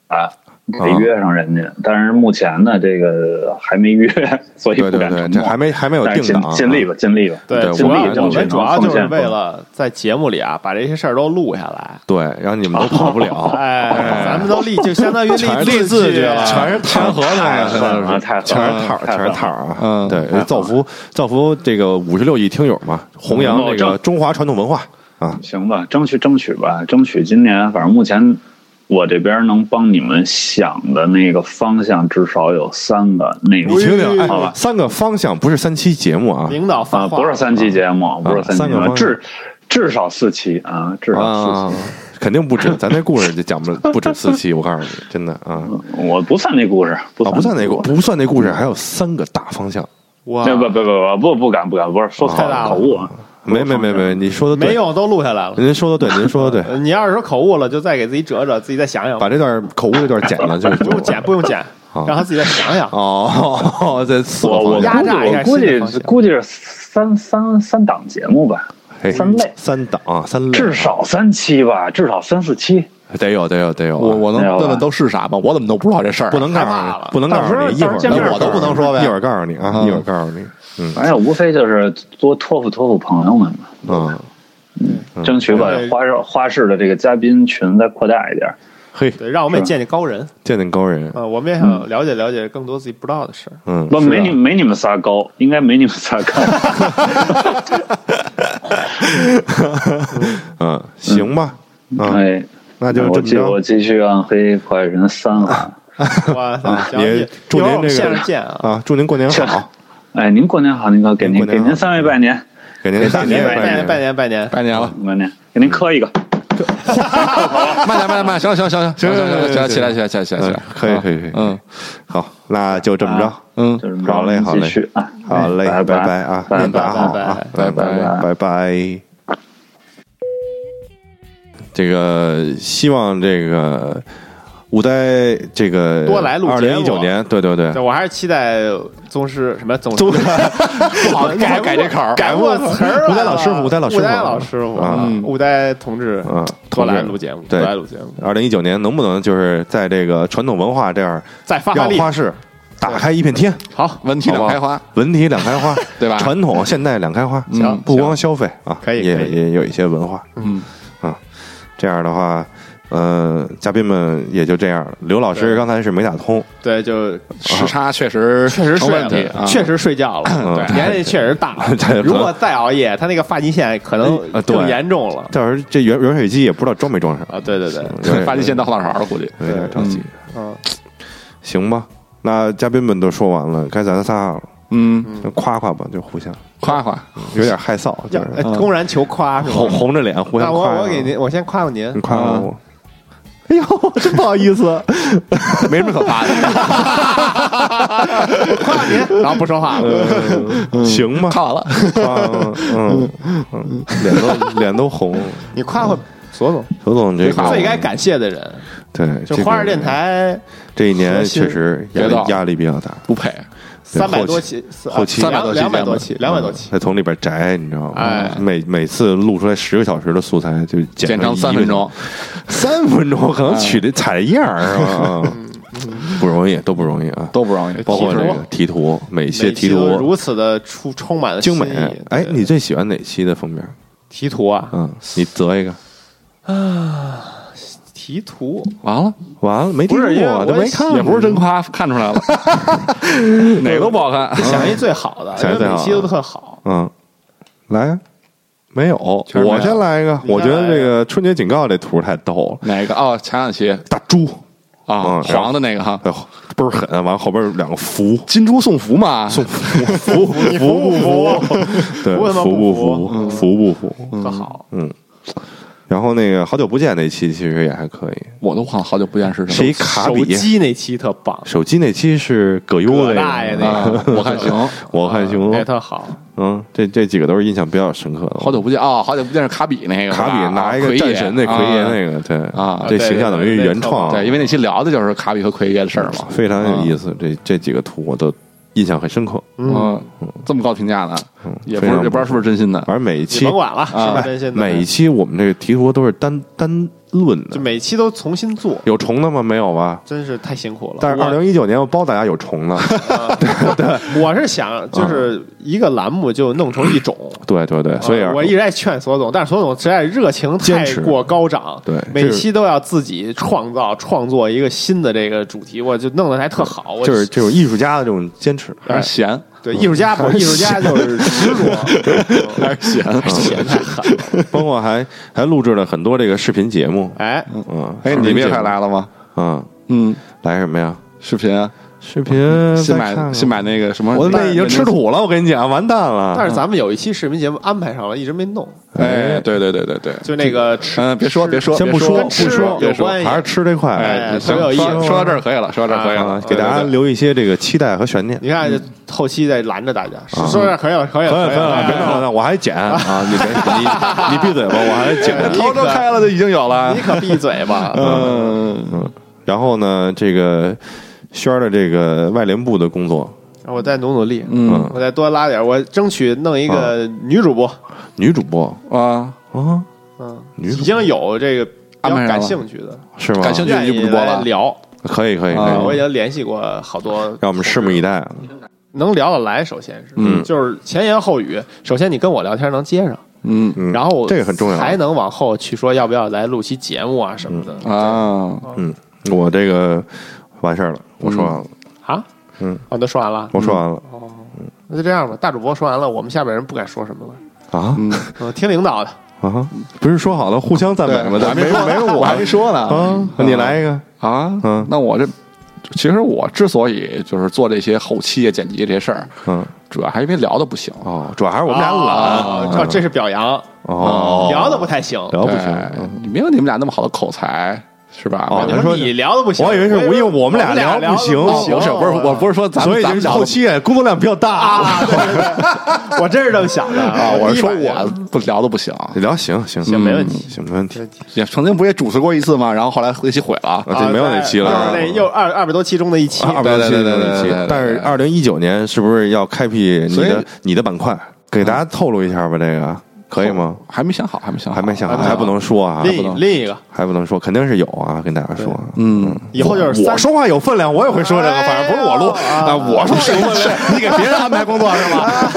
Speaker 10: 啊，得约上人
Speaker 2: 啊
Speaker 10: 家。但是目前呢，这个还没约，所以
Speaker 2: 对
Speaker 10: 不
Speaker 2: 对
Speaker 10: 敢
Speaker 2: 对，
Speaker 10: 承
Speaker 2: 这
Speaker 10: 诺。
Speaker 2: 还没还没有
Speaker 10: 但是
Speaker 2: 定档啊，
Speaker 10: 尽尽力吧，尽力吧。
Speaker 2: 对
Speaker 10: 尽
Speaker 2: 我
Speaker 10: 力
Speaker 2: 们
Speaker 10: 争
Speaker 3: 我
Speaker 10: 取
Speaker 3: 们主
Speaker 10: 能
Speaker 3: 要就
Speaker 10: 奉
Speaker 3: 是
Speaker 10: 献
Speaker 3: 为了在节目里啊，把这些事儿都录下来。
Speaker 2: 对，然后你们都跑不了，
Speaker 10: *laughs*
Speaker 3: 哎，咱们都立，就相当于
Speaker 2: 哦 *laughs* 全
Speaker 3: 立
Speaker 2: 是
Speaker 3: 立字据了，
Speaker 2: 全是弹劾
Speaker 10: 太
Speaker 2: 的，
Speaker 10: 狠了太狠了
Speaker 2: 全是套儿，全
Speaker 10: 太狠
Speaker 2: 是
Speaker 10: 了
Speaker 2: 套儿啊！嗯，对，造福造福这个五十六亿听友嘛，弘扬这
Speaker 10: 嗯
Speaker 2: 个中华传统文化啊！
Speaker 10: 行吧，争取争取吧，争取今年，反正目前我这边能帮你们想的那个方向至少有三个内容，
Speaker 2: 你听听，
Speaker 10: 好吧
Speaker 2: 哎，？三个方向不是三期节目啊，
Speaker 3: *laughs* 领导
Speaker 10: 啊，
Speaker 3: 发话
Speaker 10: 不是三期节目，不是三期
Speaker 2: 三
Speaker 10: 节
Speaker 2: 个
Speaker 10: 目，
Speaker 2: 方向
Speaker 10: 至至少四期啊，至少
Speaker 2: 啊
Speaker 10: 四期。，
Speaker 2: 肯定不 *laughs* 止，咱这故事就讲不 *laughs* 不止四期，我告诉你，真的啊，
Speaker 10: 我不算那故事，不
Speaker 2: 啊
Speaker 10: 算
Speaker 2: 不算那
Speaker 10: 故
Speaker 2: 故不算那故事，还有三个大方向，
Speaker 3: 哇
Speaker 10: 那不不不不不不敢不敢，不是说错
Speaker 3: 太大了
Speaker 10: 了口误啊。
Speaker 2: 没没没没，你说的对
Speaker 3: 没，用都录下来了。
Speaker 2: 您说的对，您说的对，
Speaker 3: 呃你要是说口误了，就再给自己折折，自己再想想吧
Speaker 2: *laughs* 把。这段口误这段剪了就
Speaker 3: 不用剪，不用
Speaker 2: *laughs*
Speaker 3: 剪，
Speaker 2: 好
Speaker 3: 让他自己再想想。
Speaker 2: 哦， *laughs* 这四个
Speaker 10: 我我
Speaker 2: 方向
Speaker 3: 压
Speaker 10: 估计
Speaker 3: 榨一下
Speaker 10: 我估
Speaker 3: 新的方
Speaker 10: 计
Speaker 3: 向
Speaker 10: 估计是三三三档节目吧，
Speaker 2: 嘿
Speaker 10: 三类
Speaker 2: 三档三类，
Speaker 10: 至少三期吧，至少三四期。
Speaker 2: 得有得有得有啊，
Speaker 4: 我我能
Speaker 10: 没有吧
Speaker 4: 问问都是啥吗？我怎么都不知道这事儿？啊
Speaker 2: 不能告诉
Speaker 3: 大
Speaker 2: 你
Speaker 3: 了，
Speaker 2: 不能告
Speaker 3: 到时
Speaker 2: 诉
Speaker 3: 候
Speaker 2: 你，一会
Speaker 3: 到时候见
Speaker 2: 儿
Speaker 3: 面
Speaker 4: 我都不能说呗
Speaker 2: 一会儿告诉你啊，一会儿告诉你，嗯
Speaker 10: 哎呀，无非就是多托付托付朋友们嘛，
Speaker 2: 嗯，
Speaker 10: 争取把
Speaker 3: 对
Speaker 10: 花市花市的这个嘉宾群再扩大一点。
Speaker 2: 嘿，
Speaker 3: 对，让我们也见见高人
Speaker 2: 见见高人，
Speaker 3: 啊，我们也想了解了解更多自己不知道的事
Speaker 2: *laughs*
Speaker 3: 儿。
Speaker 2: 嗯，
Speaker 10: 不，没你没你们仨高，应该没你们仨高。
Speaker 2: 嗯，行吧， *laughs* 啊，
Speaker 10: 哎，
Speaker 2: 那就
Speaker 10: 我
Speaker 2: 这么
Speaker 10: 继我
Speaker 2: 着。
Speaker 10: 继续暗黑怪人三了。
Speaker 3: 哇
Speaker 2: 啊
Speaker 3: 塞，行
Speaker 2: 也祝
Speaker 3: 一会儿
Speaker 2: 您
Speaker 3: 我们
Speaker 2: 这
Speaker 3: 线
Speaker 2: 个
Speaker 3: 上见啊！
Speaker 2: 啊，祝您过年 *laughs* 好，
Speaker 10: *laughs* 哎，您过年好，您哥给您
Speaker 2: 过年
Speaker 10: 给
Speaker 2: 好
Speaker 10: 您三位拜年，
Speaker 2: 给您大 *laughs* 年
Speaker 3: 年拜
Speaker 2: 拜
Speaker 3: 拜
Speaker 2: 年，
Speaker 3: 年拜年，
Speaker 4: *laughs* 拜年了，
Speaker 10: 拜年，给您磕一个。
Speaker 4: 慢点慢点慢点，行行行行行行行，起来起来起来起来起来
Speaker 2: 嗯，可以可以可以，
Speaker 4: 嗯
Speaker 2: 好，那就这么着，
Speaker 4: 嗯，
Speaker 10: 就是
Speaker 2: 好嘞好嘞
Speaker 10: 继续啊，
Speaker 2: 好嘞，
Speaker 10: 拜
Speaker 2: 拜拜啊，
Speaker 10: 拜
Speaker 2: 您
Speaker 10: 拜
Speaker 2: 把好啊，
Speaker 4: 拜拜
Speaker 2: 拜拜拜拜。这个希望这个五代这个
Speaker 3: 多来录节目啊
Speaker 2: 二零一九年，对对
Speaker 3: *laughs*
Speaker 2: 对
Speaker 3: 对，，我还是期待宗师什么宗
Speaker 2: 宗
Speaker 3: *laughs* 师 *laughs*
Speaker 2: 好
Speaker 3: 改
Speaker 2: 改这口儿
Speaker 3: 改过词儿了。
Speaker 2: 吴丹老师傅吴丹老师傅
Speaker 3: 吴丹老师傅
Speaker 2: 啊
Speaker 3: 嗯吴丹同志
Speaker 2: 嗯，
Speaker 3: 多来
Speaker 2: 同志
Speaker 3: 录节目，多
Speaker 2: 对
Speaker 3: 来录节目，
Speaker 2: 二零一九年能不能就是在这个传统文化这样
Speaker 3: 再发发
Speaker 2: 让
Speaker 3: 力。
Speaker 2: 花市打开一片天，
Speaker 3: 好，
Speaker 4: 文体
Speaker 2: 好
Speaker 4: 两
Speaker 2: 吧
Speaker 4: 开花，
Speaker 2: 文体两开花，
Speaker 4: 对吧
Speaker 2: 传统现代两开花，
Speaker 4: 行
Speaker 2: 不光消费啊，
Speaker 3: 啊嗯可以
Speaker 2: 也
Speaker 3: 可以
Speaker 2: 也有一些文化
Speaker 4: 嗯
Speaker 2: 啊。这样的话，呃，嘉宾们也就这样了。刘老师刚才是没打通，
Speaker 4: 对，就时差确实
Speaker 3: 确实
Speaker 4: 成
Speaker 3: 睡
Speaker 4: 问
Speaker 3: 了
Speaker 4: 题啊，
Speaker 3: 确实睡觉了，
Speaker 2: 嗯
Speaker 3: 年龄确实大
Speaker 2: 对
Speaker 3: 了。如果再熬夜，他那个发际线可能
Speaker 2: 呃对
Speaker 3: 更严重了。
Speaker 2: 到时候这软软水机也不知道装没装上，
Speaker 3: 啊，对对对，
Speaker 4: *laughs*
Speaker 2: 对
Speaker 4: 发际线到后脑勺了，估计。
Speaker 2: 有点着急。
Speaker 3: 嗯，
Speaker 2: 行吧，那嘉宾们都说完了，该咱仨了。
Speaker 4: 嗯，
Speaker 2: 夸夸吧，就互相
Speaker 4: 夸夸，
Speaker 2: 有点害臊，就
Speaker 3: 要
Speaker 2: 是啊
Speaker 3: 呃公然求夸是吧？
Speaker 2: 红红着脸嗯互相
Speaker 3: 那
Speaker 2: 夸啊
Speaker 3: 我
Speaker 2: 呀。
Speaker 3: 我给您，啊我先夸夸您
Speaker 2: 你，夸夸我，
Speaker 3: *laughs* 哎呦，真不好
Speaker 2: *laughs*
Speaker 3: 意思，
Speaker 4: 没什么可夸的，
Speaker 3: 夸您，然后不说话了。
Speaker 2: 嗯行吧，
Speaker 4: 夸完了。
Speaker 2: 夸嗯嗯嗯，脸都脸都红了。
Speaker 3: 你夸夸索总，
Speaker 2: 何总这个
Speaker 3: 最该感谢的人，
Speaker 2: 对，
Speaker 3: 就
Speaker 2: 这个
Speaker 3: 花儿电台
Speaker 2: 这一年确实压
Speaker 4: 别
Speaker 2: 力
Speaker 4: 闹
Speaker 2: 压力比较大，
Speaker 4: 不配。
Speaker 2: 对
Speaker 3: 三百
Speaker 2: 后
Speaker 3: 多
Speaker 2: 期
Speaker 3: 期，
Speaker 2: 后期
Speaker 3: 三百
Speaker 4: 300
Speaker 3: 两百
Speaker 4: 多
Speaker 3: 多
Speaker 4: 期
Speaker 3: 期，两百多期，
Speaker 2: 嗯还从里边摘，你知道吗？
Speaker 4: 哎
Speaker 2: 每每次录出来十个小时的素材，就
Speaker 4: 剪
Speaker 2: 剪
Speaker 4: 成
Speaker 2: 一
Speaker 4: 三
Speaker 2: 个
Speaker 4: 分钟，哎
Speaker 2: 三分钟可能取的采的样儿是
Speaker 3: *laughs*
Speaker 2: 吧？嗯不容易，都不容易啊，
Speaker 4: 都不容易。
Speaker 2: 包括这个题图，每期题
Speaker 3: 每期都
Speaker 2: 图
Speaker 3: 如此的充充满了
Speaker 2: 精美
Speaker 3: 新意。
Speaker 2: 哎，你最喜欢哪期的封面？
Speaker 3: 题图啊，
Speaker 2: 嗯，你择一个。
Speaker 3: 题图，
Speaker 4: 完了，
Speaker 2: 完了，没听
Speaker 3: 不是因为
Speaker 2: 过，
Speaker 3: 我
Speaker 2: 都没看过，
Speaker 4: 也不是真夸，看出来 *laughs* 了，哪个都不好看。
Speaker 3: 想一最好的，
Speaker 2: 嗯想一
Speaker 3: 因
Speaker 2: 最
Speaker 3: 为
Speaker 2: 好的
Speaker 3: 每期都特好。
Speaker 2: 嗯，来啊，没有，
Speaker 4: 确实没有
Speaker 2: 我先来一个。
Speaker 3: 你先来一个
Speaker 2: 我觉得这个春节警告这图太逗了，
Speaker 4: 哪个？哦，前两期
Speaker 2: 大猪，
Speaker 4: 啊，
Speaker 2: 嗯然后
Speaker 4: 黄的那个哈，
Speaker 2: 哎呦，倍儿狠，完后边有两个福，
Speaker 4: 金猪送福嘛，送
Speaker 2: 服服不服？对，
Speaker 3: 服他妈
Speaker 2: 服不
Speaker 3: 不
Speaker 2: 服？服不服？
Speaker 3: 哦特好，
Speaker 2: 嗯。然后那个好久不见那期其实也还可以，
Speaker 4: 我都忘了好久不见是
Speaker 2: 是一
Speaker 4: 谁。
Speaker 2: 卡
Speaker 3: 手
Speaker 2: 比。
Speaker 3: 机那期特棒，
Speaker 2: 手机那期是葛优
Speaker 3: 葛
Speaker 2: 的
Speaker 3: 大爷那
Speaker 2: 个，
Speaker 4: 啊，我看行，
Speaker 2: 我看熊
Speaker 3: 哎，
Speaker 2: 猫，
Speaker 3: 特好，
Speaker 2: 嗯，这这几个都是印象比较深刻的。
Speaker 4: *laughs* 好久不见啊，好久不见是卡比那个，
Speaker 2: 卡比拿一个
Speaker 4: 啊奎
Speaker 2: 战
Speaker 4: 爷
Speaker 2: 神那奎爷
Speaker 4: 个，嗯
Speaker 2: 那个，对
Speaker 4: 啊
Speaker 2: 这
Speaker 3: 对
Speaker 2: 形象
Speaker 3: 对
Speaker 2: 等于
Speaker 3: 对
Speaker 2: 原
Speaker 3: 特
Speaker 2: 创，
Speaker 4: 对，因为那期聊的就是卡比和奎爷的事儿嘛，
Speaker 2: 非常有意思。这这几个图我都印象很深刻，
Speaker 4: 嗯，这么高评价呢，嗯也不
Speaker 2: 非
Speaker 4: 是
Speaker 2: 常
Speaker 4: 也不知道是不是真心的
Speaker 2: 反正每一
Speaker 3: 你
Speaker 2: 期
Speaker 3: 甭管了，是吧？真心的，
Speaker 2: 啊每一期我们这个题图都是单单论
Speaker 3: 就
Speaker 2: 的，
Speaker 3: 每期都重新做，
Speaker 2: 有重的吗？没有吧？
Speaker 3: 真是太辛苦了。
Speaker 2: 但是二零一九年我包大家有重的，
Speaker 3: 我我是想，就是一个栏目就弄成一种。
Speaker 2: *laughs* 对对对，嗯所以
Speaker 3: 啊我一直在劝索总，但是索总实在热情
Speaker 2: 坚
Speaker 3: 太
Speaker 2: 持
Speaker 3: 过高涨，
Speaker 2: 对
Speaker 3: 每
Speaker 2: 这是
Speaker 3: 期都要自己创造创作一个新的这个主题，我就弄得还特好，我
Speaker 2: 就是这种艺术家的这种坚持，
Speaker 4: 还是闲，
Speaker 3: 对艺术家不，艺术家就是执着，
Speaker 4: 还是闲。
Speaker 2: *laughs*
Speaker 3: 闲
Speaker 4: 哎
Speaker 3: 太狠了，
Speaker 2: 哎包括还还录制了很多这个视频节目，
Speaker 3: 哎，
Speaker 2: 嗯，
Speaker 4: 哎，你们也快
Speaker 2: 来，
Speaker 4: 来了吗？
Speaker 2: 嗯，
Speaker 4: 嗯，
Speaker 2: 来什么呀？
Speaker 4: 视频啊，
Speaker 2: 视频
Speaker 4: 新
Speaker 2: 嗯再看
Speaker 4: 买
Speaker 2: 看
Speaker 4: 新买那个什么，
Speaker 2: 我那已经吃
Speaker 4: 土。
Speaker 2: 土了，我跟你讲，完蛋了。
Speaker 3: 但是咱们有一期视频节目安排上了，一直没弄，
Speaker 4: 哎，对对对对对，
Speaker 3: 就那个吃
Speaker 4: 嗯，别说别说，
Speaker 2: 先不
Speaker 4: 别
Speaker 2: 说，
Speaker 4: 说
Speaker 2: 不
Speaker 3: 吃
Speaker 2: 说，
Speaker 3: 有关系
Speaker 2: 还是吃这块，
Speaker 3: 哎特
Speaker 4: 行
Speaker 3: 别有意思
Speaker 4: 说说到这儿可以了，说到这儿可以了
Speaker 2: 啊，，给大家
Speaker 4: 对对对
Speaker 2: 留一些这个期待和悬念。
Speaker 3: 你看，后期再拦着大家，说这可以了，可以了，可以了，哎
Speaker 2: 别闹了，我还剪啊！你别你你闭嘴吧，我还剪。
Speaker 4: 头都开了，就已经有了
Speaker 3: 你。可闭嘴吧！
Speaker 4: 嗯，
Speaker 2: 然后呢，这个轩儿的这个外联部的工作，
Speaker 3: 我再努努力，
Speaker 4: 嗯
Speaker 3: 我再多拉点，我争取弄一个
Speaker 2: 嗯
Speaker 3: 女主播，
Speaker 2: 女主播
Speaker 4: 啊，
Speaker 2: 啊，
Speaker 3: 嗯，
Speaker 2: 女
Speaker 3: 已
Speaker 2: 主
Speaker 3: 经有这个比较感兴趣的，
Speaker 2: 是吗？
Speaker 4: 感兴趣
Speaker 3: 愿意来聊，
Speaker 2: 可以可以，可
Speaker 4: 啊
Speaker 2: 以
Speaker 3: 对我已经联系过好多，
Speaker 2: 嗯让我们拭目以待。啊
Speaker 3: 能聊得来，首先是，
Speaker 4: 嗯
Speaker 3: 就是前言后语，首先你跟我聊天能接上，
Speaker 4: 嗯
Speaker 2: 嗯，
Speaker 3: 然后我
Speaker 2: 这个很重要
Speaker 3: 才能往后去说要不要来录期节目啊什么的
Speaker 4: 啊，
Speaker 2: 嗯，我这个完事儿了，我说完了，
Speaker 3: 啊，
Speaker 2: 嗯，
Speaker 3: 哦，都说完了，
Speaker 2: 我说完了
Speaker 3: 那就这样吧，大主播说完了，我们下边人不敢说什么
Speaker 2: *laughs*
Speaker 3: 了，
Speaker 2: 啊
Speaker 3: 嗯，听领导的，
Speaker 2: 啊！不是说好的互相赞美吗？
Speaker 4: 我还没
Speaker 2: 没
Speaker 4: 说，
Speaker 2: 没有
Speaker 4: 我还
Speaker 2: 我
Speaker 4: 没说呢
Speaker 2: 啊，你来一个
Speaker 4: 啊
Speaker 2: 嗯，
Speaker 4: 那我这其实我之所以就是做这些后期啊、剪辑这些事儿，
Speaker 2: 嗯。
Speaker 4: 主要还是因为聊的不行。
Speaker 2: 哦，主要还是我们俩
Speaker 3: 哦
Speaker 2: 懒
Speaker 3: 哦这是表扬，
Speaker 2: 哦，
Speaker 3: 聊的不太行，
Speaker 2: 聊不行。嗯
Speaker 4: 对，没哎有你们俩那么好的口才，是吧？
Speaker 2: 哦
Speaker 4: 我
Speaker 3: 你
Speaker 2: 咱说
Speaker 3: 说哦你聊的不行，
Speaker 2: 我以为是
Speaker 3: 我
Speaker 2: 因为我们俩
Speaker 3: 聊
Speaker 2: 聊不行
Speaker 3: 得
Speaker 4: 不是，不是，我不是说咱们
Speaker 2: 所以
Speaker 4: 咱
Speaker 2: 就
Speaker 4: 们
Speaker 2: 是
Speaker 4: 聊得
Speaker 2: 后期工作量比较大。
Speaker 3: 啊，对对对，我真是这么想的
Speaker 4: 啊，我是说
Speaker 3: 一百
Speaker 4: 我
Speaker 3: 人
Speaker 4: 不聊的不行。
Speaker 2: 聊行行
Speaker 3: 行没问题
Speaker 2: 嗯行没问题。
Speaker 4: 也曾经不也主持过一次吗？然后后来那期毁了。
Speaker 2: 啊，这没有那期
Speaker 3: 啊
Speaker 2: 了，
Speaker 3: 对那又二二百多期中的一期，
Speaker 2: 二百多期
Speaker 4: 对对
Speaker 2: 没有
Speaker 4: 对
Speaker 2: 那
Speaker 4: 对对
Speaker 2: 期
Speaker 4: 对。
Speaker 2: 但是二零一九年是不是要开辟你
Speaker 4: 所以
Speaker 2: 的你的板块？给大家透露一下吧，这个可以吗？
Speaker 4: 还没想好，还没想好，
Speaker 2: 还没想好，
Speaker 4: 还没想
Speaker 2: 还
Speaker 4: 好
Speaker 2: 不能说啊，
Speaker 4: 另一另一个
Speaker 2: 还不能说，肯定是有啊，跟大家说，
Speaker 4: 嗯，
Speaker 3: 以后就是
Speaker 2: 我
Speaker 3: 三
Speaker 2: 说话有分量，我也会说这个，反正不是我录哎啊，我说话有分量，
Speaker 4: 你给别人安排工作是吧？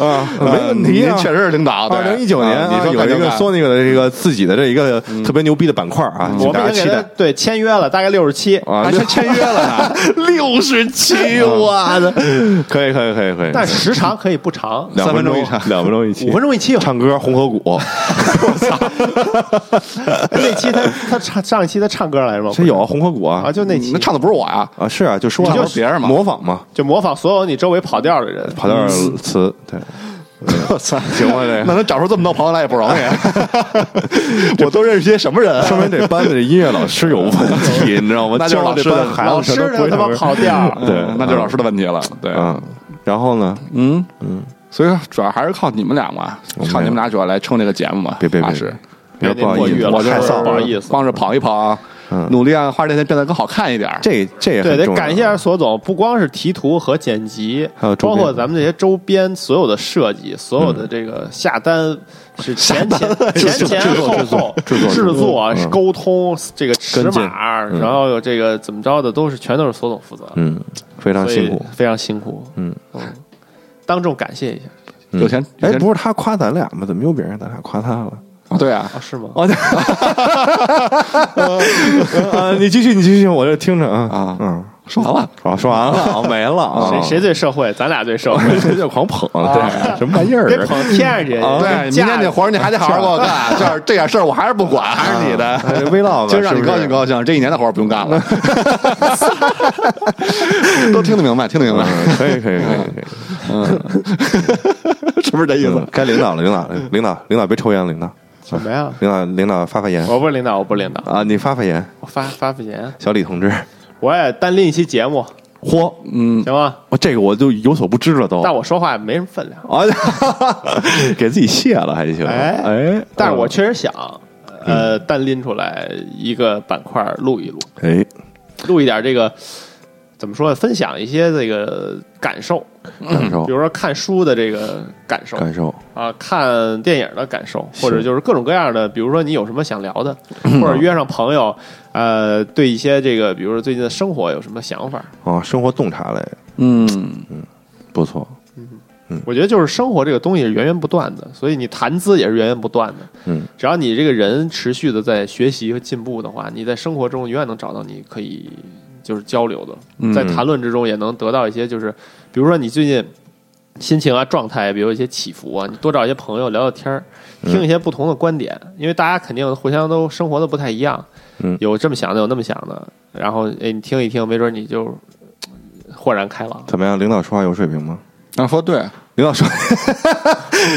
Speaker 4: 嗯
Speaker 2: 啊， *laughs* *laughs* 没问题啊，
Speaker 4: 您确实是领导。
Speaker 2: 二零一九年啊
Speaker 4: 你说
Speaker 2: 有一个
Speaker 4: 干就干
Speaker 2: Sony 的这个自己的这一个特别牛逼的板块啊，请
Speaker 3: 嗯我
Speaker 2: 大家
Speaker 3: 们已经
Speaker 2: 期
Speaker 3: 给他
Speaker 2: 待
Speaker 3: 对签约了，大概六十七
Speaker 2: 啊
Speaker 3: 还签约了，
Speaker 4: 六十七，
Speaker 3: 我的！
Speaker 2: 可以可以可以可以，
Speaker 3: 但时长可以不长，
Speaker 2: 两分钟一场，两分钟一期，
Speaker 3: 五分钟一期，
Speaker 2: *laughs* 唱歌《红河谷》，
Speaker 3: 那期他他唱上一期他唱歌来着吗？
Speaker 2: 这有啊，《红河谷》啊，
Speaker 3: 啊，就那期，那
Speaker 4: 嗯唱的不是我
Speaker 2: *laughs*
Speaker 4: 呀，
Speaker 2: 啊是啊，就说
Speaker 3: 你就
Speaker 2: 啊
Speaker 3: 别人嘛
Speaker 2: 模仿嘛，
Speaker 3: 就模仿所有你周围跑调的人，嗯
Speaker 2: 跑调儿词，对，
Speaker 4: 我操，
Speaker 2: 行吧这
Speaker 4: *laughs* 那能找出这么多朋友来也不
Speaker 2: *laughs*
Speaker 4: 容易， *laughs* 我都认识些什么人啊？
Speaker 2: 说明这班的这音乐老师有问题， *laughs* 你知道吗？
Speaker 4: 那就是
Speaker 2: 教
Speaker 4: 老师
Speaker 2: 这
Speaker 4: 的
Speaker 2: 班孩
Speaker 4: 老
Speaker 2: 子
Speaker 4: 师
Speaker 2: 全都不会
Speaker 4: 的他妈
Speaker 2: 唱歌
Speaker 4: 跑调儿
Speaker 2: 对
Speaker 4: 嗯，那就是老师的问题了对
Speaker 2: 嗯，然后呢，
Speaker 4: 嗯嗯，所以说主要还是靠你们俩嘛，靠你们俩主要来撑这个节目嘛。
Speaker 2: 别别
Speaker 4: 八
Speaker 2: 别
Speaker 4: 十，
Speaker 2: 别不好意思，
Speaker 4: 我就
Speaker 2: 太
Speaker 4: 是
Speaker 2: 臊了，嗯
Speaker 4: 光是跑一跑啊，努力让花这天变得更好看一点。
Speaker 2: 这这也
Speaker 3: 对，
Speaker 2: 很
Speaker 3: 得
Speaker 2: 重要
Speaker 3: 感谢一下索总，不光是提图和剪辑，
Speaker 2: 还有周
Speaker 3: 包
Speaker 2: 边
Speaker 3: 括咱们这些周边所有的设计，所有的这个下单
Speaker 2: *laughs*
Speaker 3: 是前前前前后后
Speaker 2: 制作制作制
Speaker 3: 制
Speaker 2: 作
Speaker 3: 作
Speaker 2: 嗯、
Speaker 3: 沟通、这个尺
Speaker 2: 跟进
Speaker 3: 码，
Speaker 2: 嗯
Speaker 3: 然后有这个怎么着的，都是全都是索总负责，
Speaker 2: 嗯，非常辛苦
Speaker 3: 所以，非常辛苦，
Speaker 2: 嗯。
Speaker 3: 当众感谢一下。
Speaker 2: 嗯
Speaker 4: 有钱
Speaker 2: 哎，不是他夸咱俩吗？怎么又别人咱俩夸他了？
Speaker 4: 对啊，
Speaker 3: 是吗？
Speaker 2: 哦， *laughs* 啊，你继续，你继续，我这听着啊啊，嗯，
Speaker 4: 说完了，
Speaker 2: 啊，说完了， *laughs* 啊没了啊，
Speaker 3: 谁谁最社会？咱俩最社会，
Speaker 2: 谁就狂捧， *laughs* 对，什么玩意儿？
Speaker 3: 别捧天上去
Speaker 2: 啊
Speaker 4: *laughs* 对，明天你活儿你还得好好给
Speaker 2: *laughs*
Speaker 4: 我干，就是这点事儿我还是不管，还是你的 *laughs*
Speaker 2: 哎 *laughs* vlog
Speaker 4: 今儿让
Speaker 2: 是
Speaker 4: 你
Speaker 2: 不是
Speaker 4: 高兴高兴，这一年的活儿不用
Speaker 2: *laughs*
Speaker 4: 干了，都听得明白，听得明
Speaker 2: *laughs*
Speaker 4: 白，
Speaker 2: 嗯可以可以可以可以，
Speaker 4: 是不是这意思
Speaker 2: 嗯？ *laughs* 该领导了，领导，领导，领导别抽烟，领导，
Speaker 3: 什么呀？
Speaker 2: 领导，领导发发言
Speaker 3: 我不是领导，我不是领导，
Speaker 2: 啊，你发发言，
Speaker 3: 我发发发言，
Speaker 2: 小李同志，
Speaker 3: 我也单拎一期节目，
Speaker 2: 嚯，嗯，
Speaker 3: 行吗？
Speaker 2: 我这个我就有所不知了都，
Speaker 3: 但我说话也没什么分量，
Speaker 2: 啊， *laughs* 给自己卸了还行，
Speaker 3: 哎
Speaker 2: 哎，
Speaker 3: 但是我确实想，呃，
Speaker 2: 嗯
Speaker 3: 单拎出来一个板块录一录，
Speaker 2: 哎，
Speaker 3: 录一点这个怎么说，分享一些这个感受，
Speaker 4: 嗯
Speaker 2: 感受
Speaker 3: 比如说看书的这个感受，
Speaker 2: 哦感受，
Speaker 3: 啊，看电影的感受，
Speaker 2: 是
Speaker 3: 或者就是各种各样的，比如说你有什么想聊
Speaker 2: *clears throat*
Speaker 3: 的，或者约上朋友，呃，对一些这个，比如说最近的生活有什么想法？
Speaker 2: 啊，生活洞察类，
Speaker 4: 嗯
Speaker 2: 嗯，不错，
Speaker 3: 我觉得就是生活这个东西是源源不断的，所以你谈资也是源源不断的。
Speaker 2: 嗯，
Speaker 3: 只要你这个人持续的在学习和进步的话，你在生活中永远能找到你可以就是交流的，
Speaker 2: 嗯
Speaker 3: 在谈论之中也能得到一些就是，比如说你最近心情啊、状态，比如一些起伏啊，你多找一些朋友聊聊天儿，
Speaker 2: 嗯
Speaker 3: 听一些不同的观点，因为大家肯定互相都生活的不太一样，
Speaker 2: 嗯
Speaker 3: 有这么想的，有那么想的，然后哎，你听一听，没准你就呃豁然开朗。
Speaker 2: 怎么样？领导说话有水平吗？
Speaker 4: 那说对，
Speaker 2: 领导说 *laughs*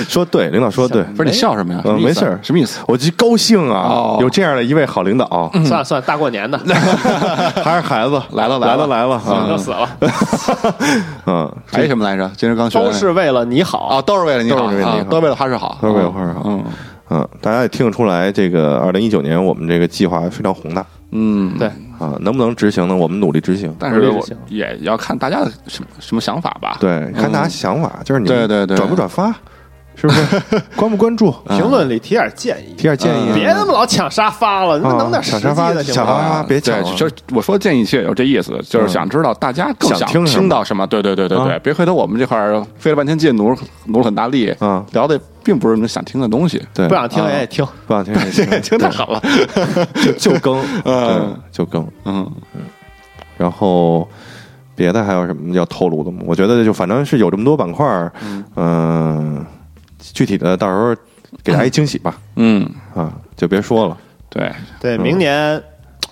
Speaker 2: 说对，领导说对，
Speaker 4: 不是你笑什么呀？
Speaker 2: 嗯，
Speaker 4: 什么
Speaker 2: 没
Speaker 4: 意思啊
Speaker 2: 事儿，
Speaker 4: 什么意思？
Speaker 2: 我就高兴啊
Speaker 4: 哦，嗯
Speaker 2: 有这样的一位好领导，
Speaker 3: 算了算了，大
Speaker 2: *laughs*
Speaker 3: 过年的，
Speaker 2: 还是孩子，
Speaker 4: *laughs* 来了
Speaker 2: 来
Speaker 4: 了
Speaker 2: 来了
Speaker 3: 死了就
Speaker 2: 啊，
Speaker 3: 死了。
Speaker 2: 嗯，
Speaker 4: 还哎有什么来着？今儿刚学的
Speaker 3: 都是为了你好
Speaker 4: 啊，都是为了你好，
Speaker 2: 哦都是为了你
Speaker 4: 啊
Speaker 2: 好
Speaker 4: 都是为了花式好，
Speaker 2: 都是为了花式好
Speaker 4: 嗯
Speaker 2: 嗯，大家也听得出来，这个二零一九年我们这个计划非常宏大
Speaker 4: 嗯，
Speaker 3: 对，
Speaker 2: 啊，能不能执行呢？我们努力执行。
Speaker 4: 但是
Speaker 3: 努力
Speaker 4: 我
Speaker 3: 就行
Speaker 4: 也要看大家的什么什么想法吧。
Speaker 2: 对，看大家想法，就是你
Speaker 4: 对对对
Speaker 2: 转不转发，是不是？关不关注？
Speaker 3: 评论里提点建议，
Speaker 2: 提点建议。
Speaker 3: 啊别他妈老抢沙发了，你们
Speaker 2: 啊
Speaker 3: 弄点实
Speaker 2: 嗯抢
Speaker 3: 际
Speaker 2: 沙发
Speaker 3: 的行
Speaker 2: 抢哦
Speaker 3: 吗？
Speaker 2: 沙发啊别抢
Speaker 4: 啊对
Speaker 2: 了嗯
Speaker 4: 就是我说建议其实也有这意思，就是想知道大家更
Speaker 2: 想听什么
Speaker 4: 听到什么。对对对对对，
Speaker 2: 啊
Speaker 4: 别回头我们这块儿费了半天劲，努努了很大力
Speaker 2: 啊，
Speaker 4: 聊的并不是你想听的东西。
Speaker 2: 对，
Speaker 3: 不想听也得听，
Speaker 2: 不 *laughs* 想听也行，
Speaker 3: *laughs*
Speaker 4: 听太狠了，
Speaker 2: 就更，对
Speaker 4: 嗯，
Speaker 2: 就更。
Speaker 4: 嗯，
Speaker 2: 然后别的还有什么要透露的吗？我觉得就反正是有这么多板块儿，嗯、具体的到时候给大家一惊喜吧，
Speaker 4: 嗯，
Speaker 2: 啊，就别说了。
Speaker 4: 对，
Speaker 3: 对，明年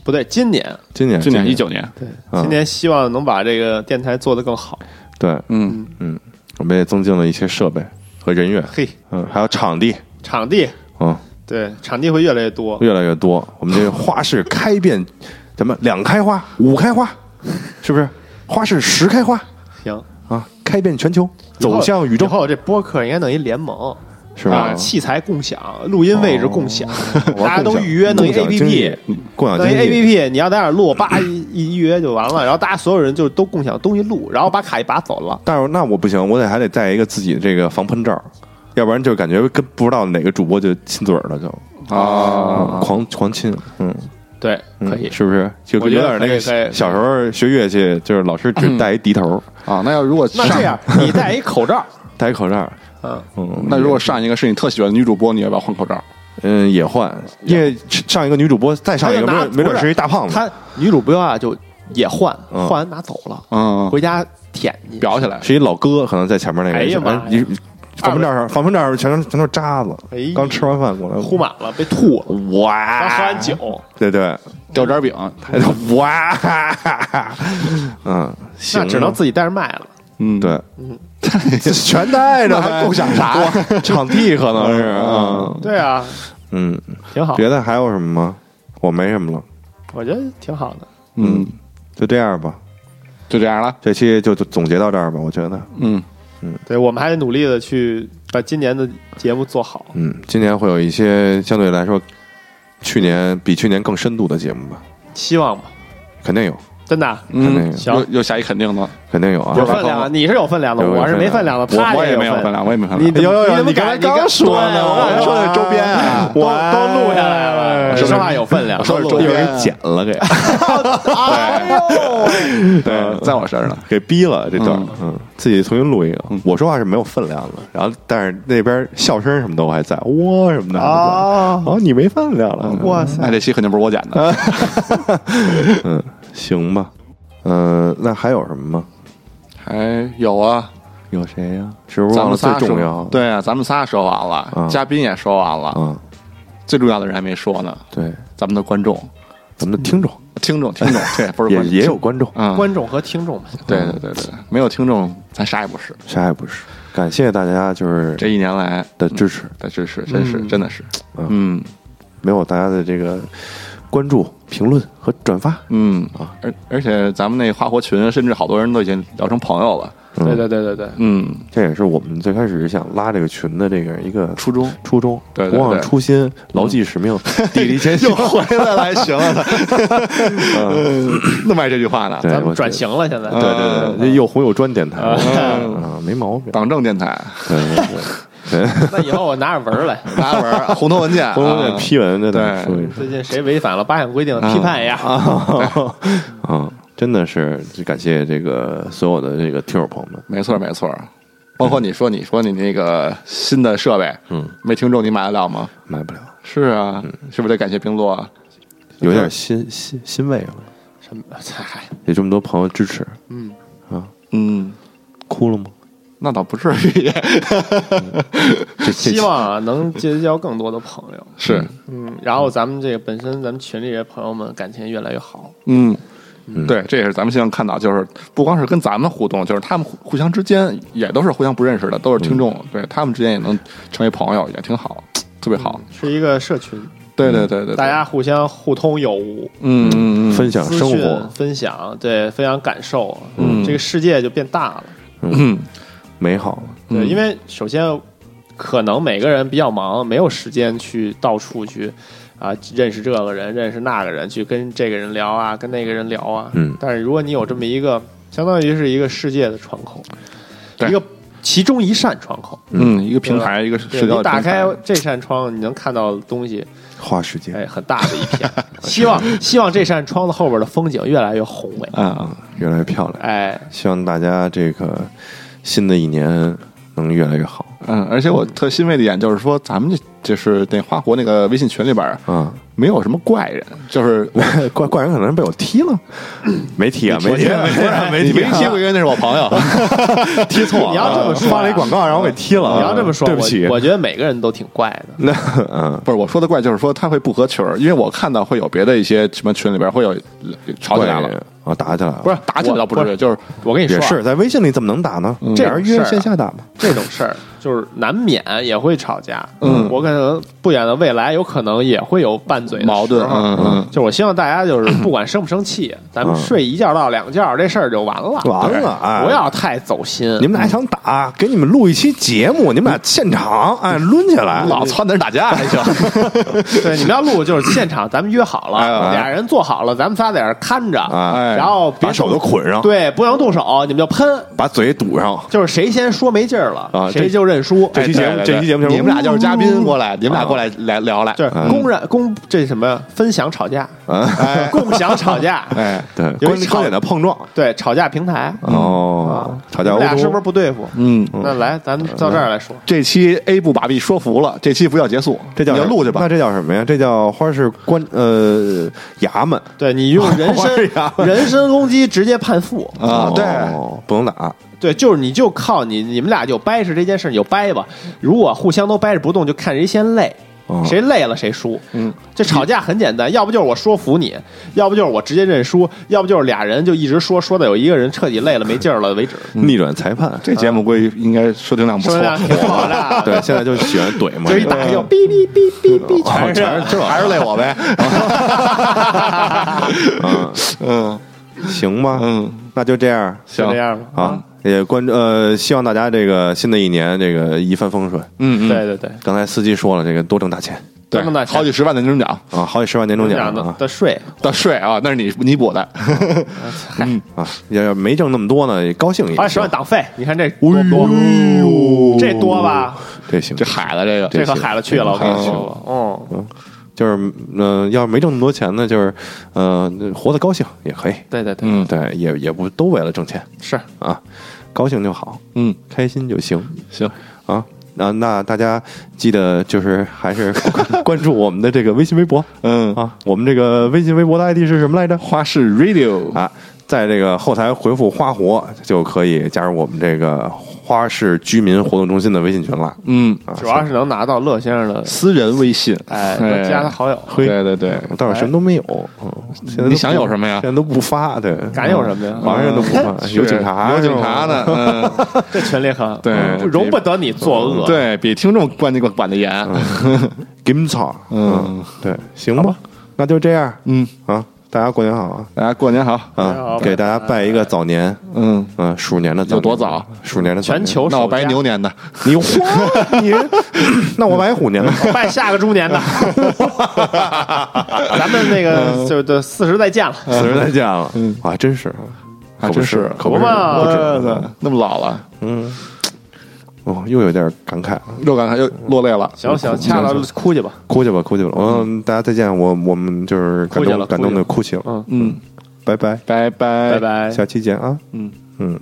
Speaker 3: 不对，今年，
Speaker 2: 今年
Speaker 4: 今年一九年，
Speaker 3: 对，
Speaker 2: 嗯
Speaker 3: 今年希望能把这个电台做得更好。
Speaker 2: 对，
Speaker 4: 嗯，
Speaker 2: 嗯，我们也增进了一些设备和人员，
Speaker 3: 嘿，
Speaker 2: 嗯，还有场地，
Speaker 3: 场地，
Speaker 2: 嗯，
Speaker 3: 对，场地会越来越多，
Speaker 2: 越来越多。我们这个花式开遍，咱们两开花、五开花，是不是？花式十开花
Speaker 3: 行，
Speaker 2: 啊，开遍全球，走向宇宙
Speaker 3: 以，后这播客应该弄一联盟。
Speaker 2: 是吧哦
Speaker 3: 啊器材共享，录音位置共享，大家都预约弄
Speaker 2: 共
Speaker 3: 一
Speaker 2: 享经济
Speaker 3: APP，，
Speaker 2: 共享
Speaker 3: 那
Speaker 2: 啊经济
Speaker 3: A P P，你要在那儿录，叭一一约就完了，然后大家所有人就都共享东西录，然后把卡一拔走了。
Speaker 2: 但是那我不行，我得还得带一个自己的这个防喷罩要不然就感觉跟不知道哪个主播就亲嘴儿了就啊，狂狂亲，嗯。
Speaker 3: 对，可以
Speaker 2: 嗯是不是？就
Speaker 3: 我
Speaker 2: 有
Speaker 3: 觉得
Speaker 2: 点那
Speaker 3: 可以
Speaker 2: 个
Speaker 3: 可以
Speaker 2: 小时候学乐器，就是老师
Speaker 3: *clears throat*
Speaker 2: 只带一笛头
Speaker 4: 啊。那要如果
Speaker 3: 那这样，你戴一口罩，
Speaker 2: 戴一口罩，
Speaker 3: 嗯
Speaker 2: 嗯，
Speaker 4: 那如果上一个是你特喜欢的女主播，你要不要换口罩？
Speaker 2: 嗯也换，因为上一个女主播再上一个，没
Speaker 3: 哎他就拿
Speaker 2: 准没准
Speaker 3: 不
Speaker 2: 是一大胖子，
Speaker 3: 他女主播啊，就也换，
Speaker 2: 嗯
Speaker 3: 换完拿走了，
Speaker 2: 嗯
Speaker 3: 回家舔你，
Speaker 4: 裱起来
Speaker 2: 是一老哥，可能在前面那个，
Speaker 3: 哎呀妈呀
Speaker 2: 你防喷罩上，防喷罩上全全都是渣子
Speaker 3: 哎呀，
Speaker 2: 刚吃完饭过来，
Speaker 3: 呼满了，被吐了，
Speaker 2: 哇，
Speaker 3: 然后喝完酒，
Speaker 2: 对
Speaker 3: *laughs*
Speaker 2: 对，
Speaker 4: 掉渣饼，
Speaker 2: 哇，嗯，行
Speaker 3: 那
Speaker 2: 了，
Speaker 3: 只能自己带着卖了。
Speaker 2: 嗯对，
Speaker 3: 嗯，
Speaker 4: *laughs*
Speaker 2: 全带着呗，
Speaker 3: 那还共享啥
Speaker 2: 哇场地可能是啊，
Speaker 3: 对啊，
Speaker 2: 嗯，
Speaker 3: 挺嗯好
Speaker 2: 别的还有什么吗？我没什么了，
Speaker 3: 我觉得挺好的。
Speaker 2: 嗯，就这样吧，
Speaker 4: 就这样了，
Speaker 2: 这期就就总结到这儿吧，我觉得，
Speaker 4: 嗯
Speaker 3: 对，我们还得努力的去把今年的节目做好。
Speaker 2: 嗯，今年会有一些相对来说，去年比去年更深度的节目吧，
Speaker 3: 希望吧，
Speaker 2: 肯定有，
Speaker 3: 真的啊。
Speaker 2: 肯定
Speaker 3: 行
Speaker 4: 又又下一肯定的，
Speaker 2: 肯定有啊，
Speaker 3: 有分量的，你是有分量的，
Speaker 2: 有有
Speaker 3: 我是没分量的，他
Speaker 4: 我我也没
Speaker 3: 有
Speaker 4: 有分量，我也没有分
Speaker 3: 你
Speaker 4: 量。
Speaker 3: 怎么
Speaker 2: 有有有
Speaker 3: 你怎么
Speaker 2: 你刚
Speaker 3: 敢
Speaker 2: 才刚
Speaker 3: 敢
Speaker 2: 说呢
Speaker 3: 对我
Speaker 2: 我
Speaker 3: 刚才
Speaker 2: 说的
Speaker 3: 啊
Speaker 2: 周边 *laughs* 啊
Speaker 3: 都都录下来了，说话有分量，
Speaker 4: 我说的是周
Speaker 2: 一会
Speaker 4: 边
Speaker 2: 儿给剪了 *laughs* 给， *laughs* 对，
Speaker 4: 在我身上呢。
Speaker 2: 哎嗯给逼了这段，嗯，自己重新录一个。我说话是没有分量的，然后但是那边笑声什么的我还在，哇什么的
Speaker 3: 啊，
Speaker 2: 哦，你没分量了，
Speaker 3: 哇塞
Speaker 4: 那这期肯定不是我剪
Speaker 2: 啊
Speaker 4: 的，
Speaker 2: 嗯，行吧，嗯，那还有什么吗？
Speaker 4: 还有啊，
Speaker 2: 有谁呀？是不是
Speaker 4: 咱
Speaker 2: 忘了
Speaker 4: 们
Speaker 2: 最
Speaker 4: 仨
Speaker 2: 重
Speaker 4: 说
Speaker 2: 要？
Speaker 4: 对啊，咱们仨说完了
Speaker 2: 嗯，
Speaker 4: 嘉宾也说完了，
Speaker 2: 嗯，
Speaker 4: 最重要的人还没说呢，
Speaker 2: 对，
Speaker 4: 咱们的观众、
Speaker 2: 咱们的听众
Speaker 4: 听众、听
Speaker 2: *laughs*
Speaker 4: 众，对，不是
Speaker 2: 也
Speaker 4: 观众
Speaker 2: 也有观众，
Speaker 4: 啊，
Speaker 3: 观众和听众们，
Speaker 4: 对对对对，没有听众，咱啥也不是。
Speaker 2: 啥也不是。感谢大家就是
Speaker 4: 这一年来
Speaker 2: 的支持，
Speaker 4: 的支持，真是
Speaker 3: 嗯
Speaker 4: 真的是，
Speaker 2: 嗯，没有大家的这个关注、评论和转发，
Speaker 4: 嗯而而且咱们那花火群，甚至好多人都已经聊成朋友了，
Speaker 3: 对对对对对，
Speaker 4: 嗯，
Speaker 2: 这也是我们最开始想拉这个群的这个一个
Speaker 4: 初衷，
Speaker 2: 初衷，
Speaker 4: 对对
Speaker 2: 不忘
Speaker 4: 对
Speaker 2: 初心，牢记使命， *laughs* 砥砺前行。
Speaker 4: 回来 *laughs* 了，还行了，嗯那么爱这句话呢，
Speaker 2: 对
Speaker 3: 咱
Speaker 2: 我啊
Speaker 3: 们转型了，现在
Speaker 2: 对对对，又红又专电台啊，没毛病。
Speaker 4: 党政电台，
Speaker 2: *laughs* 对对对 *laughs*
Speaker 3: 那以后我拿着文儿来，
Speaker 4: 拿本儿 *laughs* 红头文件，
Speaker 2: 红头
Speaker 4: 啊
Speaker 2: 文批文这得
Speaker 4: 对
Speaker 2: 说一
Speaker 3: 最近谁违反了八项规定，批判一下。 *laughs*
Speaker 2: 说 *laughs* 啊，真的是感谢这个所有的这个听友朋友们，
Speaker 4: 没错没错，包括你说你说你那个新的设备，
Speaker 2: 嗯，
Speaker 4: 没听众你买得了吗？
Speaker 2: 买不了，
Speaker 4: 是啊，嗯是不是得感谢冰洛？啊
Speaker 2: 有点欣欣欣慰了，
Speaker 3: 什么？嗨，
Speaker 2: 有这么多朋友支持，
Speaker 3: 嗯
Speaker 2: 啊，
Speaker 4: 嗯，
Speaker 2: 哭了吗？
Speaker 4: 那倒不至于， *laughs*
Speaker 2: 这这
Speaker 3: 希望啊能结交更多的朋友。
Speaker 4: 是，
Speaker 3: 嗯，然后咱们这个本身咱们群里的朋友们感情越来越好。
Speaker 4: 嗯。对，这也是咱们希望看到，就是不光是跟咱们互动，就是他们互互相之间也都是互相不认识的，都是听众，对他们之间也能成为朋友，也挺好，特别好。
Speaker 3: 是一个社群，
Speaker 4: 对对对对，
Speaker 3: 大家互相互通有无，
Speaker 4: 嗯嗯嗯，
Speaker 2: 分享
Speaker 3: 资
Speaker 2: 啊生
Speaker 3: 讯
Speaker 2: 活，
Speaker 3: 分享，对，分享感受，
Speaker 4: 嗯
Speaker 3: 这个世界就变大了。
Speaker 4: 嗯
Speaker 2: 美好，
Speaker 3: 对，
Speaker 4: 嗯
Speaker 3: 因为首先可能每个人比较忙，没有时间去到处去啊认识这个人，认识那个人，去跟这个人聊啊，跟那个人聊啊。
Speaker 2: 嗯
Speaker 3: 但是如果你有这么一个，相当于是一个世界的窗口，
Speaker 4: 对
Speaker 3: 一个其中一扇窗口。
Speaker 4: 嗯，一个平台，一个
Speaker 3: 对
Speaker 4: 社交
Speaker 3: 你
Speaker 4: 的
Speaker 3: 打
Speaker 4: 平台
Speaker 3: 开这扇窗，你能看到的
Speaker 2: *laughs*
Speaker 3: 东西，
Speaker 2: 花时间
Speaker 3: 哎，很大的一片。希望希望这扇窗子后边的风景越来越宏伟。
Speaker 4: 啊，
Speaker 2: 越来越漂亮。
Speaker 3: 哎，
Speaker 2: 希望大家这个新的一年能越来越好
Speaker 4: 嗯，而且我特欣慰的一点就是说，咱们这就是那花国那个微信群里边儿
Speaker 3: 嗯
Speaker 2: 啊！
Speaker 4: 没有什么怪人，就是
Speaker 3: *laughs*
Speaker 2: 怪怪人可能被我踢了， *coughs* 没踢啊，没踢啊，没踢啊，没
Speaker 4: 你
Speaker 2: 踢
Speaker 4: 没
Speaker 2: 啊，
Speaker 4: 踢过，因为那是我
Speaker 3: *laughs*
Speaker 4: 朋友，
Speaker 2: 踢错了。
Speaker 3: 你要这么说啊
Speaker 2: 发了一广告，然后我给踢了。啊
Speaker 3: 你要这么说，
Speaker 2: 对不起
Speaker 3: 我，我觉得每个人都挺怪的。
Speaker 2: 那
Speaker 4: *laughs*
Speaker 2: 嗯，
Speaker 4: 不是我说的怪，就是说他会不合群儿，因为我看到会有别的一些什么群里边会有吵起来
Speaker 2: 怪
Speaker 4: 了
Speaker 2: 人，啊，打起来了，
Speaker 4: 不是打起来倒不至于，就是
Speaker 3: 我跟你说
Speaker 2: 也
Speaker 3: 啊，
Speaker 2: 是在微信里怎么能打呢？
Speaker 3: 这
Speaker 2: 俩人
Speaker 3: 事
Speaker 2: 约
Speaker 3: 儿啊
Speaker 2: 线下打吧。
Speaker 3: 这种事儿就是难免也会吵架。
Speaker 4: 嗯
Speaker 3: 我可能不远的未来有可能也会有拌嘴的
Speaker 4: 矛盾
Speaker 3: 时，候
Speaker 4: 嗯嗯，
Speaker 3: 就我希望大家就是不管生不生气，咱们睡一觉到两觉，这事儿就完了，
Speaker 2: 完了哎
Speaker 3: 不要太走心。嗯
Speaker 2: 你们俩想打，给你们录一期节目，你们俩现场哎抡起来，
Speaker 4: 老撺掇人打架还行，
Speaker 3: 对你们要录就是现场，咱们约好了，
Speaker 4: 哎
Speaker 3: 俩人做好了，咱们仨在这儿看着，
Speaker 2: 哎
Speaker 3: 然后别
Speaker 2: 把手都捆上，
Speaker 3: 对，不能动手，你们就喷。
Speaker 2: 把嘴堵上，
Speaker 3: 就是谁先说没劲儿了，
Speaker 2: 啊
Speaker 3: 谁
Speaker 2: 这
Speaker 3: 就认输。
Speaker 2: 这期节目
Speaker 3: 哎对对
Speaker 2: 这期节目就是
Speaker 3: 你们俩就是嘉宾过来，
Speaker 2: 嗯
Speaker 3: 你们俩过来
Speaker 4: 来聊来，
Speaker 3: 就是
Speaker 2: 嗯
Speaker 3: 公然公这什么呀？分享吵架，
Speaker 2: 哎
Speaker 3: 共享吵架，
Speaker 4: 哎，
Speaker 2: 对，
Speaker 3: 有
Speaker 2: 观
Speaker 3: 一
Speaker 2: 观点的碰撞，
Speaker 3: 对吵架平台。啊
Speaker 2: 哦，吵
Speaker 3: 你
Speaker 2: 架
Speaker 3: 们
Speaker 2: 欧
Speaker 3: 俩
Speaker 2: 洲
Speaker 3: 是不是不对付？
Speaker 4: 嗯，
Speaker 3: 那来，咱到这儿来说，
Speaker 4: 这期 A 不把 B 说服了，这期不要结束，
Speaker 2: 这叫
Speaker 4: 你
Speaker 2: 什
Speaker 4: 就
Speaker 2: 么
Speaker 4: 录去吧
Speaker 2: 那。这叫什么呀？这叫花式关呃衙门
Speaker 3: 对你用人
Speaker 2: 我是呀
Speaker 3: 身人身攻击直接判负
Speaker 2: 哦不能打。
Speaker 3: 啊对，就是你就靠你你们俩就掰扯这件事，你就掰吧。如果互相都掰扯不动，就看谁先累，
Speaker 2: 哦
Speaker 3: 谁累了谁输。
Speaker 4: 嗯，
Speaker 3: 这吵架很简单，要不就是我说服你，要不就是我直接认输，要不就是俩人就一直说，说到有一个人彻底累了没劲儿了为止。
Speaker 2: 逆转裁判，
Speaker 4: 这节目估计应该收听量不
Speaker 3: 收听
Speaker 4: 错
Speaker 3: 量，挺好
Speaker 2: *laughs*
Speaker 3: 的
Speaker 2: 对，现在就喜欢怼嘛，
Speaker 3: 就一打
Speaker 2: *laughs*
Speaker 3: 就哔哔哔哔哔，
Speaker 4: 还
Speaker 3: 全
Speaker 4: 是
Speaker 3: 是
Speaker 2: 哦
Speaker 4: 还是
Speaker 3: *laughs*
Speaker 4: 累我呗。
Speaker 2: 嗯
Speaker 4: 嗯，
Speaker 2: 行吧，嗯，那就这样，
Speaker 3: 就这样吧嗯
Speaker 2: 啊，也关注呃，希望大家这个新的一年这个一帆风顺。
Speaker 4: 嗯嗯
Speaker 3: 对对对，
Speaker 2: 刚才司机说了，这个多挣大钱
Speaker 4: 对，好几十万的年终奖
Speaker 2: 啊，好几十万年终奖
Speaker 3: 的
Speaker 2: 啊
Speaker 3: 的税，
Speaker 4: 的税啊，那是你你补的。
Speaker 2: 嗯啊，要要没挣那么多呢，也高兴一下
Speaker 3: 好几。啊十万党费，你看这多不多？这多吧？
Speaker 2: 这行，
Speaker 4: 这海了，这个
Speaker 3: 这可海了去了，我跟你
Speaker 2: 行
Speaker 3: 说，嗯，
Speaker 2: 嗯，就是嗯、呃要是没挣那么多钱呢，就是呃，活得高兴也可以。
Speaker 3: 对对对，
Speaker 2: 嗯，对，也也不都为了挣钱
Speaker 3: 是
Speaker 2: 啊，高兴就好，
Speaker 4: 嗯，
Speaker 2: 开心就行
Speaker 4: 行
Speaker 2: 啊。那那大家记得就是还是关注 *laughs* 我们的这个微信微博，
Speaker 4: 嗯
Speaker 2: 啊，我们这个微信微博的 ID 是什么来着？
Speaker 4: 花式 Radio
Speaker 2: 啊，在这个后台回复“花活”就可以加入我们这个花市居民活动中心的微信群了。
Speaker 4: 嗯，
Speaker 2: 啊
Speaker 3: 主要是能拿到乐先生的，
Speaker 4: 私人微信，
Speaker 3: 哎，能加他好友，
Speaker 2: 嘿
Speaker 4: 对对对，
Speaker 2: 我倒是什么都没有，嗯现在都
Speaker 4: 哎你想
Speaker 2: 不
Speaker 4: 有什么呀
Speaker 2: *laughs* 现在都不发，对，
Speaker 3: 敢有什么呀
Speaker 2: 网上都不
Speaker 3: *laughs*
Speaker 2: 发，
Speaker 4: 是
Speaker 2: 有警察，
Speaker 4: 有警察呢， *laughs* 嗯。
Speaker 3: 这权力很
Speaker 4: 对
Speaker 3: 容不得你作恶，，
Speaker 4: 对比听众管你管管的严，
Speaker 2: 警察，
Speaker 4: 嗯，
Speaker 2: 对，行吧，那就这样，
Speaker 4: 嗯
Speaker 2: 啊，大家过年好啊，
Speaker 4: 大家哎过年好，
Speaker 3: 嗯
Speaker 2: 啊，给大家拜一个早年，
Speaker 4: 嗯，
Speaker 2: 嗯，鼠年的早年
Speaker 4: 有多早？
Speaker 2: 鼠年的早年 *laughs*
Speaker 3: 全球
Speaker 4: 那我
Speaker 3: 首家
Speaker 4: 拜牛 *laughs* 年的，
Speaker 2: 你花你，那我拜虎年
Speaker 3: *laughs*
Speaker 2: 吧，
Speaker 3: 拜下个猪年的，
Speaker 4: *laughs*
Speaker 3: 咱们那
Speaker 4: 嗯
Speaker 3: 个就就四十再见了，
Speaker 2: 此时再见了，
Speaker 3: 嗯
Speaker 2: *laughs* 啊，真是，
Speaker 4: 还
Speaker 2: 可不
Speaker 4: 真
Speaker 2: 是
Speaker 4: 是，
Speaker 2: 可不是
Speaker 3: 嘛
Speaker 2: 不止
Speaker 4: 嗯那么老了，
Speaker 2: 嗯，哦，又有点感慨了。
Speaker 4: 又感慨又落泪了，
Speaker 3: 行行，掐
Speaker 4: 嗯
Speaker 3: 了哭去吧，
Speaker 2: 哭去吧，哭去吧。嗯，大家再见。我我们就是感
Speaker 3: 哭去
Speaker 2: 动
Speaker 3: 了
Speaker 2: 感动的哭泣了。
Speaker 3: 嗯，
Speaker 4: 嗯，
Speaker 2: 拜拜，
Speaker 4: 拜拜
Speaker 3: 拜拜。
Speaker 2: 下期见啊。
Speaker 4: 嗯
Speaker 2: 嗯。